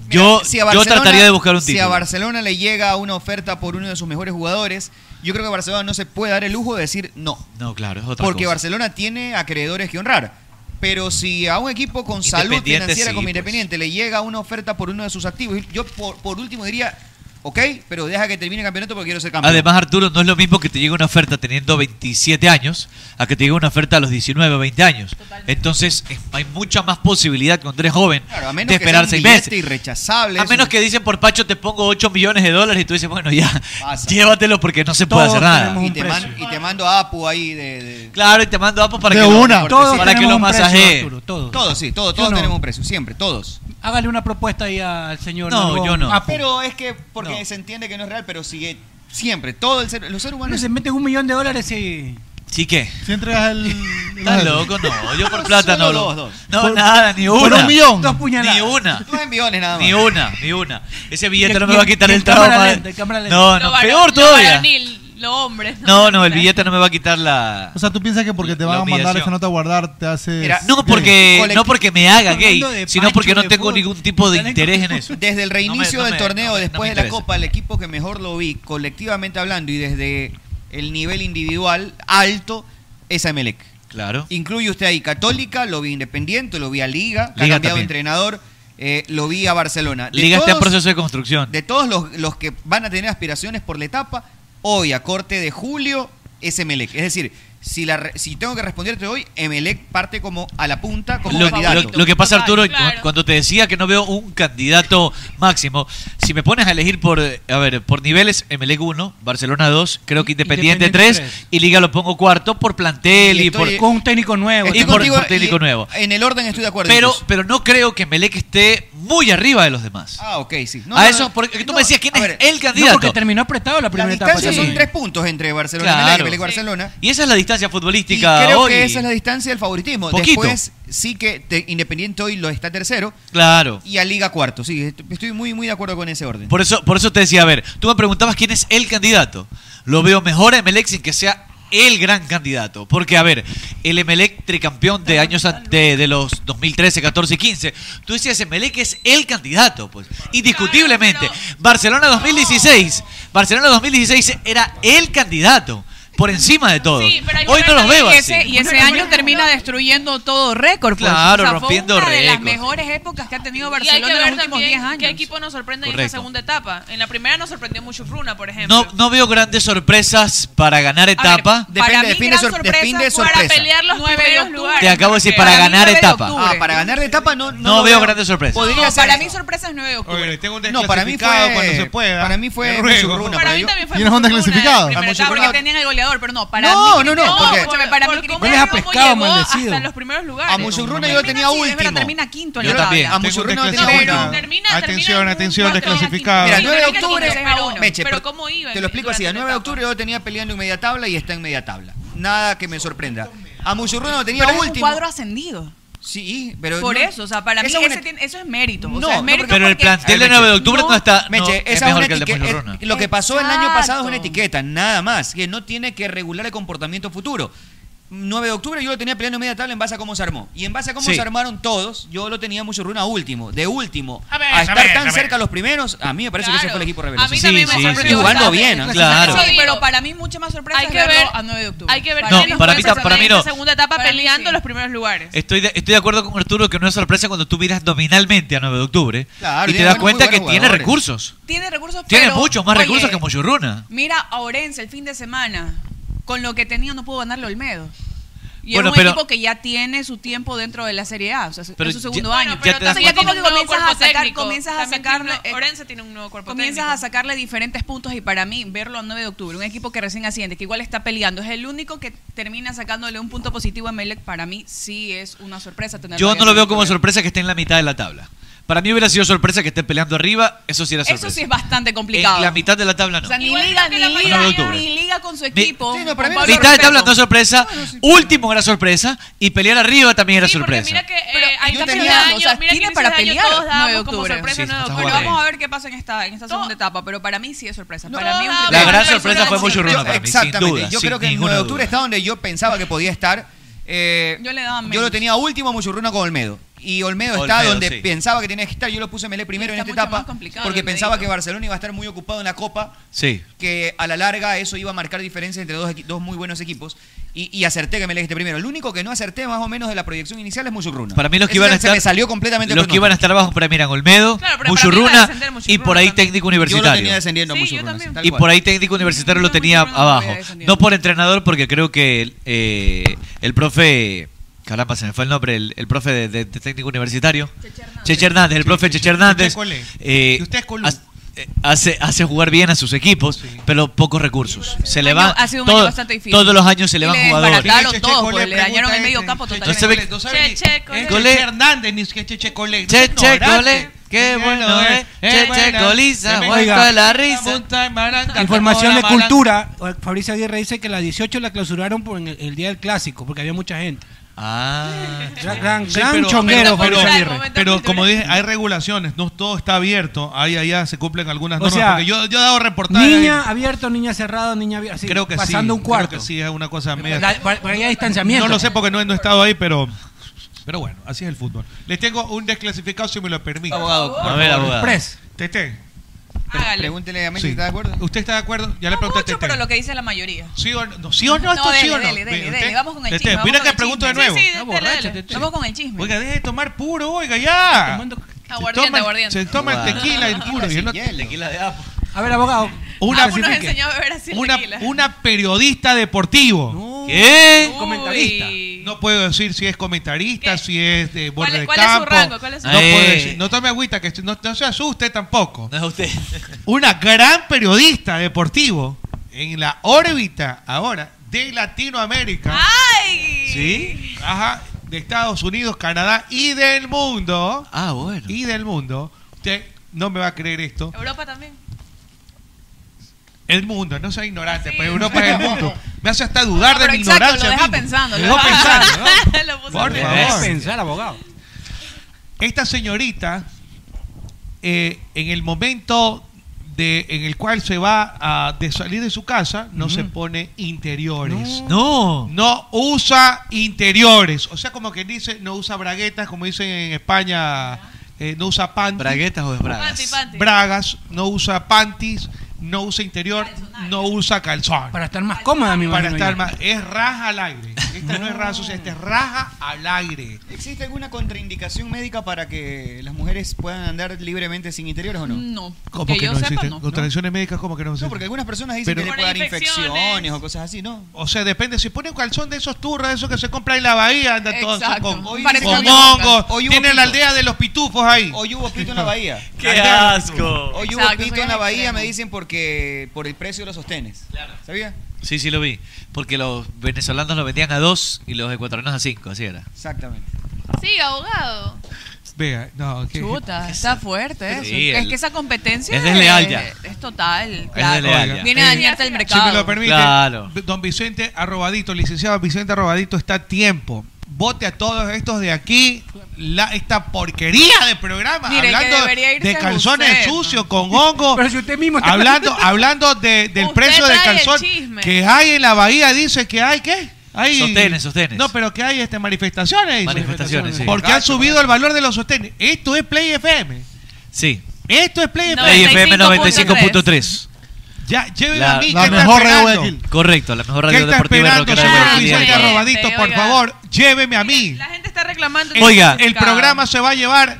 yo
si a
yo
Barcelona-
trataría de buscar un
Si a
título.
Barcelona le llega una oferta por uno de sus mejores jugadores, yo creo que Barcelona no se puede dar el lujo de decir no.
no, claro, es otra
Porque
cosa.
Barcelona tiene acreedores que honrar. Pero si a un equipo con salud
Independiente,
financiera
sí,
como
pues.
Independiente le llega una oferta por uno de sus activos, yo por, por último diría, ok, pero deja que termine el campeonato porque quiero ser campeón.
Además, Arturo, no es lo mismo que te llegue una oferta teniendo 27 años a que te llegue una oferta a los 19 o 20 años. Entonces, es- hay mucha más posibilidad cuando eres joven
Claro, a menos
de
que
esperar
sea un
seis
billete
meses.
irrechazable.
A
es
menos que dicen por Pacho te pongo 8 millones de dólares y tú dices, bueno, ya,
Pasa.
llévatelo porque no se puede hacer nada.
Y te, man- y te mando a Apu ahí de. de-
Claro, y te mando Apo para
De
que lo-
una.
por-
Todos
para que
tenemos
lo
un precio,
masajee.
Arturo, todos. Todos, sí, todos, todos tenemos un precio, siempre, todos.
Hágale una propuesta ahí al señor. Manolo
Ah,
Apu.
pero es que porque se entiende que no es real, pero sigue siempre. Todo el ser, los seres
Bueno,
humanos.
se meten un millón de dólares y.
¿Sí qué?
Si entregas el.
¿Estás loco? No, yo por plata no.
Solo
lo-
dos, dos.
No,
Por-
nada, ni una.
por un millón.
Dos puñaladas. Ni una.
Dos enviones nada más.
Ni una, ni una. Ese billete
Y-
no
y-
me va a quitar
y
el
en cámara
trauma.
lenta, en cámara lenta.
No, no,
Lo varón-
peor
lo
todavía.
varonil, lo hombre.
No, no, el billete no me va a quitar la.
O sea, tú piensas que porque te van a mandar
humillación.
esa nota a guardar te hace.
Mira, no porque no porque me haga gay,
Hablando de
sino porque
Pancho, de
no tengo ningún tipo de interés en eso.
Desde el reinicio
no
del
me-
torneo,
no me-
después
no me
de la
interesa.
Copa, el equipo que mejor lo vi, colectivamente hablando, y desde el nivel individual alto, es Emelec.
Claro.
Incluye usted ahí Católica, lo vi Independiente, lo vi a Liga, que ha
Liga
cambiado de
también.
entrenador, eh, lo vi a Barcelona. De
Liga está en
todos-
proceso de construcción.
de todos los, los que van a tener aspiraciones por la etapa, hoy a corte de julio es Emelec. Es decir, si, la, re- si tengo que responderte hoy, Emelec parte como a la punta, como
Lo,
candidato.
lo- lo que pasa, Arturo, cu- cuando te decía que no veo un candidato máximo, si me pones a elegir por, eh, a ver, por niveles, Emelec 1, Barcelona 2, creo que Independiente
Independiente
3, y Liga lo pongo cuarto por plantel y, por,
con un técnico nuevo.
y por- por técnico nuevo.
En el orden estoy de acuerdo.
Pero,
incluso.
pero no creo que Melec esté muy arriba de los demás.
Ah, ok, sí. No,
a
no,
eso,
no.
porque
No,
tú me decías quién
a
es
ver,
el candidato.
porque terminó apretado la
Las
primera etapa.
distancias son
también.
tres puntos entre Barcelona
Claro.
y Emelec, Emelec, Barcelona.
Y esa es la distancia futbolística
Y creo
hoy.
que esa es la distancia del favoritismo.
Poquito.
Después sí que te- Independiente hoy lo está tercero
Claro.
y a Liga cuarto. Sí, est- estoy muy, muy de acuerdo con ese orden.
Por eso, por eso te decía, a ver, tú me preguntabas quién es el candidato. Lo veo mejor a Emelec sin que sea el gran candidato. Porque, a ver, el Emelec tricampeón de años an- de, de los 2013, 14 y 15. Tú decías, Emelec es el candidato, pues, indiscutiblemente. Barcelona 2016. Barcelona 2016 era el candidato. Por encima de todo.
Sí, pero hay
Hoy
que
no
ver
los veo
también, y
así.
ese, y ese año termina destruyendo todo récord. pues.
Claro,
O sea, fue
rompiendo
una de las
récords.
mejores épocas que ha tenido
Y hay que
Barcelona en los
ver
últimos 10
también
años.
qué equipo nos sorprende en
Correcto.
esta segunda etapa. En la primera nos sorprendió mucho Fruna, por ejemplo.
No, no veo grandes sorpresas para ganar etapa.
para mí gran sorpresa fue para pelear los
Nueve
primeros
de
lugares.
Te acabo de decir, para
Para mí
ganar
nueve de
etapa.
octubre.
Ah, para ganar de etapa no, no,
No
lo
veo grandes sorpresas.
Podría
No,
ser
para
eso.
mí sorpresa es 9 de octubre.
Oye, tengo un
No, para mí
desclasificado
fue-
cuando se pueda.
para mí fue
Te ruego.
Muchurruna,
Para
pero
mí
yo-
también fue
¿Tienes onda
Muchurruna
clasificado?
en la primera
Ah,
etapa,
Muchurruna.
porque tenían el goleador, pero no, para
No,
mí.
no, no, porque-
escúchame, para mí
por cómo
Cristiano
llegó
pescado,
llegó
maldecido.
Hasta los primeros lugares.
A Muchurruna
Termina,
yo lo tenía
sí, es verdad,
último.
termina quinto en
Yo
la
también.
tabla.
A Muchurruna lo tenía
Pero
último.
termina,
Atención, atención, desclasificado.
Mira,
Sí,
9 de
termina
octubre.
quince a uno.
Meche,
Pero ¿cómo iba
Te lo explico así.
durante
A 9 de octubre yo tenía peleando en media tabla y está en media tabla. Nada que me sorprenda. A Muchurruna lo tenía
Pero es un
último.
cuadro ascendido.
Sí, pero.
Por
no-
eso, o sea, para mí
Esa es una-
ese tiene- eso es mérito. o
No,
sea, es
no,
mérito
Pero el
porque-
plantel de 9 de octubre no, está no,
Meche,
es
esa es
mejor
una
que el de
etiqueta- eh,
Muchurruna.
Lo que pasó el año pasado es una
Exacto.
etiqueta, nada más. Que no tiene que regular el comportamiento futuro. 9 de octubre yo lo tenía peleando en media tabla en base a cómo se armó. Y en base a cómo
Sí.
se armaron todos, yo lo tenía mucho runa último, de último. A,
A ver, a
estar
ver,
tan
a ver.
cerca a los primeros, a mí me parece que ese
Claro.
fue el equipo
A mí
revelación.
también me sorprendió
Y jugando
bastante.
bien, ¿ah?
Claro.
Sí, pero
digo.
para mí mucha más sorpresa
Hay
es
que
verlo
ver-
a 9 de octubre.
Hay que ver
No,
quién nos
para
puede
mí ta- para mí
sorprender
no.
en esta segunda etapa
Para mí
peleando
sí.
los primeros lugares.
Estoy de, estoy de acuerdo con Arturo que no es sorpresa cuando tú miras nominalmente a 9 de octubre
Claro,
y te
tiene
das
buenos-
cuenta
muy
que
buenos
tiene
jugadores.
recursos.
Tiene recursos,
Tiene
pero,
muchos más
oye,
recursos que Muchurruna.
Mira a Orense el fin de semana. Con lo que tenía no pudo ganarle a Olmedo. Y
Bueno,
es un
pero-
equipo que ya tiene su tiempo dentro de la Serie A, o sea,
Pero
es su segundo
ya-
año.
Bueno, pero
Entonces
también
ya como que
tiene un nuevo
comienzas a
cuerpo
sacar,
técnico.
comienzas a
También
sacarle,
tiene un-
eh,
Orense tiene un nuevo cuerpo
comienzas
técnico.
a sacarle diferentes puntos y para mí verlo a 9 de octubre, un equipo que recién asciende, que igual está peleando, es el único que termina sacándole un punto positivo a Melec, para mí sí es una sorpresa tenerlo.
Yo
ahí
no lo
a nueve
veo
de
como
octubre.
sorpresa que esté en la mitad de la tabla. Para mí hubiera sido sorpresa que esté peleando arriba, eso sí era sorpresa.
Eso sí es bastante complicado.
en la mitad de la tabla no.
O sea, ni
Igual
liga,
creo
ni
que la
liga,
mayoría-
ni liga con su
Mi-
equipo.
Sí, no, para mí
con Pablo
Mitad de
Repeto.
tabla no es sorpresa, último era sorpresa y pelear arriba también era
Sí, porque mira
sorpresa.
que eh,
Pero
hay
yo
cambios de
tenía-
año,
o
mira
sea,
que
tiene
inicios
para
de año
pelear
todos
9 de
dábamos como
octubre.
sorpresa
Sí,
9 de
está
octubre.
Pero
guardado.
vamos a ver qué pasa en esta, en esta segunda etapa. Pero para mí sí es sorpresa. para mí un
no,
La
triplete.
gran sorpresa fue Muchurruna para mí, sin
Exactamente.
duda.
yo
sin
creo que el
ninguna
9 de
duda.
octubre está donde yo pensaba que podía estar. Eh,
Yo le daba menos.
yo lo tenía último a Muchurruna con Olmedo. Y Olmedo, está
Olmedo,
donde
sí.
pensaba que tenía que estar. Yo lo puse Mele primero en
Está
esta
mucho
etapa
más complicado,
porque
Olmedito.
pensaba que Barcelona iba a estar muy ocupado en la Copa,
Sí.
que a la larga eso iba a marcar diferencias entre dos, equi- dos muy buenos equipos. Y, y acerté que Mele esté primero. El único que no acerté más o menos de la proyección inicial es Muchurruna.
Para mí los
Ese
que iban a
se
estar
me salió completamente el
los que
pronóstico.
iban a estar abajo para mí eran
Claro,
Olmedo,
pero para mí iba a
Muchurruna
descender Muchurruna
y por ahí
también.
técnico
Yo lo tenía
universitario.
descendiendo a
Sí, yo
Muchurruna,
también.
tal
Y
cual.
por ahí técnico universitario lo tenía abajo. No por entrenador, porque creo que el, eh, el profe. Caramba, se me fue el nombre, el, el profe de, de- de técnico universitario. Cheche Hernández. el profe Cheche Hernández.
Cheche Colé.
eh,
Y usted es Colú.
as- eh, hace, hace jugar bien a sus equipos, pero pocos recursos. Se le
Año-
va,
ha sido un
todo-
año bastante difícil.
Todos los años se le
Y
van
le
jugadores.
desbarataron todo, pues, le dañaron el medio campo totalmente.
Entonces ve-
No sabe ni- es
Cole.
Cheche Hernández, ni es que Cheche Cole.
Cheche
Ignorante.
Cole, qué bueno, eh. Cheche
bueno.
Coliza,
Oiga,
muerto de la risa.
Punta de maranga,
Información de
como la maranga.
cultura. Fabricio Aguirre dice que la 18 la clausuraron por en el, el día del clásico, porque había mucha gente.
Ah.
Gran, gran,
Sí,
gran
pero-
chonguero,
pero- pero,
Fabricio Aguirre.
pero
eh.
como dije, hay regulaciones, no todo está abierto. Ahí allá se cumplen algunas
O
normas.
sea,
porque yo, yo he dado reportajes.
Niña abierto, niña cerrado, niña abierto.
ahí, creo que sí,
pasando un cuarto.
Creo que sí, es una cosa media.
La- por- por ahí hay distanciamiento.
No lo sé porque no, he- no he estado ahí, pero. Pero bueno, así es el fútbol. Les tengo un desclasificado si me lo permite.
Abogado,
Por
a ver,
favor.
abogado.
Press. Tete.
Hágale.
Pregúntele a Messi
Sí.
si está de acuerdo.
¿Usted está de acuerdo? Ya le pregunté a Tete.
Pero lo que dice la mayoría.
¿Sí o no? no? ¿Sí o no? esto
dele,
sí o no?
dele, dele,
Ve,
dele.
usted-
Vamos con el
Tete,
chisme. vamos
mira
con
que
el
pregunto de
chisme.
nuevo.
Sí, sí,
Está
dele,
borracho,
dele.
Tete.
Vamos con el chisme.
Oiga, deje de tomar puro, oiga, ya.
Aguardiente,
se toma,
aguardiente.
Se toma el
Aguardiente.
tequila, el puro. y el otro-
Tequila de Apo.
A ver, abogado.
Una,
Apu nos Ah, enseñó a beber así
una,
tequila.
una periodista deportivo.
¿Qué?
Comentarista. No puedo decir si es comentarista, si es de borde
¿Cuál-
de
cuál es su
campo.
rango? ¿Cuál es su
no,
rango?
puedo
Eh.
decir. No tome agüita, que estoy- no, no se asuste tampoco.
No es usted.
Una gran periodista deportivo en la órbita ahora de Latinoamérica. ¿Sí? Ajá, de Estados Unidos, Canadá y del mundo.
Ah, bueno.
Y del mundo. Usted no me va a creer esto.
Europa también.
El mundo, no soy ignorante, pero Europa es el mundo. Me hace hasta dudar de
Pero
mi
exacto,
ignorancia.
lo deja
mismo.
pensando.
Me dejó pensando, ¿no?
Lo puso
Por
a pensar.
favor.
pensar, abogado.
Esta señorita, eh, en el momento de, en el cual se va a de salir de su casa, no se pone interiores.
No.
No usa interiores. O sea, como que dice, no usa braguetas, como dicen en España, eh, no usa panties.
¿Braguetas o es bragas? Panty,
Bragas, no usa panties, no usa interior, no usa calzón.
Para estar más cómoda, mi
Para estar más. Es raja al aire. Esta no es raja social, esta es raja al aire.
¿Existe alguna contraindicación médica para que las mujeres puedan andar libremente sin interiores o no? No.
¿Cómo que, no existen? ¿Contradicciones médicas? ¿Cómo que no existen?
Porque algunas personas dicen
Pero-
que le puede dar infecciones o cosas así, ¿no?
O sea, depende. Si ponen calzón de esos turras, de esos que se compra en la bahía, anda todo eso
Exacto.
con,
Hoy
con
dicen que-
mongos.
Hoy hubo
Tiene
pito.
la aldea de los pitufos ahí.
Hoy hubo pito en la bahía.
¡Qué
Andá.
asco!
Hoy hubo
Exacto,
pito
soy
en la bahía,
extremo.
me dicen, porque por el precio de los sostenes. ¿Sabía?
Sí, sí lo vi. Porque los venezolanos lo vendían a dos y los ecuatorianos a cinco, así era.
Exactamente.
Sí, abogado.
Vea, no, ¿qué?
Chuta, está fuerte eso.
Sí,
es
el-
que esa competencia
es desleal ya.
Es, es total.
Es desleal
Oiga,
ya.
Viene a dañarte el mercado.
Si me lo permite,
Claro.
don Vicente Arrobadito, licenciado Vicente Arrobadito, está a tiempo. Vote a todos estos de aquí la, esta porquería de programa
Mire, que
hablando
debería irse
de calzones
usted,
sucios con hongo. Pero si usted mismo
está-
hablando hablando de- del
Usted
precio del
trae el
calzón
chisme.
que hay en la bahía dice que hay qué? Hay
Sostenes, sostenes.
No, pero que hay este manifestaciones. dice.
Manifestaciones, sí.
Porque ha
Cacho,
subido el valor de los sostenes. Esto es Play FM.
Sí.
Esto es Play FM.
Play FM 95.3.
Ya, lléveme a mí,
la
¿qué está
mejor radio
esperando?
de Guayaquil. Correcto, la mejor
¿Qué
radio
está
deportiva de
esperando,
Roque
señor
Arroyo,
Vicente
día de hoy.
Arrobadito? Por favor, lléveme a mí.
Eh, La gente está reclamando.
El-
Oiga.
el programa se va a llevar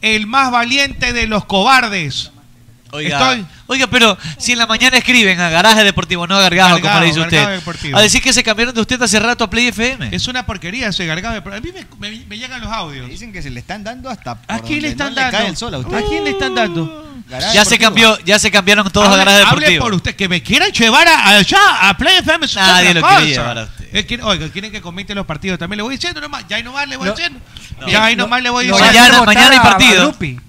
el más valiente de los cobardes.
Oiga,
Estoy-
oiga, pero si en la mañana escriben a Garaje Deportivo, no a Gargajo, como
Gargajo,
le dice
Gargajo
usted.
Deportivo.
A decir que se cambiaron de usted hace rato a Play FM.
Es una porquería ese gargajo. de pro- A mí me, me- me llegan los audios.
Dicen que se le están dando hasta.
¿A quién le están dando?
cae el sol a usted.
quién le están dando?
Garaje
ya se cambió, ya se cambiaron todos a
Hable-
Garaje
hable
Deportivo.
por usted, que me quieran llevar a- allá, a Play FM. es
Nadie lo quiere
otra cosa.
llevar a
Eh, quiere- Oiga, quieren que comente los partidos. También le voy diciendo nomás. Ya ahí nomás le voy
No.
diciendo.
No.
Ya ahí
Lo-
nomás le voy
lo van
diciendo.
a Mañana- hacer votar mañana hay a- a partido. Drupi.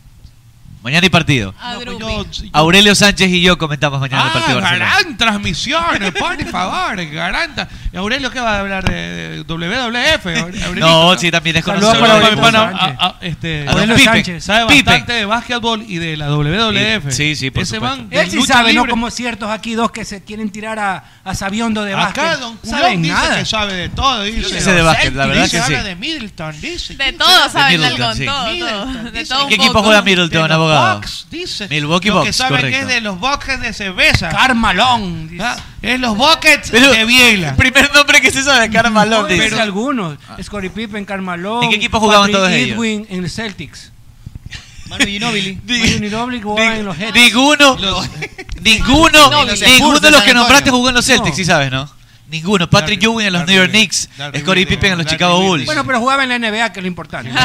Mañana hay partido.
No, pues yo-
Aurelio Sánchez y yo comentamos mañana el
Ah,
partido de Barcelona.
Garán transmisiones, por favor, eh, Garanta. Aurelio, ¿qué va a hablar de, de WWF? Aurelio?
No, sí, también es conocido.
Saludos para
Aurelio
mi pana,
Sánchez.
a- a- este,
A don
Aurelio
Pipe.
Sánchez. Sabe
Pipe.
bastante de básquetbol y de la WWF.
Sí, sí, por
Ese
supuesto.
man de
Él sí
lucha
sabe, ¿no?
libre.
Como ciertos aquí dos que se quieren tirar a, a Sabiondo de básquet.
Acá Don
Saben
Culón dice
nada.
que sabe de todo. Dice,
Yo sí sé de básquet, la verdad
dice,
que sí.
habla de Middleton, dice.
De todo saben
Middleton,
algo,
sí.
todo, todo.
Middleton,
De
dice.
todo un
¿Qué equipo
poco.
juega Middleton,
los
abogado?
Bucks, dice.
Milwaukee
Lo que
Bucks,
saben que es
correcto.
de los Buckets de cerveza.
Carmalón. dice.
Ah, Es los Buckets de Biela.
Primer nombre que se sabe, Carmalón.
Pero-
dice. Ah.
algunos. Scottie Pippen, Carmalón.
¿En qué equipo jugaban todos ellos?
Edwin en el Celtics.
Manu Ginobili.
Manu Ginobili jugaba en los Heat.
Ninguno, ninguno,
Los-
ninguno de los que
San
nombraste
Antonio.
jugó en los Celtics,
No.
sí sabes, ¿no? Ninguno. Patrick Ewing en los New York Knicks, Scottie Pippen en los Chicago Bulls.
Bueno, pero jugaba en la NBA, que es lo importante.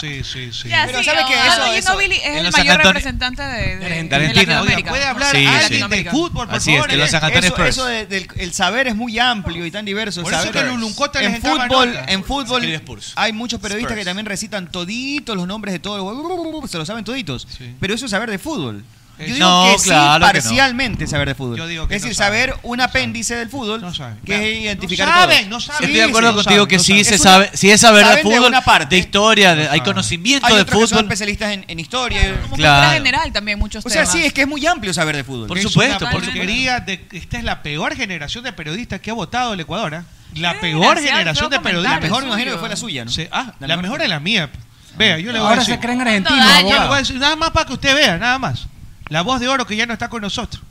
Sí, sí, sí.
Ya,
Pero
sí,
¿sabe qué?
ah,
Eso-
Gino
eso-
Billy es
en
el
los
mayor
San Antonio-
representante de, de-
de
de
Argentina.
Latinoamérica.
Puede hablar
Sí, sí.
alguien de
Latinoamérica.
fútbol, por
Así es,
favor. ¿eh?
de los San Antonio
eso,
Spurs.
eso de- del- el saber es muy amplio y tan diverso. el
Por eso
saber.
que el Luluncota les
en
entraba
fútbol,
nota.
en fútbol
Escribe Spurs.
hay muchos periodistas
Spurs.
que también recitan toditos los nombres de todos, se lo saben toditos. Pero eso es saber de fútbol. Yo digo
Eh, No,
que
claro que
sí,
no.
parcialmente saber de fútbol.
Yo digo que
es
no
decir,
saben,
saber un apéndice del fútbol que es identificar
saben,
todo.
no saben.
Estoy de acuerdo contigo que sí se sabe, sí es saber de fútbol, de, historia, de- hay conocimiento
Hay
de
otros que son
fútbol.
especialistas en, en historia.
Claro.
En general también muchos
O sea,
temas.
sí, es que es muy amplio saber de fútbol.
Por supuesto, por
porquería de esta es la peor generación de periodistas que ha votado el Ecuador, ¿ah? La peor
desgraciado,
generación
feo
de periodistas.
comentario La mejor, me imagino, suyo. que fue la suya, ¿no?
Sí, ah, la, Ah, mejor es la mía. Vea, yo le voy a
Ahora
decir.
se creen argentinos,
Yo le voy a
abogado.
decir, nada más para que usted vea, nada más. La voz de oro que ya no está con nosotros.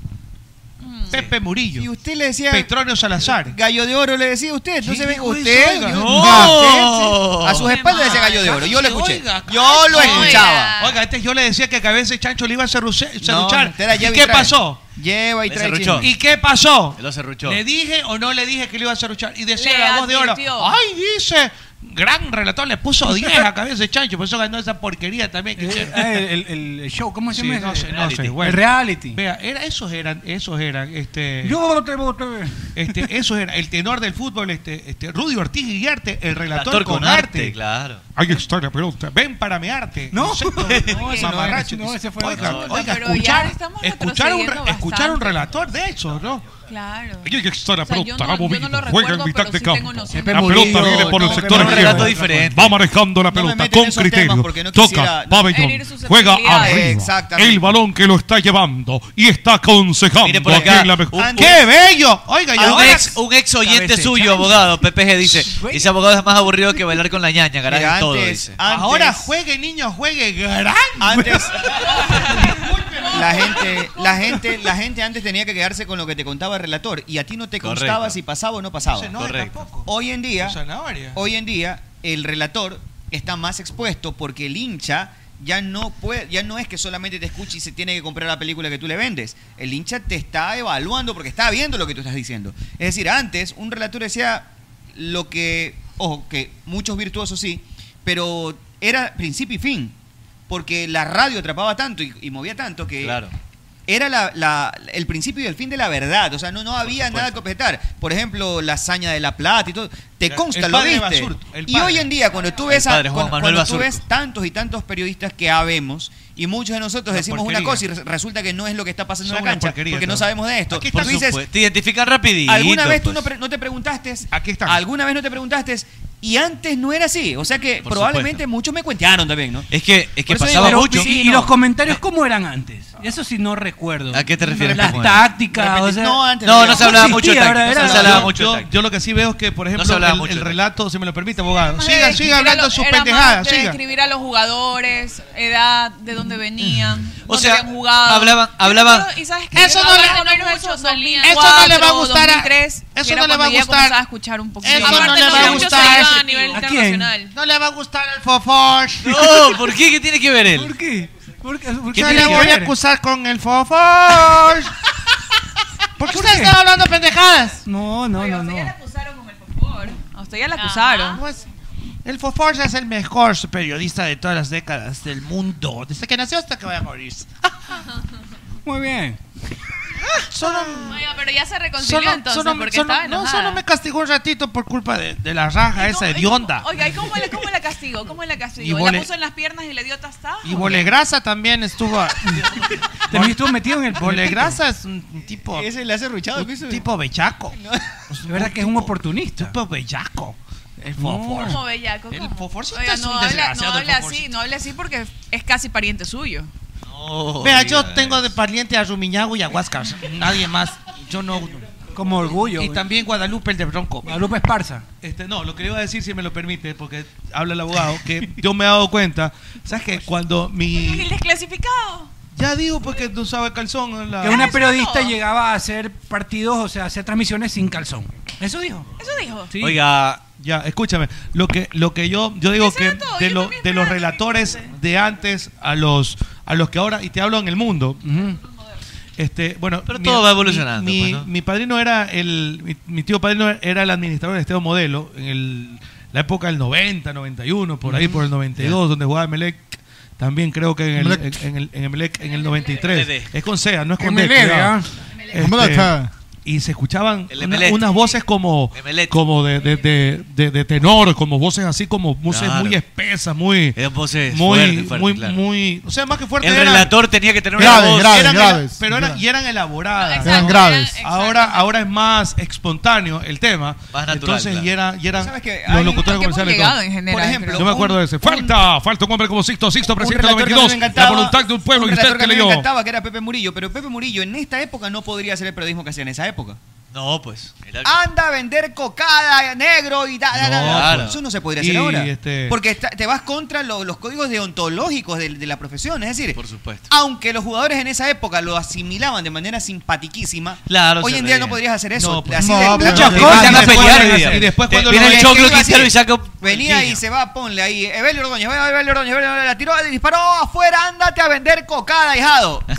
Pepe Murillo. Y
Mm. usted le decía
Petronio Salazar.
Gallo de oro le decía usted, no se ve
dijo eso,
usted.
oiga?
usted,
No.
sí. A sus espaldas decía gallo de oro. Yo lo escuché.
Oiga,
Yo lo escuchaba.
Oiga, antes yo le decía que a veces Chancho le iba a serruche- serruchar.
usted la
¿Y
lleva y
qué
trae.
pasó?
Lleva y
Le
trae
serruchó.
chisme.
¿Y qué pasó?
Lo serruchó.
¿Le dije o no le dije que le iba a serruchar? Y decía
Le
la voz de oro.
advirtió.
Ay, dice. Gran relator le puso 10 a cabeza de Chancho, por eso ganó esa porquería también. que-
Eh, El, el- el show, ¿cómo se
Sí,
llama?
no
ese?
sé, no sé,
El
bueno.
reality.
Vea, era, esos eran, esos eran, este.
Yo voté, voté.
Este, eso era el tenor del fútbol, este, este Rudy Ortiz Guillarte, el relator
Actor
con, arte.
claro.
Ahí está la pregunta. Ven para mi arte. No,
no, ese
mamarracho.
no, ese fue
oiga,
otro.
oiga,
Pero ya
escuchar,
estamos
escuchar, un, re-
retrocediendo
escuchar un
bastante.
relator de eso, ¿no?
Claro.
Ahí está la
O sea, yo no- yo no lo recuerdo, pero sí tengo noción.
La pelota viene por el
No,
sector
pero un
izquierdo.
relato diferente.
Va manejando la pelota
meten en
con
esos
criterio.
temas porque no
Toca
quisiera
pabellón.
herir susceptibilidades.
Juega arriba.
Exactamente.
El balón que lo está llevando y está aconsejando.
Mire por
a
acá,
quien la mejor-
un-
¡Qué bello! Oiga, y
A un
ahora-
ex, un ex oyente
Cabecechal.
suyo, abogado, PPG, dice, ese abogado es más aburrido que bailar con la ñaña, garaje todo, dice.
Ahora juegue, niño, juegue gran.
Antes, la gente, la gente, la gente antes tenía que quedarse con lo que te contaba el relator y a ti no te constaba
Correcto.
si pasaba o no pasaba.
No se enoje Correcto.
Hoy en día,
No se enoje.
hoy en día el relator está más expuesto porque el hincha ya no puede, ya no es que solamente te escuche y se tiene que comprar la película que tú le vendes. El hincha te está evaluando porque está viendo lo que tú estás diciendo. Es decir, antes un relator decía lo que, ojo, que muchos virtuosos sí, pero era principio y fin porque la radio atrapaba tanto y, y movía tanto que era la- la- el principio y el fin de la verdad. O sea, no, no había nada que objetar. Por ejemplo, la hazaña de la plata y todo. Te
El
consta, lo
padre
viste.
Basurto, el
y
padre.
hoy en día, cuando tú
El
ves, a-
padre Juan
cuando-
Manuel
cuando tú
Basurto.
ves tantos y tantos periodistas que habemos, y muchos de nosotros
Una
decimos una
porquería.
cosa y re- resulta que no es lo que está pasando en
Son
la
una
cancha, porque
porquería,
no
todo.
sabemos de esto.
Aquí pues,
Porque
está,
tú dices,
supuesto. te identifican rapidito.
¿Alguna vez tú
pues.
no, pre- no te preguntaste? Aquí está. ¿Alguna vez no te preguntaste? Y antes no era así. O sea que
Por
probablemente muchos me cuentearon también, ¿no?
pues. Es que, es
Por
que
eso
pasaba
digo,
mucho.
sí,
¿Y los comentarios cómo eran antes? Eso sí no recuerdo.
¿A qué te refieres?
Las
¿Cómo era?
tácticas. o sea-
No, antes no No, no se hablaba mucho de
existía,
tácticas,
ahora
no se
era-
hablaba
yo-
mucho
yo-
de
Yo lo que sí veo es que, por ejemplo,
hablaba
el-
mucho
el,
de-
relato, si me lo permite, abogado.
Más
Siga,
de
siga hablando sus
describir a lo- era más
pendejadas,
de
siga.
describir a los jugadores, edad, de dónde venían,
O
dónde
sea,
habían jugado.
hablaban-
Yo
hablaban-
recuerdo, y sabes
Eso no le-
eso no le va a gustar a eso no le va a gustar a escuchar un poquito Ah,
Eso no le va a gustar a nivel
¿A quién? internacional.
No le va a gustar al fofor.
No, ¿por qué? ¿Qué tiene que ver él?
qué? ¿Por qué? ¿Por
¿Qué
Yo
tiene
le
que
voy a
ver?
acusar con el fofor. ¿Por qué ustedes están hablando pendejadas?
No, no, no, no.
A usted ya la acusaron.
pues. El Fofor es el mejor periodista de todas las décadas del mundo. Desde que nació hasta que va a morir.
Muy bien.
Solo,
Oiga, pero ya se reconcilió
solo,
entonces
solo-
porque
solo-
estaba
no,
enojada.
solo me castigó un ratito por culpa de, de la raja esa hedionda.
Oiga, ¿y cómo, le- cómo la castigó? ¿Cómo la castigó?
Y
la
vole-
puso en las piernas y le dio tastada.
Y Bolegrasa también estuvo. a-
También estuvo metido en el.
Bolegrasa es un tipo.
Ese le hace ruchado el piso.
Un tipo bellaco.
Es verdad que es un oportunista.
tipo bellaco. El Fofor.
Como bellaco.
El
¿cómo?
foforcito
Oiga,
es
no
un
habla, no
desgraciado, el
habla así,
foforcito.
no habla así porque es casi pariente suyo.
Vea, yo tengo de pariente a Rumiñago y a Huáscar. Nadie más. Yo no.
Como orgullo.
Y también Guadalupe el de Bronco.
Guadalupe Esparza.
Este, no, lo que le iba a decir, si me lo permite, porque habla el abogado, que yo me he dado cuenta, ¿sabes qué? Cuando
El
mi...
desclasificado.
Ya digo, porque tú sabes calzón. La...
Que una periodista llegaba a hacer partidos, o sea, a hacer transmisiones sin calzón. Eso dijo.
Eso dijo.
Sí.
Oiga, ya, escúchame. Lo que, lo que yo, yo digo que de, lo- de los relatores de antes a los, a los que ahora, y te hablo en el mundo. Este, bueno,
Pero todo va evolucionando,
Mi,
pues, ¿no?
mi padrino era el, mi, mi tío padrino era el administrador de Estado Modelo en el la época del 90, 91, por ahí, por el 92, donde jugaba Emelec. También creo que en el, en el, en Emelec en el 93. Es con CEA, no es con D,
Emelec,
cuidado. Este,
¿ah? ¿Cómo la está?
Y se escuchaban una-
Emelec.
unas voces como, como de, de- de- de- de tenor, como voces así como voces
Claro.
muy espesas, muy,
voces
muy,
fuerte, fuerte,
muy,
claro.
muy, o sea, más que fuerte
El
era-
relator tenía que tener una
Graves,
voz.
graves,
Eran-
graves, pero eran, y eran elaboradas.
Exacto, Eran graves.
Ahora, ahora es más espontáneo el tema.
Más natural,
Entonces,
claro.
y eran, y eran
¿Sabes qué? Hay
los
un
locutores
punto que hemos
comerciales. y
llegado
todo.
en general,
Por ejemplo,
creo.
yo me acuerdo de ese. Falta, falta un hombre como Sixto. Sixto presenta los 22. La voluntad de un pueblo.
Un
Y usted
relator que a mí
que leyó.
me encantaba, que era Pepe Murillo, pero Pepe Murillo en esta época no podría hacer el periodismo que hacía en esa época. Ah,
No, pues. era-
Anda a vender cocada negro y da, da, da, da.
Claro.
ah, Eso no se podría hacer
Y,
ahora.
este-
Porque está- te vas contra lo- los códigos deontológicos de, de la profesión. Es decir,
Por supuesto.
aunque los jugadores en esa época lo asimilaban de manera simpatiquísima,
Claro,
hoy
se
en día
reían.
no podrías hacer eso.
No, pues.
Así
No,
de-
pero-
muchas
Y
cosas.
van a
Y después
pelear,
cuando-
y después cuando
Viene
lo-
el
el choclo
iba así.
Quintero y saca un-
Venía y se va, ponle ahí. Evelio Ordóñez, va, Evelio Ordóñez, Evelio Ordóñez, la tiró, disparó afuera, ándate a vender cocada, hijado.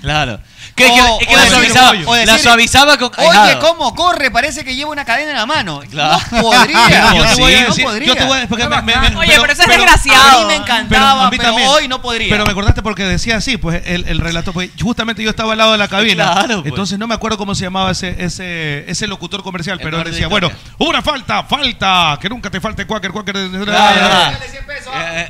Claro. Que,
O-
que- es que
o
la
decir-
suavizaba,
o
la
decir,
suavizaba con.
Oye,
Ajá.
¿cómo corre? Parece que lleva una cadena en la mano.
Claro.
No podría.
No,
yo, te voy a
sí,
no
sí.
podría.
Yo te voy a porque me- me- me-
Oye, pero eso es desgraciado. A mí me encantaba, pero hoy no podría.
Pero me acordaste porque decía así, pues el, el relato, pues justamente yo estaba al lado de la cabina.
Claro, pues.
Entonces no me acuerdo cómo se llamaba ese, ese, ese locutor comercial, pero él
Eduardo
decía,
Italia.
bueno, una falta, falta, que nunca te falte cuáquer, cuáquer.
claro.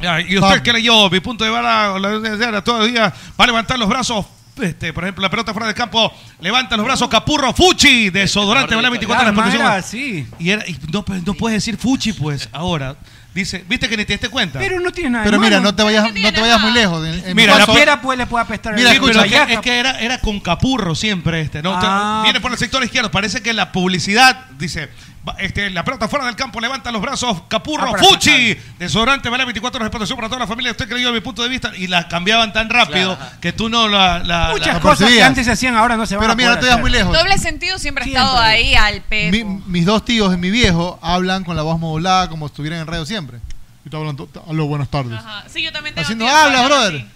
Ya, Y usted que leyó, mi punto de bala, la- la- la- la- todavía va a levantar los brazos. Este, por ejemplo, la pelota fuera del campo, levanta los brazos, Capurro, Fuchi, desodorante, vale 24
Claro,
horas. porque
más era
son-
así.
y, era- y no, pues, no puedes decir Fuchi, pues, ahora. Dice, viste que ni te diste cuenta.
Pero no tiene nada de
Pero mira,
malo.
no te vayas, no te vayas muy lejos. En- en
Mira,
mi
la
Eh,
caso-
Cualquiera puede, le puede apestar.
Mira,
el
escucha,
cuello.
es que, es que era, era con capurro siempre este, ¿no? Usted
Ah.
viene por el sector izquierdo, parece que la publicidad dice, va- este, la pelota fuera del campo, levanta los brazos,
Ah,
capurro,
para
fuchi, desodorante, vale 24 horas de protección para toda la familia, usted creyó de mi punto de vista, y la cambiaban tan rápido que tú no la... la-
Muchas
la-
cosas que
percibías.
antes se hacían ahora no se van
Pero
a
mira, no te
poder
vayas muy
hacer.
lejos.
Doble sentido siempre ha estado ahí al pe.
Mi- mis dos tíos y mi viejo hablan con la voz modulada como estuvieran en radio siempre. Y te hablan, to- te- aló, buenas tardes.
Ajá. Sí, yo también tengo
Así no
tías que
hablas,
hablan
brother.
así.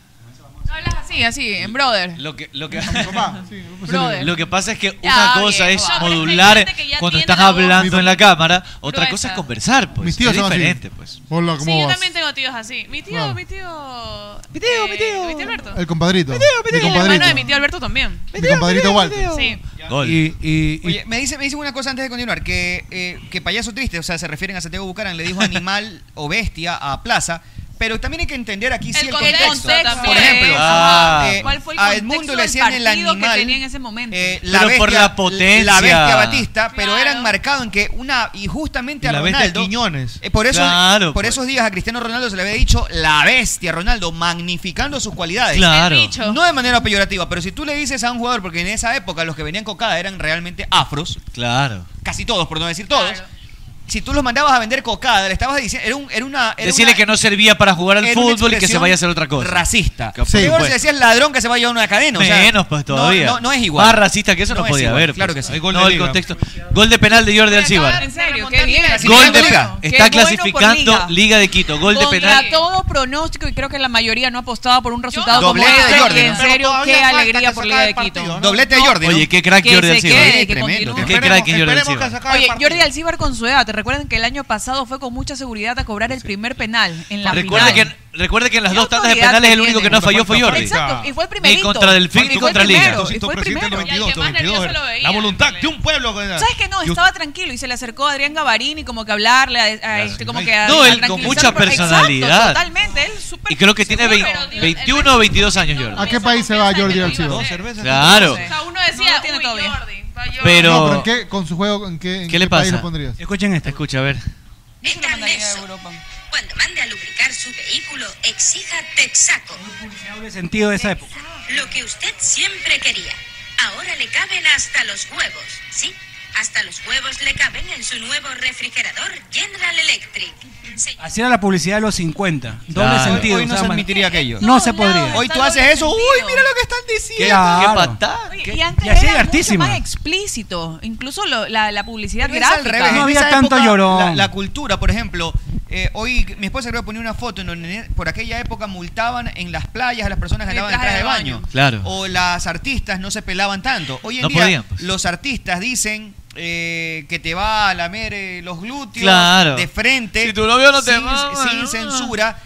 Hablas
Ah,
así, así, en brother.
Lo que, lo que,
Brother.
lo que pasa es que
Ya,
una cosa es
viejo, pero es que hay
modular
gente que ya
cuando
tiene
estás
la voz
hablando en la cámara, otra
gruesa.
cosa es conversar, pues.
Mis tíos
es
son así.
diferente, pues.
Hola, ¿cómo
Sí, yo
vas?
también tengo tíos así. Mi tío,
Claro.
mi tío. Mi
eh,
tío, mi tío. Mi tío Alberto.
El compadrito.
Mi tío, mi tío.
Mi
Y el hermano de mi
compadrito.
tío Alberto también.
Mi compadrito Walter.
Sí.
Y-
y- y-
Oye, me dicen, me dicen una cosa antes de continuar, que, eh, que payaso triste, o sea, se refieren a Santiago Bucaran, le dijo animal o bestia a Plaza, pero también hay que entender aquí sí el, contexto. Por ejemplo,
Ah.
eh,
¿Cuál fue el
a
contexto
Edmundo
del
le decían el
partido que
animal,
tenía en ese momento?
eh,
Pero por la potencia.
La bestia Batista, pero eran marcados en que una, y justamente a
la bestia
Ronaldo,
Quiñones.
eh, por eso,
Claro,
por
pues.
esos días a Cristiano Ronaldo se le había dicho la bestia Ronaldo, magnificando sus cualidades.
Claro. El bicho.
No de manera peyorativa, pero si tú le dices a un jugador, porque en esa época los que venían cocada eran realmente afros,
Claro.
casi todos, por no decir todos. Si tú los mandabas a vender cocada, le estabas diciendo, era, un- era una... era
Decirle
una-
que no servía para jugar al
era una
fútbol y que se
expresión
vaya a hacer otra cosa.
Racista.
Que, por
Peor si
supuesto.
decías ladrón que se va a llevar una cadena. o sea,
Menos, pues todavía.
No, no- no es igual.
Más racista que eso no,
es
podía
igual,
haber.
Claro que
pues.
sí.
No, el contexto. Gol de penal de Jordi Alcibar.
Ah,
En serio, qué bien.
Gol de
Liga. Qué
Está
bueno por
clasificando
Liga.
Liga. de Quito. Gol de
Contra
penal.
todo pronóstico y creo que la mayoría no apostaba por un resultado como
Doblete
este.
de Jordi,
y en
¿no?
serio, qué alegría por Liga de Quito.
Doblete de Jordi.
Oye, qué crack
Que
Jordi
se
Alcibar.
quede, que
Tremendo.
continúe.
Qué crack Jordi Alcibar.
Oye, Jordi Alcibar con su edad, te recuerdan que el año pasado fue con mucha seguridad a cobrar el primer penal en la
Recuerda que,
final.
recuerda que en las dos tandas de
autoridad
penales
que
el único que
tiene.
no falló fue Jordi.
Exacto, y fue el
Ni
primerito.
contra Delfín ni
Y fue el
contra Liga.
primero, y fue el primero.
La voluntad de un pueblo.
¿Sabes que no?
Y-
Estaba tranquilo y se le acercó a Adrián Gavarini como que a hablarle, a, a este, como que a,
No,
a
él con
tranquilizarlo,
mucha
pero- exacto,
personalidad.
totalmente, él súper
Y creo que tiene vein- 21 o 22 años Jordi.
¿A qué país se va Jordi Alcibar?
Claro.
O sea, uno decía, tiene todo bien.
Pero-
No, pero ¿en qué, con su juego, ¿en qué, en
¿Qué le
país
pasa?
lo pondrías?
Escuchen esto. Escucha, a ver.
Venga, Nelson. Cuando mande a lubricar su vehículo, exija Texaco.
sentido de esa época.
Lo que usted siempre quería. Ahora le caben hasta los huevos, ¿sí? Hasta los huevos le caben en su nuevo refrigerador General Electric. Se-
Así era la publicidad de los 50. Doble
Claro.
sentido.
Hoy no
o sea,
se
man-
admitiría aquello.
No se podría.
Hoy tú haces eso. Uy, mira lo que están
Qué, qué
diciendo.
patada.
Oye, Y antes
Y así
era mucho
hartísima.
más explícito, incluso lo- la, la publicidad
Pero es al
gráfica.
revés. En esa época,
llorón.
La, la cultura, por ejemplo, eh, hoy mi esposa creo que ponía una foto en donde por aquella época multaban en las playas a las personas que andaban en traje de baño.
Claro.
O las artistas no se pelaban tanto. Hoy en
No
día
podían, pues.
los artistas dicen eh, que te va a lamer eh, los glúteos
Claro.
de frente.
Si tu novio no te
sin,
mama,
sin
no.
censura.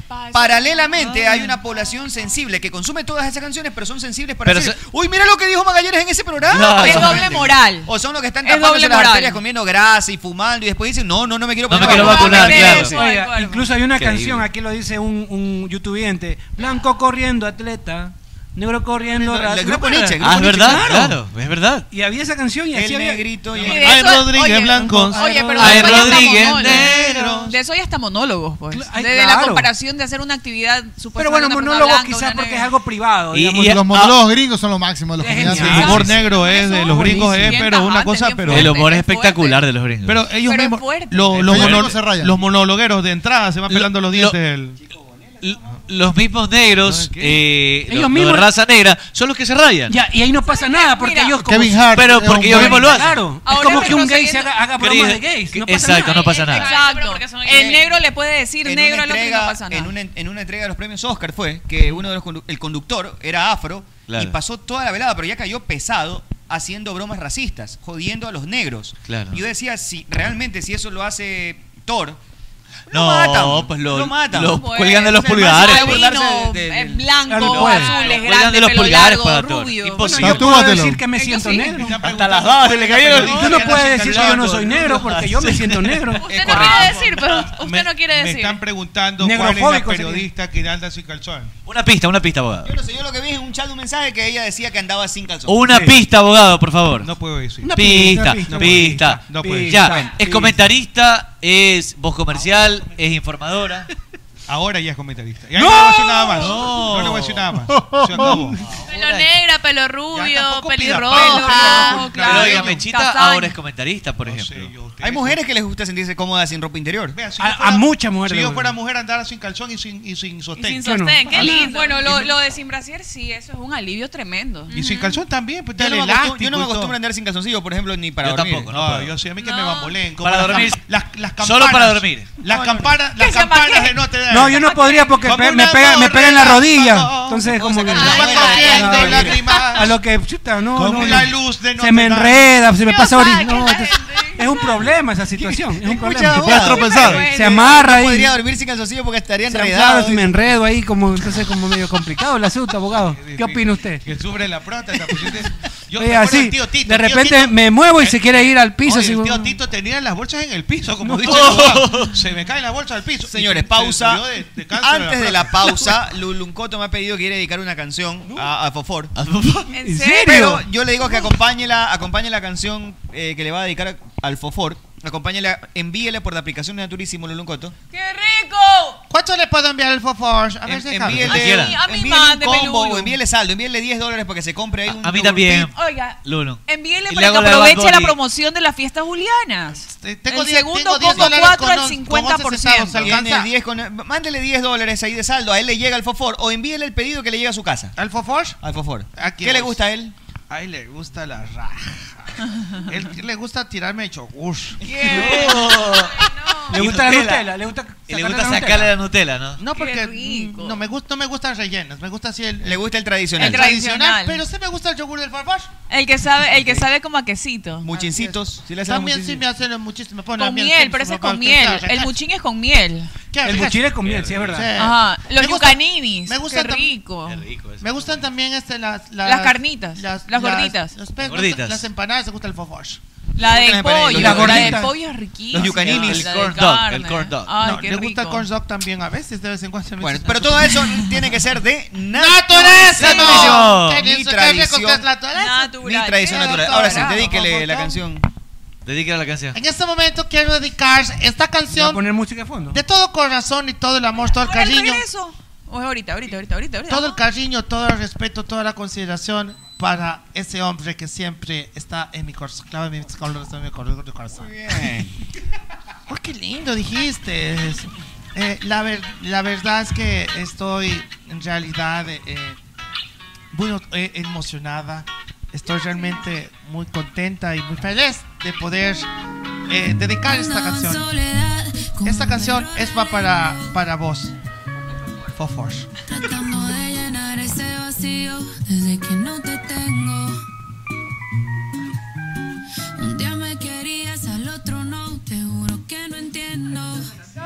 Paralelamente hay una población sensible que consume todas esas canciones, pero son sensibles para
Pero
decir, uy, mira lo que dijo Magallanes en ese programa.
Claro.
Exactamente.
Es doble
moral.
O son los que están
Es
tapándose
doble
las
moral.
arterias comiendo grasa y fumando y después dicen, no, no, no me quiero
No
poner
me quiero vacunar, claro.
Oiga, incluso hay una
Increíble.
canción, aquí lo dice un, un youtubiente, blanco corriendo atleta, negro corriendo
El
raza.
grupo
¿No
Nietzsche, el grupo
acuerdas?
Ah, es Nietzsche, verdad, claro. es verdad.
Y había esa canción y
El
así había...
negrito y
de eso- oye, Oye, pero de eso ya está monólogo.
negro.
De eso ya está monólogos, pues.
ay,
de, de la
claro.
comparación de hacer una actividad supuestamente.
Pero bueno,
una persona
monólogo
blanca,
quizás
una
porque es
negra.
algo privado.
Y,
digamos,
los monólogos gringos son los máximos. Los que me hacen.
El humor negro es de los gringos, es, pero una cosa, pero.
El humor es espectacular de los gringos.
Pero ellos
Pero es
mismos,
fuerte.
lo-
El
los,
gringo
mono-
se raya.
los monologueros de entrada se van pelando los dientes. el-
Los mismos negros, eh,
Ellos
los, los
mismos-
de raza negra, son los que se rayan.
Ya, y ahí no pasa nada porque ellos como...
Kevin Hart Pero es porque un ellos buen- mismos lo hacen.
Claro, es
Ahora
como que un
retrocediendo-
gay se haga, haga bromas de gays. No pasa
Exacto,
nada.
no pasa nada.
Exacto. El negro le puede decir
en
negro
una
al otro y no
entrega-
pasa nada.
En una, en una entrega de los premios Oscar fue que uno de los condu- el conductor era afro y
Claro.
pasó toda la velada, pero ya cayó pesado haciendo bromas racistas, jodiendo a los negros.
Claro.
Y yo decía, si realmente si eso lo hace Thor,
No,
matan,
pues lo,
lo matan.
lo
Pues,
cuelgan de los
o sea, el
pulgares.
más albino,
Es blanco,
Claro, pues.
azul, es
Cuelgan
grande,
de los
pelo
pulgares pues.
largo,
para todo.
rubio.
Imposible.
Bueno, yo puedo
Tatúatelo.
decir que me siento negro.
Hasta las babas se le cayeron.
Tú no puedes decir que yo no soy negro porque yo me siento negro.
Usted no quiere decir, pero usted no quiere
Me
decir.
están preguntando cuál es la
Negrofóbico sería.
periodista que anda sin calzón.
Una pista, una pista, abogado.
Yo no sé, yo lo que vi en un chat un mensaje que ella decía que andaba sin calzón.
Una pista, abogado, por favor.
No puedo decir.
Una pista,
pista, pista,
pista,
pista.
no puedo decir.
Ya,
Bueno,
es
pista.
comentarista, es voz comercial, es informadora.
Ahora ya es comentarista. Y ahí
¡No!
no le voy a decir nada más.
¡No!
No le voy a decir nada más. Se acabó.
Pelo negra, pelo rubio, pelirroja.
pelo,
Pero oiga,
claro.
Mechita
Castaño.
ahora es comentarista, por ejemplo.
Hay mujeres que les gusta sentirse cómodas sin ropa interior.
si yo A- a fuera- muchas mujeres
Si
le
yo
gusta.
fuera mujer andara sin calzón y sin, y sin sostén.
Sin sostén, qué lindo. Bueno, lo,
Y-
lo de sin brasier, sí, eso es un alivio tremendo.
Y sin calzón también, pues
Yo
dale
no, me acostumbro,
elástico
yo no me
y todo.
acostumbro a andar sin calzoncillos, por ejemplo, ni para
Yo
dormir.
tampoco, no puedo.
yo sí, a mí que
No.
me bambolen. como
Para
las
dormir.
cam- Las, las campanas.
Solo para dormir.
Las campanas, las
Que se
campanas
maquille.
de Notre Dame.
No, yo no podría porque
Como
pe- me,
una
pega, me pega en la
torre,
rodilla. Entonces, como que.
corriendo
Ay,
lágrimas.
A lo que. chuta, no,
Como
no,
la
no.
luz de
Se me
Notre Dame.
enreda, se me
Dios,
pasa
saque
orina. No, entonces, es un problema esa situación. Es un problema.
Escucha, abogado.
Se amarra
No podría
ahí.
dormir sin calzoncillos porque estaría
Se claro,
enredado.
se me enredo ahí, como, entonces, como medio complicado el asunto, abogado. ¿Qué opina usted?
Que sufre la próstata. pues, este- Yo
Oye,
me acuerdo
así,
del tío Tito,
de
el tío
repente
Tito-
me muevo y se quiere ir al piso.
Oye,
así,
el tío
bueno.
Tito tenía las bolsas en el piso, como
No.
dice el abogado. Se me caen las bolsas al piso.
Señores,
Se
pausa.
murió de- de cáncer en
Antes de la
próstata.
pausa, Luluncoto me ha pedido que quiere dedicar una canción a, a Fofor.
¿En
serio?
Pero yo le digo que acompañe la, acompañe la canción eh, que le va a dedicar a- al Fofor. Acompáñela, envíele por la aplicación de Naturísimo Luluncoto.
¡Qué rico!
¿Cuánto le puedo enviar al Fofor? A ver si acaba.
Envíele,
A mí, a mí
envíele un
mándemelo
combo,
uno.
o envíele saldo, envíele 10 dólares para que se compre ahí un
A mí también.
Oiga,
Luno.
envíele
Y
para
le
que
hago la de Bad
aproveche la
Bunny.
promoción de las fiestas julianas.
tengo
el
diez-
segundo
tengo diez
coco
dólares
4
con
al
on- con
50%.
Tiene 10 con- mándele 10 dólares ahí de saldo, a él le llega el fofor o envíele el pedido que le llega a su casa.
¿Al Fofor?
Al fofor.
Aquí
¿Qué le
voy.
gusta a él?
A él le gusta la raja. él le gusta tirarme yogur.
Le
Y
gusta la
Nutella.
Nutella, le gusta
Y le gusta
sacarle la Nutella.
sacarle la Nutella, ¿no?
No, porque mm, no me gusta, no me gustan rellenas, me gusta así el,
Le gusta el
el
tradicional.
tradicional.
pero sí me gusta el yogur del Fofor.
El que sabe, el que sabe como a quesito.
Muchincitos. Sí le hacen
También sí
muchincitos.
me hacen muchísimo, me ponen la
Con
miel,
miel,
con
pero ese es
su papá,
con
que
miel.
sabe.
El muchín es con miel.
Qué
El
rico.
mochila es con miel, sí, es
Sí.
verdad.
Ajá. Los
Me gusta-
yucaninis.
me gusta
Qué
tam-
rico.
Me gustan también este, las,
Las carnitas, las gorditas.
Las, pe-
Gorditas.
Las empanadas, me gusta el fofor.
La
Me
de
gustan las
pollo.
empanadas.
La de pollo es riquísima.
Los yucaninis.
La de
El corn dog,
carne.
el corn dog.
Ay,
No,
qué
le gusta el
rico.
corn dog también a veces, de vez en cuando.
Bueno, pero todo eso tiene que ser de
Naturísimo.
naturaleza. Mi
Qué rico que
tradición.
es la naturaleza.
Mi tradición natural. Ahora sí, dedíquele la canción.
Dedíquela a la canción.
En este momento quiero dedicar esta
¿Le va a
canción
poner música de fondo?
de todo corazón y todo el amor, todo el
Ahora, al
cariño.
regreso. O es ahorita, ahorita, ahorita, ahorita. ahorita.
Todo el cariño, todo el respeto, toda la consideración para ese hombre que siempre está en mi corazón. Claro, en mi corazón, en mi corazón. en mi corazón. Uy, qué lindo dijiste. Eh, la, ver- la verdad es que estoy en realidad eh, eh, bueno, eh, emocionada. Estoy realmente muy contenta y muy feliz de poder eh, dedicar esta canción. Esta canción es va para, para vos, Fofor.
Tratando de llenar ese vacío desde que no te tengo. Un día me quería.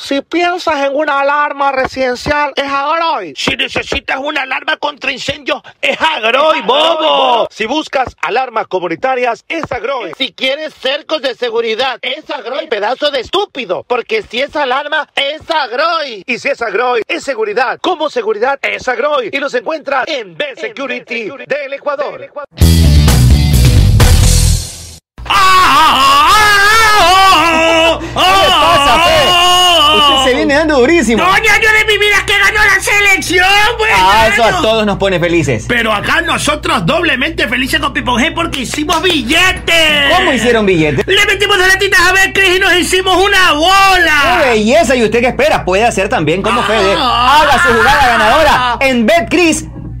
Si piensas en una alarma residencial, es Agroy. Si necesitas una alarma contra incendios, es Agroy, bobo. Si buscas alarmas comunitarias, es Agroy.
Si quieres cercos de seguridad, es Agroy, pedazo de estúpido. Porque si es alarma, es Agroy.
Y si es Agroy, es seguridad. Como seguridad, es Agroy. Y los encuentras en B Security del Ecuador.
¡Ah!
¿Qué le pasa, Fe? Usted se viene dando durísimo.
año ¡Ah! de mi vida que ganó la selección, güey!
Ah, eso a todos nos pone felices.
Pero acá nosotros doblemente felices con Pipon G porque hicimos billetes.
¿Cómo hicieron billetes?
Le metimos a la tita a ver, Cris, y nos hicimos una
¡Qué
bola.
belleza! ¿Y usted qué espera? Puede hacer también como Fede.
Ah.
Haga su jugada ganadora en BetCris.com.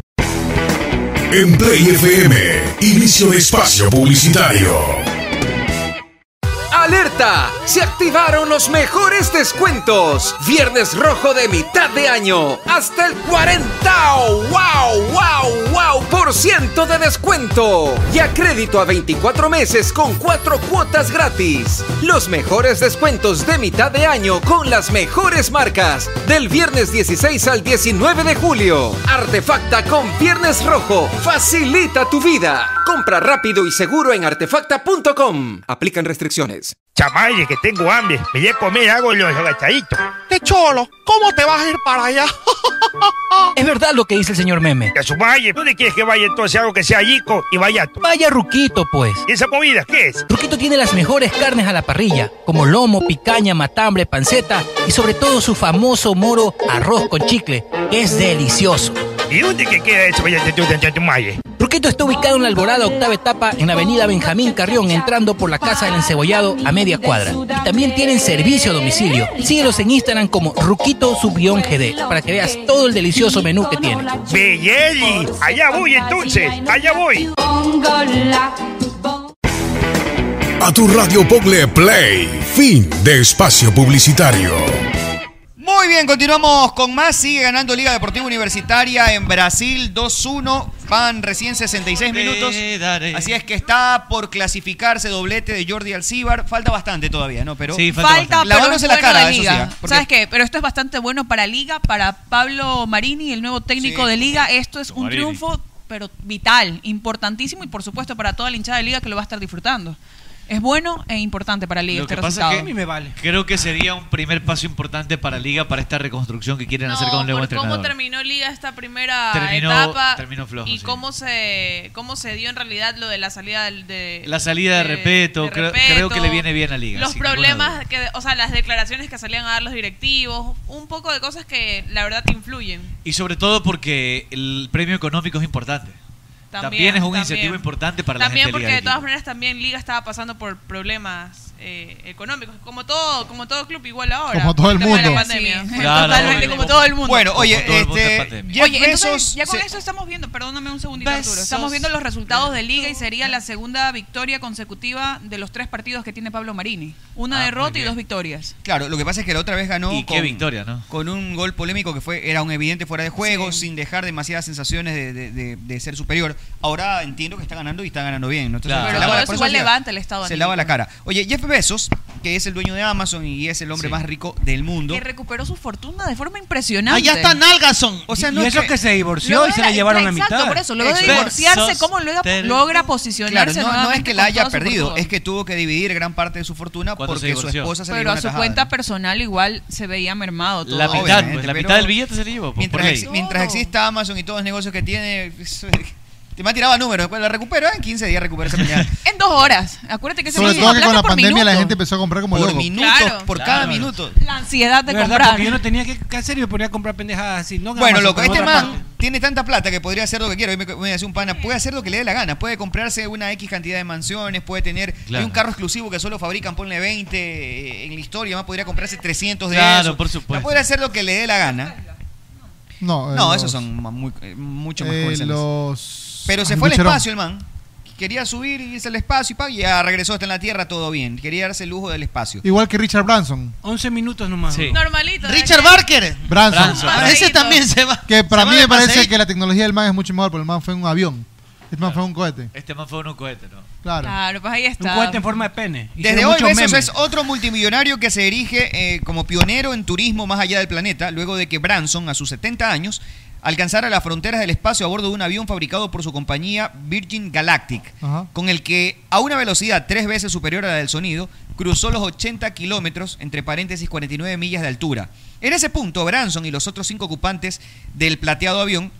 En Play FM, inicio de espacio publicitario.
¡Alerta! Se activaron los mejores descuentos. Viernes rojo de mitad de año. Hasta el 40. ¡Wow! ¡Wow! ¡Wow! Por ciento de descuento. Y a crédito a 24 meses con 4 cuotas gratis. Los mejores descuentos de mitad de año con las mejores marcas. Del viernes 16 al 19 de julio. Artefacta con Viernes Rojo. Facilita tu vida. Compra rápido y seguro en artefacta.com. Aplican restricciones.
Chamaye, que tengo hambre. Me voy a comer algo los agachaditos. ¡Qué cholo! ¿Cómo te vas a ir para allá?
Es verdad lo que dice el señor Meme.
A su valle. ¿Dónde quieres que vaya entonces algo que sea yico y vaya?
Vaya Ruquito, pues.
¿Y esa comida qué es?
Ruquito tiene las mejores carnes a la parrilla, como lomo, picaña, matambre, panceta y sobre todo su famoso moro arroz con chicle, que es delicioso.
¿Y dónde que queda eso? Vaya, tu- tu- tu- tu- tu malle.
Ruquito está ubicado en la Alborada Octava Etapa en la avenida Benjamín Carrión, entrando por la Casa del Encebollado a media cuadra. Y también tienen servicio a domicilio. Síguelos en Instagram como Ruquito-GD para que veas todo el delicioso menú que tiene.
Belleli, allá voy entonces, allá voy.
A tu radio Pogle Play, fin de espacio publicitario.
Muy bien, continuamos con más. Sigue ganando Liga Deportiva Universitaria en Brasil 2-1. Van recién 66 minutos. Así es que está por clasificarse doblete de Jordi Alcíbar. Falta bastante todavía, ¿no? Pero
Sí,
Falta, pero es
Lavándose la
bueno
cara,
de
eso sí.
Liga.
¿ah? Porque
¿Sabes qué? Pero esto es bastante bueno para Liga, para Pablo Marini, el nuevo técnico
Sí.
de Liga. Esto es un
Marini.
triunfo, pero vital, importantísimo y por supuesto para toda la hinchada de Liga que lo va a estar disfrutando. Es bueno e importante para Liga
Lo
este
que pasa
resultado.
es que creo que sería un primer paso importante para Liga para esta reconstrucción que quieren hacer con el nuevo
por cómo
entrenador.
terminó Liga esta primera
Terminó-
etapa
terminó flojo,
y
sí.
cómo se cómo se dio en realidad lo de la salida del- de
La salida de, Repeto, creo-
Repetto,
creo que le viene bien a Liga.
los
sin ninguna
problemas que o sea las declaraciones que salían a dar los directivos un poco de cosas que la verdad influyen
Y sobre todo porque el premio económico es importante. También, es un
también.
incentivo importante para la gente.
también
de
porque
Liga
de
Deportiva.
todas maneras también Liga estaba pasando por problemas eh, económicos como todo como todo club igual ahora
Como todo el
por tema de la
mundo.
pandemia.
Sí.
Claro, Totalmente, como todo el mundo
Bueno, oye,
Como todo el mundo
este,
en pandemia.
Jeff
Oye, entonces,
Bezos
ya con
se-
eso estamos viendo perdóname un segundito Arturo
Bezos.
estamos viendo los resultados de Liga y sería la segunda victoria consecutiva de los tres partidos que tiene Pablo Marini una
Ah,
derrota y dos victorias
Claro, lo que pasa es que la otra vez ganó
Y qué victoria, ¿no?
con un gol polémico que fue era un evidente fuera de juego, sin dejar demasiadas sensaciones de, de- de- de ser superior. Ahora entiendo que está ganando y está ganando bien. ¿no? Entonces,
Claro.
se
Pero
lava
todo
la-
eso
por
igual
llega-
levanta el estado
Se lava la
anímico.
cara. Oye, Jeff
Bezos, que es el dueño de Amazon y es el hombre más rico del mundo.
Que recuperó su fortuna de forma impresionante.
Allá está Nalgason. O sea, no
y eso
que-
que, se divorció y se la llevaron a
Exacto,
mitad.
por eso. Luego de divorciarse, ¿cómo logra, logra
Claro,
posicionarse?
no, no es
nuevamente
que la
con
haya
toda su
perdido,
fortuna?
es que tuvo que dividir gran parte de su fortuna
¿Cuándo se
porque su
divorció?
esposa se le dio
Pero a
una
su
tajada.
cuenta personal igual se veía mermado todo.
La mitad,
Obviamente,
pues, la
pero-
mitad del billete se le llevó. pues, por
Mientras, ex-
ley.
mientras exista Amazon y todos los negocios que tiene, eh, te me ha tirado números, después la recupero ¿eh? en 15 días recupero esa mañana.
En dos horas. Acuérdate que se
Sobre
me
todo que
plata
con la
por
pandemia la
minuto.
gente empezó a comprar como
Por
loco.
minuto, por cada minuto.
La ansiedad de
verdad,
comprar.
porque yo no tenía que, que hacer y me ponía a comprar pendejadas así. Ah, No,
Bueno,
Amazon,
loco,
en
este
otra
man tiene tanta plata que podría hacer lo que quiera. Hoy me, me decía un pana, puede hacer lo que le dé la gana. Puede comprarse una X cantidad de mansiones, puede tener hay
Claro.
un carro exclusivo que solo fabrican, ponle 20 en la historia. Además, podría comprarse 300 de
Claro,
esos.
por
No
supuesto.
podría hacer lo que le dé la gana.
No, eh,
No,
los-
esos son ma- muy- eh, mucho más
eh,
comerciales.
los-
Pero se
Ay,
fue al
Lucherón.
espacio el man. Quería subir y irse al espacio y pa, y ya regresó hasta en la Tierra, todo bien. Quería darse el lujo del espacio.
Igual que Richard Branson.
11 minutos nomás.
Normalito.
Richard Barker.
Branson.
Branson. Ah, ese también se va.
Que para
Se
mí
va de
me parece
paseíto.
que la tecnología del man es mucho mejor, porque el man fue en un avión. El man fue en un cohete.
Este man fue un cohete, ¿no?
Claro.
Claro, pues ahí está.
Un cohete en forma de pene.
Desde hoy Bezos es otro multimillonario que se erige eh, como pionero en turismo más allá del planeta, luego de que Branson, a sus 70 años, alcanzara las fronteras del espacio a bordo de un avión fabricado por su compañía Virgin Galactic,
Ajá.
con el que, a una velocidad tres veces superior a la del sonido, cruzó los 80 kilómetros, entre paréntesis 49 millas de altura. En ese punto, Branson y los otros cinco ocupantes del plateado avión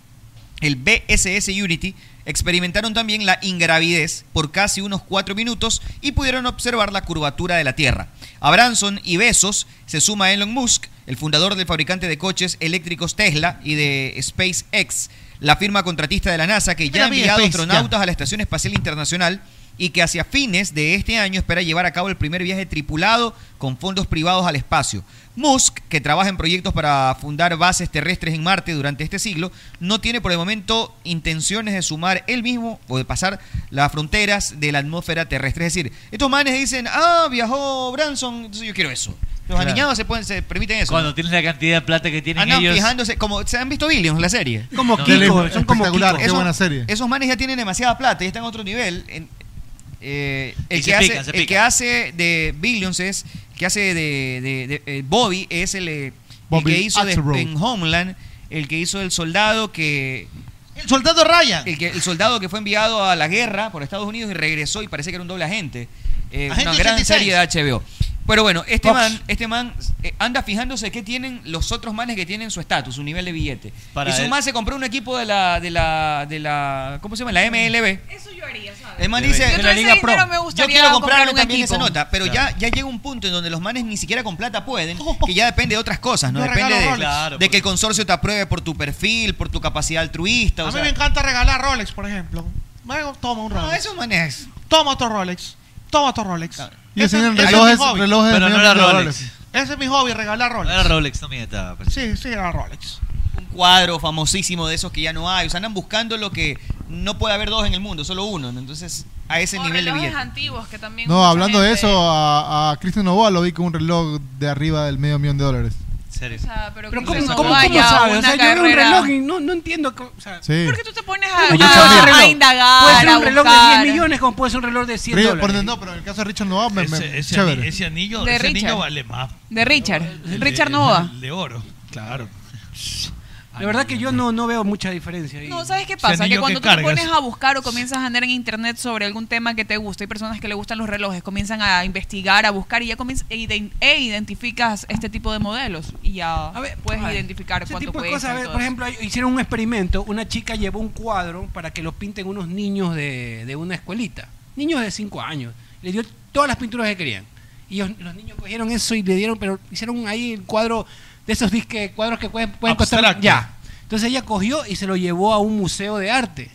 el BSS Unity, experimentaron también la ingravidez por casi unos cuatro minutos y pudieron observar la curvatura de la Tierra. A Branson y Besos se suma Elon Musk, el fundador del fabricante de coches eléctricos Tesla y de SpaceX, la firma contratista de la NASA que ya ha
Espérame,
enviado
Space, ya.
astronautas a la Estación Espacial Internacional y que hacia fines de este año espera llevar a cabo el primer viaje tripulado con fondos privados al espacio. Musk, que trabaja en proyectos para fundar bases terrestres en Marte durante este siglo, no tiene por el momento intenciones de sumar él mismo o de pasar las fronteras de la atmósfera terrestre. Es decir, estos manes dicen, ah, viajó Branson, entonces yo quiero eso. Los
Claro.
aniñados se, pueden, se permiten eso.
Cuando
¿no?
tienes la cantidad de plata que
Ah,
tienen
Andan
ellos.
fijándose, como se han visto Billions, la serie.
Como No, Kiko, dele- son como espectacular, Kiko. qué
Esos-
buena serie.
Esos manes ya tienen demasiada plata, ya están en otro nivel. En- eh,
Y
el,
se
que hace,
pican, se
el que
pican.
hace de Billions es, el que hace de, de- de- eh, Bobby es el, eh, el
Bobby
que hizo de,
Axelrod.
en Homeland, el que hizo el soldado que...
El soldado Ryan.
El, que, el soldado que fue enviado a la guerra por Estados Unidos y regresó y parece que era un doble agente. Eh,
Agente
una gran
86.
serie de HBO. Pero bueno, este
Fox.
man, este man eh, anda fijándose qué tienen los otros manes que tienen su estatus, su nivel de billete.
Para
y su
él.
man se compró un equipo de la, de la, de la, ¿cómo se llama? La MLB.
Eso yo haría, ¿sabes?
El man
De
dice,
veinte. Yo todo ese dinero me
yo
gustaría
quiero
comprar
comprarle
un
también esa
equipo".
nota, pero
Claro.
ya, ya llega un punto en donde los manes ni siquiera con plata pueden, que ya depende de otras cosas, ¿no?
Yo
depende
regalo
de,
Rolex. Claro,
de que el consorcio te apruebe por tu perfil, por tu capacidad altruista. o
A mí
sea,
me encanta regalar Rolex, por ejemplo. Bueno, Toma un Rolex.
No, eso manejas.
Toma otro Rolex. Toma otro Rolex.
Y enseñan
ese es
relojes,
mi hobby.
relojes
Pero
de
no
medio
era
millón de
Rolex.
dólares.
Ese es mi hobby, regalar Rolex.
Era Rolex también estaba. pero-
Sí, sí, era Rolex.
un cuadro famosísimo de esos que ya no hay. O sea, andan buscando lo que no puede haber dos en el mundo, solo uno. ¿no? Entonces, a ese
O
nivel de
relojes
billete.
antiguos que también
No,
mucha
hablando de
gente-
eso, a, a Cristian Novoa lo vi con un reloj de arriba del medio millón de dólares.
Serio.
O sea, pero,
Pero
que
¿cómo,
se
cómo, cómo
vaya
sabes? O
una
sea, yo veo un
carrera.
reloj y no, no entiendo. cómo- O sea,
Sí.
¿Por
qué tú te pones
Ah,
a- a-
reloj?
a
indagar,
Puede ser
a
un reloj de
buscar?
10 millones como puede ser un reloj de 100
Río, por
dólares.
no, pero en el caso de Richard Novoa, me, me-
Ese, ese
chévere.
ani- ese anillo,
De
ese
Richard.
anillo vale más.
De Richard.
El de-
Richard Nova.
el De oro, claro.
La verdad que yo no, no veo mucha diferencia. ahí.
No, ¿sabes qué
O sea,
pasa?
ni
Que
yo
cuando
que
tú
cargas.
te pones a buscar o comienzas a andar en internet sobre algún tema que te gusta, hay personas que le gustan los relojes, comienzan a investigar, a buscar y ya comienzas e, iden- e identificas este tipo de modelos y ya puedes
ay,
identificar
Ese
cuánto
tipo de
cuesta.
cosas, a
y
ver,
todo
por
eso.
ejemplo, hay- hicieron un experimento, una chica llevó un cuadro para que lo pinten unos niños de, de una escuelita, niños de 5 años, le dio todas las pinturas que querían. Y ellos- los niños cogieron eso y le dieron, pero hicieron ahí el cuadro de esos disque, cuadros que pueden, pueden costar
Abstracto.
ya. Entonces ella cogió y se lo llevó a un museo de arte.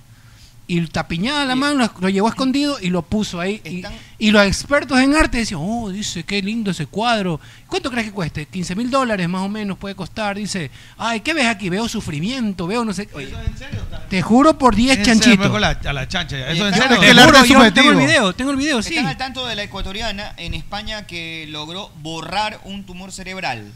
Y tapiñada la mano, lo, lo llevó escondido y lo puso ahí. Y, y los expertos en arte decían, oh, dice, qué lindo ese cuadro. ¿Cuánto crees que cueste? 15 mil dólares más o menos puede costar. Dice, ay, ¿qué ves aquí? Veo sufrimiento, veo no sé qué". Oye, Te juro por 10
Ese me
chanchitos.
con la- a la chancha. ya. Eso
Te
en serio.
juro, yo tengo el video, tengo el video, sí.
Están al tanto de la ecuatoriana en España que logró borrar un tumor cerebral.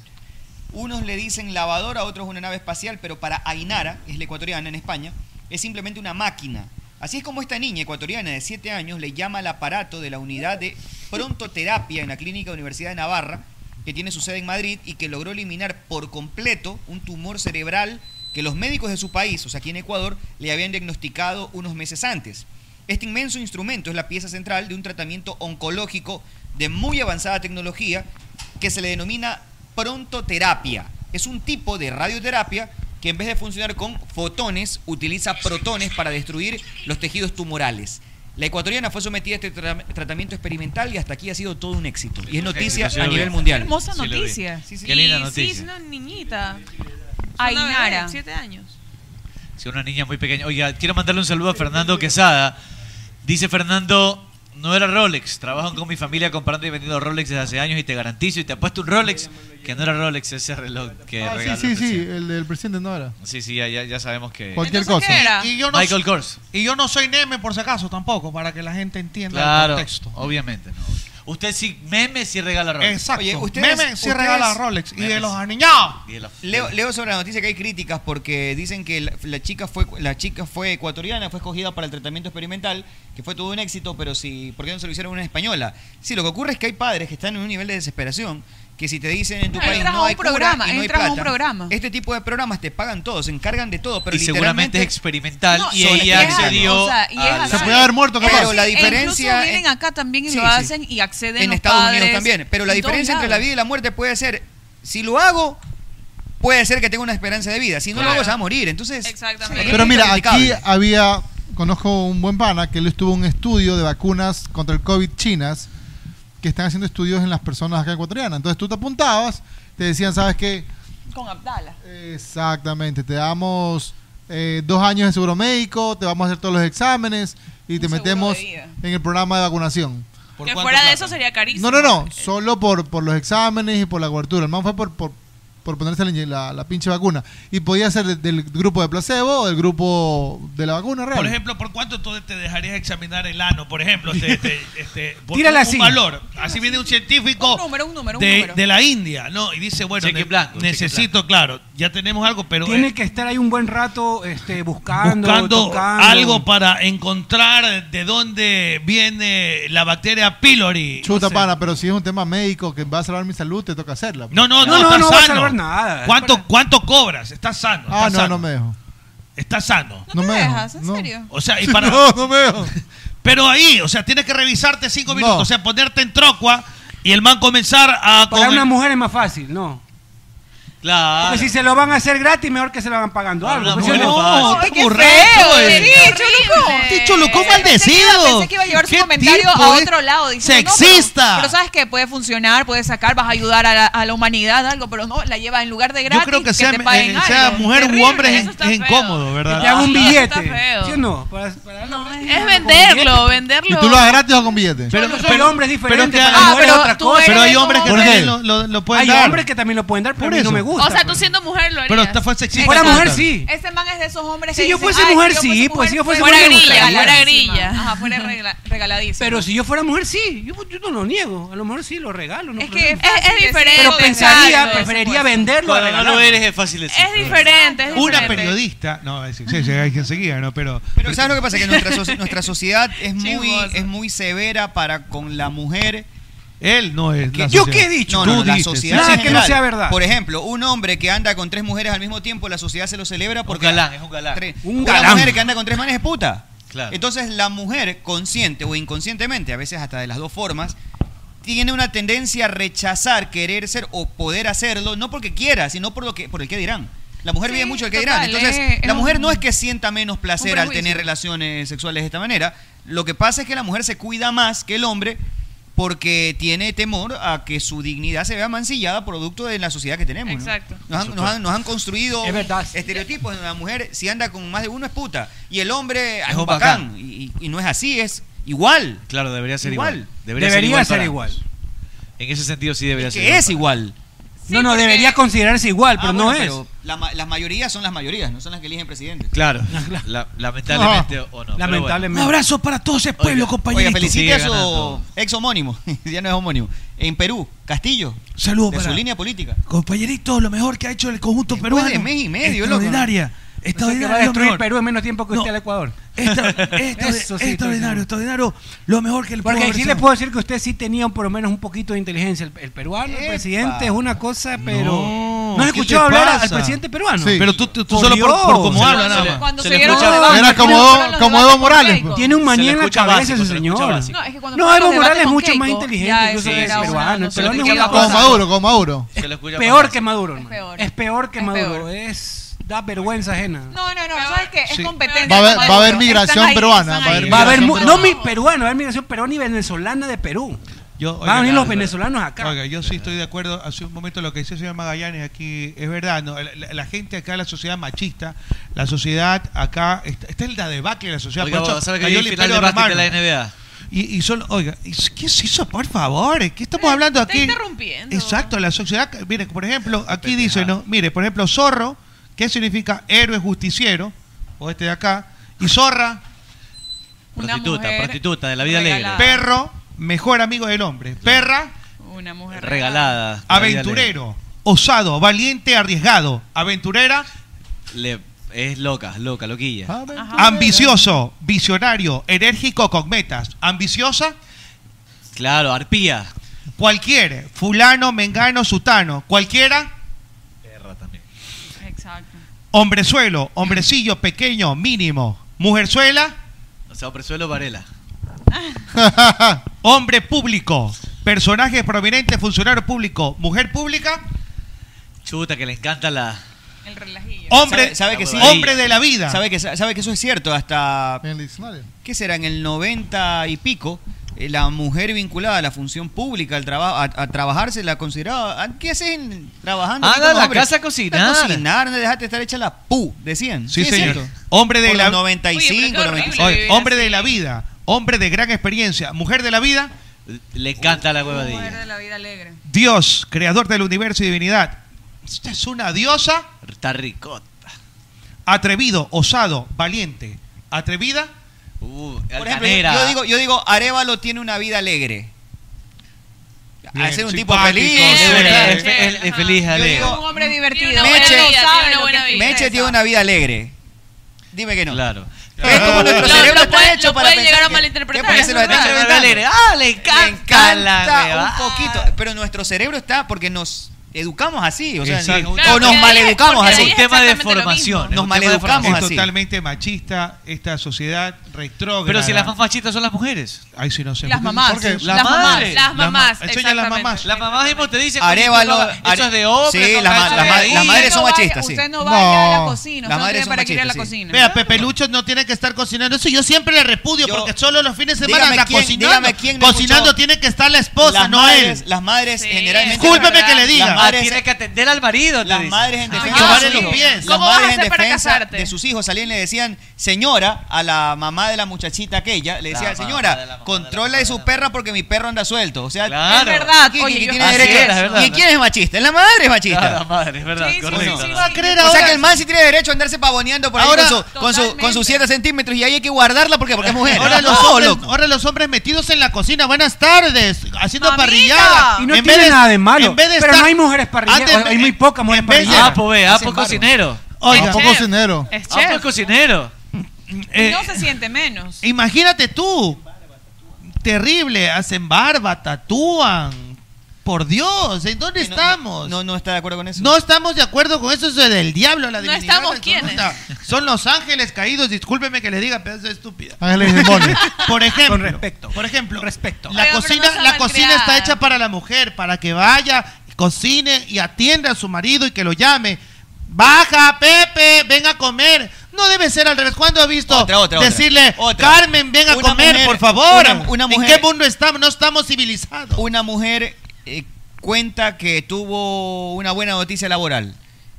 Unos le dicen lavadora, otros una nave espacial, pero para Ainara, es la ecuatoriana en España, es simplemente una máquina Así es como esta niña ecuatoriana de 7 años le llama al aparato de la unidad de prontoterapia en la Clínica Universidad de Navarra, que tiene su sede en Madrid y que logró eliminar por completo un tumor cerebral que los médicos de su país, o sea, aquí en Ecuador, le habían diagnosticado unos meses antes. Este inmenso instrumento es la pieza central de un tratamiento oncológico de muy avanzada tecnología que se le denomina prontoterapia. Es un tipo de radioterapia que en vez de funcionar con fotones, utiliza protones para destruir los tejidos tumorales. La ecuatoriana fue sometida a este tra- tratamiento experimental y hasta aquí ha sido todo un éxito. Y es noticia
Sí, sí lo
a
vi.
nivel mundial.
Hermosa
Sí, lo vi.
noticia.
Sí, sí. Qué linda noticia.
Sí, es una niñita.
una bebé,
Ainara. Siete años.
Sí, una niña muy pequeña. Oiga, quiero mandarle un saludo a Fernando Quesada. Dice Fernando, no era Rolex. Trabajan con mi familia comprando y vendiendo Rolex desde hace años y te garantizo y te apuesto un Rolex que no era Rolex ese reloj eh, que
Ah, sí,
regaló.
sí, sí, el del presidente no era.
Sí, sí, ya, ya- ya sabemos que...
Cualquier Entonces, cosa. ¿qué era?
Y yo no
Michael
soy-
Kors.
Y yo no soy Neme por si acaso tampoco, para que la gente entienda
Claro,
el contexto.
obviamente. No. Usted sí meme, sí regala Rolex.
Exacto.
Oye, ustedes-
Neme sí
ustedes-
regala Rolex. Y de
Memes.
los aniñados.
Y el-
Leo, leo sobre la noticia que hay críticas porque dicen que la, la chica fue la chica fue ecuatoriana, fue escogida para el tratamiento experimental, que fue todo un éxito, pero si ¿por qué no se lo hicieron a una española? Sí, lo que ocurre es que hay padres que están en un nivel de desesperación que si te dicen en tu
Entras
país
a
no
un
hay cura
programa,
y no hay
entras a un
plata,
programa.
Este tipo de programas te pagan todo, se encargan de todo, pero
y seguramente
literalmente-
es experimental
No,
y
son
ella
escándalos.
accedió
O sea, y es
a-
así. Se podía haber muerto, capaz. Pero la
E
diferencia es-
Incluso vienen acá también y
Sí,
lo
sí.
hacen y acceden
en
los
Estados Unidos
padres,
también. Pero la
en todos
diferencia entre la
lados.
vida y la muerte puede ser, si lo hago, puede ser que tenga una esperanza de vida. Si no lo hago, se va a morir. Entonces, Exactamente.
Pero mira, aquí había, conozco un buen pana que él estuvo en un estudio de vacunas contra el COVID chinas que están haciendo estudios en las personas acá ecuatorianas. Entonces tú te apuntabas, te decían, ¿sabes qué?
Con Abdala.
Exactamente, te damos eh, dos años de seguro médico, te vamos a hacer todos los exámenes y te metemos en el programa de vacunación.
Que fuera de eso sería carísimo.
No, no, no, solo por, por los exámenes y por la cobertura. El man fue por, por, por ponerse la, inye- la- la pinche vacuna. Y podía ser de- del grupo de placebo o del grupo de la vacuna real.
Por ejemplo, ¿por cuánto tú te dejarías examinar el ano? Por ejemplo, este, este, este, por
Tírala
un
así.
valor. Así viene un científico
número, un número, un
de,
número.
de la India, ¿no? Y dice, bueno,
Cheque
ne-
blanco, cheque
necesito, claro, ya tenemos algo, pero
Tiene
eh,
que estar ahí un buen rato este, buscando,
buscando
tocando.
algo para encontrar de dónde viene la bacteria pylori.
Chuta,
No sé.
pana, pero si es un tema médico que va a salvar mi salud, te toca hacerla.
No, no, no, está sano. ¿Cuánto, ¿Cuánto cobras? Estás sano.
Ah,
estás
no,
sano.
no me dejo.
Estás sano.
No, me dejo.
¿En serio?
O sea, y para.
No, no me dejo.
Pero ahí, o sea, tienes que revisarte cinco minutos, o sea, ponerte en trocua y el man comenzar a.
Para una mujer es más fácil, no.
Claro.
Porque Pues si se lo van a hacer gratis, mejor que se lo hagan pagando algo. pues, ¿sí o
no,
no,
qué correcto, eh.
Este Cholucó
maldecido.
Pensé que iba a llevar su
¿Qué
comentario
tipo
a
es?
otro lado. diciendo, no,
Sexista.
pero, pero sabes que puede funcionar, puede sacar, vas a ayudar a la, a la humanidad, algo, pero no, la lleva en lugar de gratis.
Yo creo que sea,
te paguen
eh, sea
algo.
mujer u
Terrible,
hombre es,
eso está
es
feo.
incómodo, ¿verdad?
Te hago un
Eso está
billete.
feo.
¿Sí o no?
Es venderlo, venderlo.
¿Y tú lo hagas Ah, gratis o con billetes?
Pero,
Solo
pero
soy-
el hombre es diferente,
pero que-
para
Ah,
la mujer es
pero
otra
tú
cosa.
eres Pero hay hombres que como- también
lo-
hay
dar.
hombres que también lo pueden dar, pero a mí no me gusta.
O sea, tú
pues.
siendo mujer lo harías.
Pero esta fue sexista.
Exacto.
Fuera mujer, sí.
Este man es de esos hombres
Si
que
yo
dicen,
fuese
"Ay,
mujer, sí, pues, si yo fuese mujer, me
Fuera grilla,
gustaría.
fuera grilla. Ajá, fuera regla- regaladísima.
Pero si yo fuera mujer, sí. Yo, yo no lo niego. A lo mejor sí lo regalo. No
Es
problema.
que es- es diferente,
Pero pensaría,
exacto,
ah, preferiría venderlo. a
Cuando no
regalarlo.
lo eres es fácil decir.
Es diferente, es
Una
diferente.
periodista. No, sí, sí, sí, hay quien seguía, ¿no? Pero.
Pero ¿sabes lo que pasa? Que nuestra, soci- nuestra sociedad es muy, es muy severa para con la mujer.
Él no es. la
¿Yo
sociedad.
qué he dicho?
Tú
No, no, la
dices,
sociedad
sí,
en
sí,
general.
sí.
Por ejemplo, un hombre que anda con tres mujeres al mismo tiempo, la sociedad se lo celebra porque...
galán, es un galán.
Tre-
Un
una
galán.
mujer que anda con tres manes es puta.
Claro.
Entonces la mujer, consciente o inconscientemente, a veces hasta de las dos formas, tiene una tendencia a rechazar querer ser o poder hacerlo, no porque quiera, sino por lo que por el que dirán. La mujer
Sí,
vive mucho el que dirán.
total,
Entonces,
eh, es
la mujer
un-
no es que sienta menos placer
un
al
prejuicio.
tener relaciones sexuales de esta manera. Lo que pasa es que la mujer se cuida más que el hombre porque tiene temor a que su dignidad se vea mancillada producto de la sociedad que tenemos. ¿no?
Exacto.
Nos han,
Por
nos han-
supuesto.
nos han construido
Es verdad.
estereotipos. La mujer, si anda con más de uno, es puta. Y el hombre es
Ah, un
un
bacán.
bacán. Y, y- y no es así, es igual.
Claro, debería ser igual.
Igual.
Debería ser
para
igual.
ambos. En ese sentido sí debería
Es
ser
que es igual.
no, no, debería considerarse igual, pero
Ah,
no
bueno,
es.
pues,
pero la ma- las mayorías son las mayorías, no son las que eligen presidente.
Claro, la- lamentablemente
Ajá.
o no.
Lamentablemente.
Pero bueno.
Un abrazo
para todos ese
Oiga, Oiga, felicite
Sigue
a su
ganando.
ex homónimo. ya no es homónimo. En Perú, Castillo.
Saludos
De
para-
su línea política.
Compañerito, lo mejor que ha hecho el conjunto
Después
peruano.
de mes y medio, loco.
Extraordinaria.
O sea, que va a
es lo
destruir
mejor.
Perú en menos tiempo que usted al Ecuador.
Extra- extra-
Eso sí,
extraordinario, extraordinario. Lo mejor que el
Porque aquí le puedo decir que usted sí tenía por lo menos un poquito de inteligencia. El, el peruano, el
Epa.
presidente es una cosa, pero.
No,
¿No,
¿qué
has
te
escuchado hablar
pasa?
al presidente peruano?
Sí. Pero tú- tú- tú solo por- por cómo
Se le-
habla,
se
nada
le-
más.
cuando
Se
se
le
dieron
escucha-
los debates,
Era como
se le
Evo-
fueron los
como
debates
Evo Morales,
con Keiko.
pues.
Tiene un
Se le
maní en la
escucha
cabeza
básico,
ese
se le escucha
señor.
básico.
No, es que cuando
No,
fueron
Evo
los debates
Morales es
con
mucho más
Keiko,
inteligente.
ya
incluso
ese
que
era
el
una-
peruano. El
no se le
peruano es
escucha
una
más
cosa-
básico. Con Maduro,
con Maduro.
Es
escucha más
peor
básico.
que Maduro. hermano.
peor.
Es peor que
Es
Maduro.
peor.
Es da vergüenza ajena.
No, no, no, ¿sabes qué? Es
Sí.
competencia.
Va a haber-
con
va a haber
Maduro.
migración
Están ahí,
peruana,
están
va a
ahí.
haber
Va a haber,
migración
mu-
peruana.
no mi peruana, va a haber migración peruana y venezolana de Perú.
Yo,
Van a venir los venezolanos acá.
Oiga, yo sí estoy de acuerdo. Hace un momento lo que decía el señor Magallanes aquí es verdad. ¿no? La, la- la gente acá, la sociedad machista, la sociedad acá, esta, esta es la debacle de la sociedad.
Oiga,
Por eso
vos, ¿sabe que
cayó
hoy hay
el
final
imperio
de básquet
romano.
de la NBA?
Y, y solo, oiga, ¿y ¿qué es eso? Por favor, ¿qué estamos hablando
está
aquí?
interrumpiendo.
Exacto, la sociedad. Mire, por ejemplo, aquí dice, ¿no? Mire, por ejemplo, zorro, ¿qué significa héroe justiciero? O este de acá. Y zorra.
Una
Prostituta,
mujer
prostituta, de la vida
regalada.
alegre.
Perro, mejor amigo del hombre. Perra,
Una mujer
Regalada. de la vida
aventurero. Osado, valiente, arriesgado. Aventurera,
alegre. Le- es loca, loca, loquilla.
Ah,
Ah.
ambicioso, visionario, enérgico con metas. Ambiciosa,
Claro, arpía.
cualquiera. Fulano, mengano, sutano. Cualquiera,
Exacto.
hombrezuelo, hombrecillo, pequeño, mínimo. Mujerzuela,
O sea, Presuelo Varela.
hombre público. Personaje prominente, funcionario público. Mujer pública,
Chuta, que le encanta la.
¿Sabe,
hombre,
sabe que sí?
hombre de la vida.
Sabe que, sabe que eso es cierto. Hasta.
En el diccionario.
¿Qué será? En el 90 y pico, eh, la mujer vinculada a la función pública, al trabajo, a, a trabajar, se la consideraba. "Ah, ¿Qué haces en- trabajando? aquí
Anda
como
a la
hombre?
casa a
Anda
cocinar.
cocinar, no dejaste estar hecha la pu, decían.
Sí,
es
señor.
cierto.
Hombre de
Por
la
los 95, 96.
Oye, hombre de la vida, hombre de gran experiencia, mujer de la vida,
Le encanta la huevadilla.
Mujer de la vida alegre.
Dios, creador del universo y divinidad. Esta es una diosa
Está ricota.
atrevido, osado, valiente, atrevida.
Uh,
Por ejemplo, yo, yo digo, yo digo, Arevalo tiene una vida alegre.
Bien,
Hacer un tipo
simpático,
feliz.
chévere,
chévere.
es fe- es- es feliz,
Yo
alegre.
digo,
Un hombre divertido.
una buena
él no
vida,
sabe
tiene
lo
una
que
buena
es
vida. Meche tiene una vida alegre. Dime que no.
Claro.
Es como nuestro
Lo-
cerebro
lo
está
puede-
hecho para
lo puede
pensar
llegar a
que-
malinterpretar,
que parece
es
los
verdad.
está
Una vida
inventando.
alegre. Ah, le encanta la
encanta
huevada.
un poquito, pero nuestro cerebro está porque nos educamos así, o sea,
Exacto.
o nos maleducamos así.
un tema de formación. es
Nos
un tema de
maleducamos
formación.
así.
Totalmente machista esta sociedad retrógrada.
Pero si las más machistas son las mujeres.
Ay, si no sé.
Las
¿Por qué?
mamás,
¿Por qué?
las Las mamás, madres. las
ma-
mamás,
Enseña las
exactamente.
mamás.
Las mamás mismo te dicen.
Arevalo,
Eso es de hombre.
Sí,
no
las ma-
calza
las ma-
ahí.
las madres son
vaya-
machistas, sí.
usted no vaya a la
No.
cocina.
Las
Usted no
madres
tiene
son
para que ir a la
machistas, sí.
cocina.
Vea, Pepe Lucho no tiene que estar cocinando eso. Yo siempre le repudio
Yo-
porque solo los fines de semana
Dígame
está
quién-
cocinando.
dígame quién no
cocinando
escuchó.
tiene que estar la esposa,
Las
no
madres,
él.
las madres generalmente
Discúlpeme que le diga.
Las
Ah,
madres,
tiene
que atender al marido,
Las madres en defensa
Tomarle
de sus
los
hijos.
pies.
Las
¿Cómo vas a
madres en
hacer para
defensa
casarte?
de sus hijos salían y le decían, "Señora", a la mamá de la muchachita aquella, le
La
decía,
mamá
"Señora,
de la
controla de su perra porque mi perro anda suelto." O sea,
Claro.
Es verdad,
¿quién-
oye,
quién
yo-
tiene
Así
derecho?
es, es verdad.
¿Y quién es machista? Es la madre es machista.
Ah, la madre, es verdad, correcto. ¿no?
o sea que el man sí tiene derecho a andarse pavoneando por ahí
Ahora-
con, su, con, su- con sus 7 centímetros y ahí hay que guardarla porque, porque es mujer.
Ahora los,
No,
hombres,
loco.
ahora los hombres metidos en la cocina, buenas tardes, haciendo
Mamita.
parrillada.
Y no tiene nada de malo, pero no hay mujeres parrilleras,
Antes-
hay muy pocas mujeres
vez de-
parrilleras.
Ah, pues ve, ah, pues
cocinero.
Oiga.
Tampoco
Chef.
cocinero.
Es
Ah, pues
chef.
cocinero.
Eh,
no se siente menos.
Imagínate tú. Terrible, hacen barba, tatúan. Por Dios, ¿en dónde estamos?
No, no está de acuerdo con eso.
No estamos de acuerdo con eso, eso es del diablo, la
No
divinidad
estamos,
del-
¿quiénes?
Son los ángeles caídos, discúlpeme que le diga, pero eso es estúpida.
Ángeles demonios.
Por ejemplo,
Con
respecto. Por ejemplo, respecto. La
Oiga, pero
cocina,
no son
la cocina
malcriadas.
está hecha para la mujer, para que vaya, cocine y atienda a su marido y que lo llame. Baja, Pepe, ven a comer. No debe ser al revés. ¿Cuándo ha visto
otra, otra.
decirle,
Otra.
Carmen, ven a
Una
comer,
mujer-
por favor?
una- una mujer-
¿En qué mundo estamos? No estamos civilizados.
Una mujer eh, cuenta que tuvo una buena noticia laboral,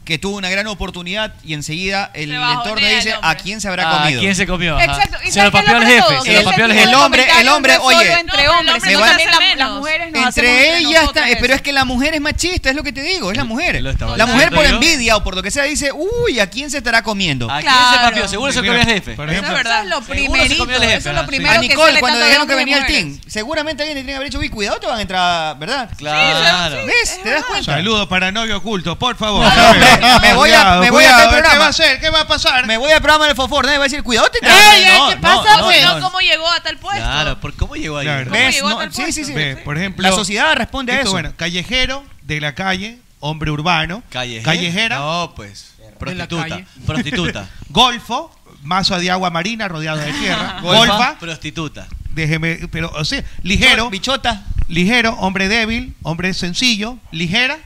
que tuvo una gran oportunidad y enseguida el
Se bajonea
entorno dice
el
a quién se habrá
Ah, ¿A
comido.
quién se comió? Ajá.
Exacto, y
Se lo
¿sabes qué es
papió el
lo peor de
jefe.
todo?
Se
Que
lo
ese
papió el
tipo de
jefe.
El hombre, el
comentarios
hombre,
no es solo
oye,
entre hombres,
me
sino
va-
también la- las mujeres nos hacemos
entre ellas,
nosotras
ta- eh,
eso.
pero es que la mujer es machista, es lo que te digo, es la mujer.
estaba
La mujer
diciendo
por
yo.
envidia o por lo que sea dice, uy, ¿a quién se estará comiendo?
¿A quién se papió? Seguro se
Pues Mira,
comió el jefe.
por
Eso es verdad. Eso es lo
Seguro se
primerito.
comió el jefe,
Eso es lo
ah, sí.
primero
a
que
Nicole,
sale
cuando
tanto de
dijeron que
hombres y
venía el
mujeres.
team, seguramente alguien le tenía que haber dicho, uy, cuidado, te van a entrar, ¿verdad?
Claro.
¿Ves? ¿Te das cuenta?
Saludos para novio oculto, por favor.
hombre, me voy a, me
Cuidado,
voy a hacer
cuidado, este
el
¿qué
programa.
va a hacer? ¿Qué va a pasar?
Me voy al programa del Fofor. Nadie va a decir, cuidado, te
Ay, ay,
No,
¿qué
no,
pasa?
no,
pues?
no,
No, ¿Cómo llegó a tal puesto?
Claro, ¿por cómo llegó ahí?
¿Cómo llegó a tal
Sí, sí, sí.
Ve, por ejemplo,
La sociedad responde a
esto,
eso.
Bueno, callejero de la calle, hombre urbano, callejera,
No, pues. Prostituta.
calle.
Prostituta.
golfo, mazo de agua marina rodeado de tierra,
Golfa,
golfa,
Prostituta.
déjeme, pero o sea, ligero,
bichota,
ligero, hombre débil, hombre sencillo, ligera,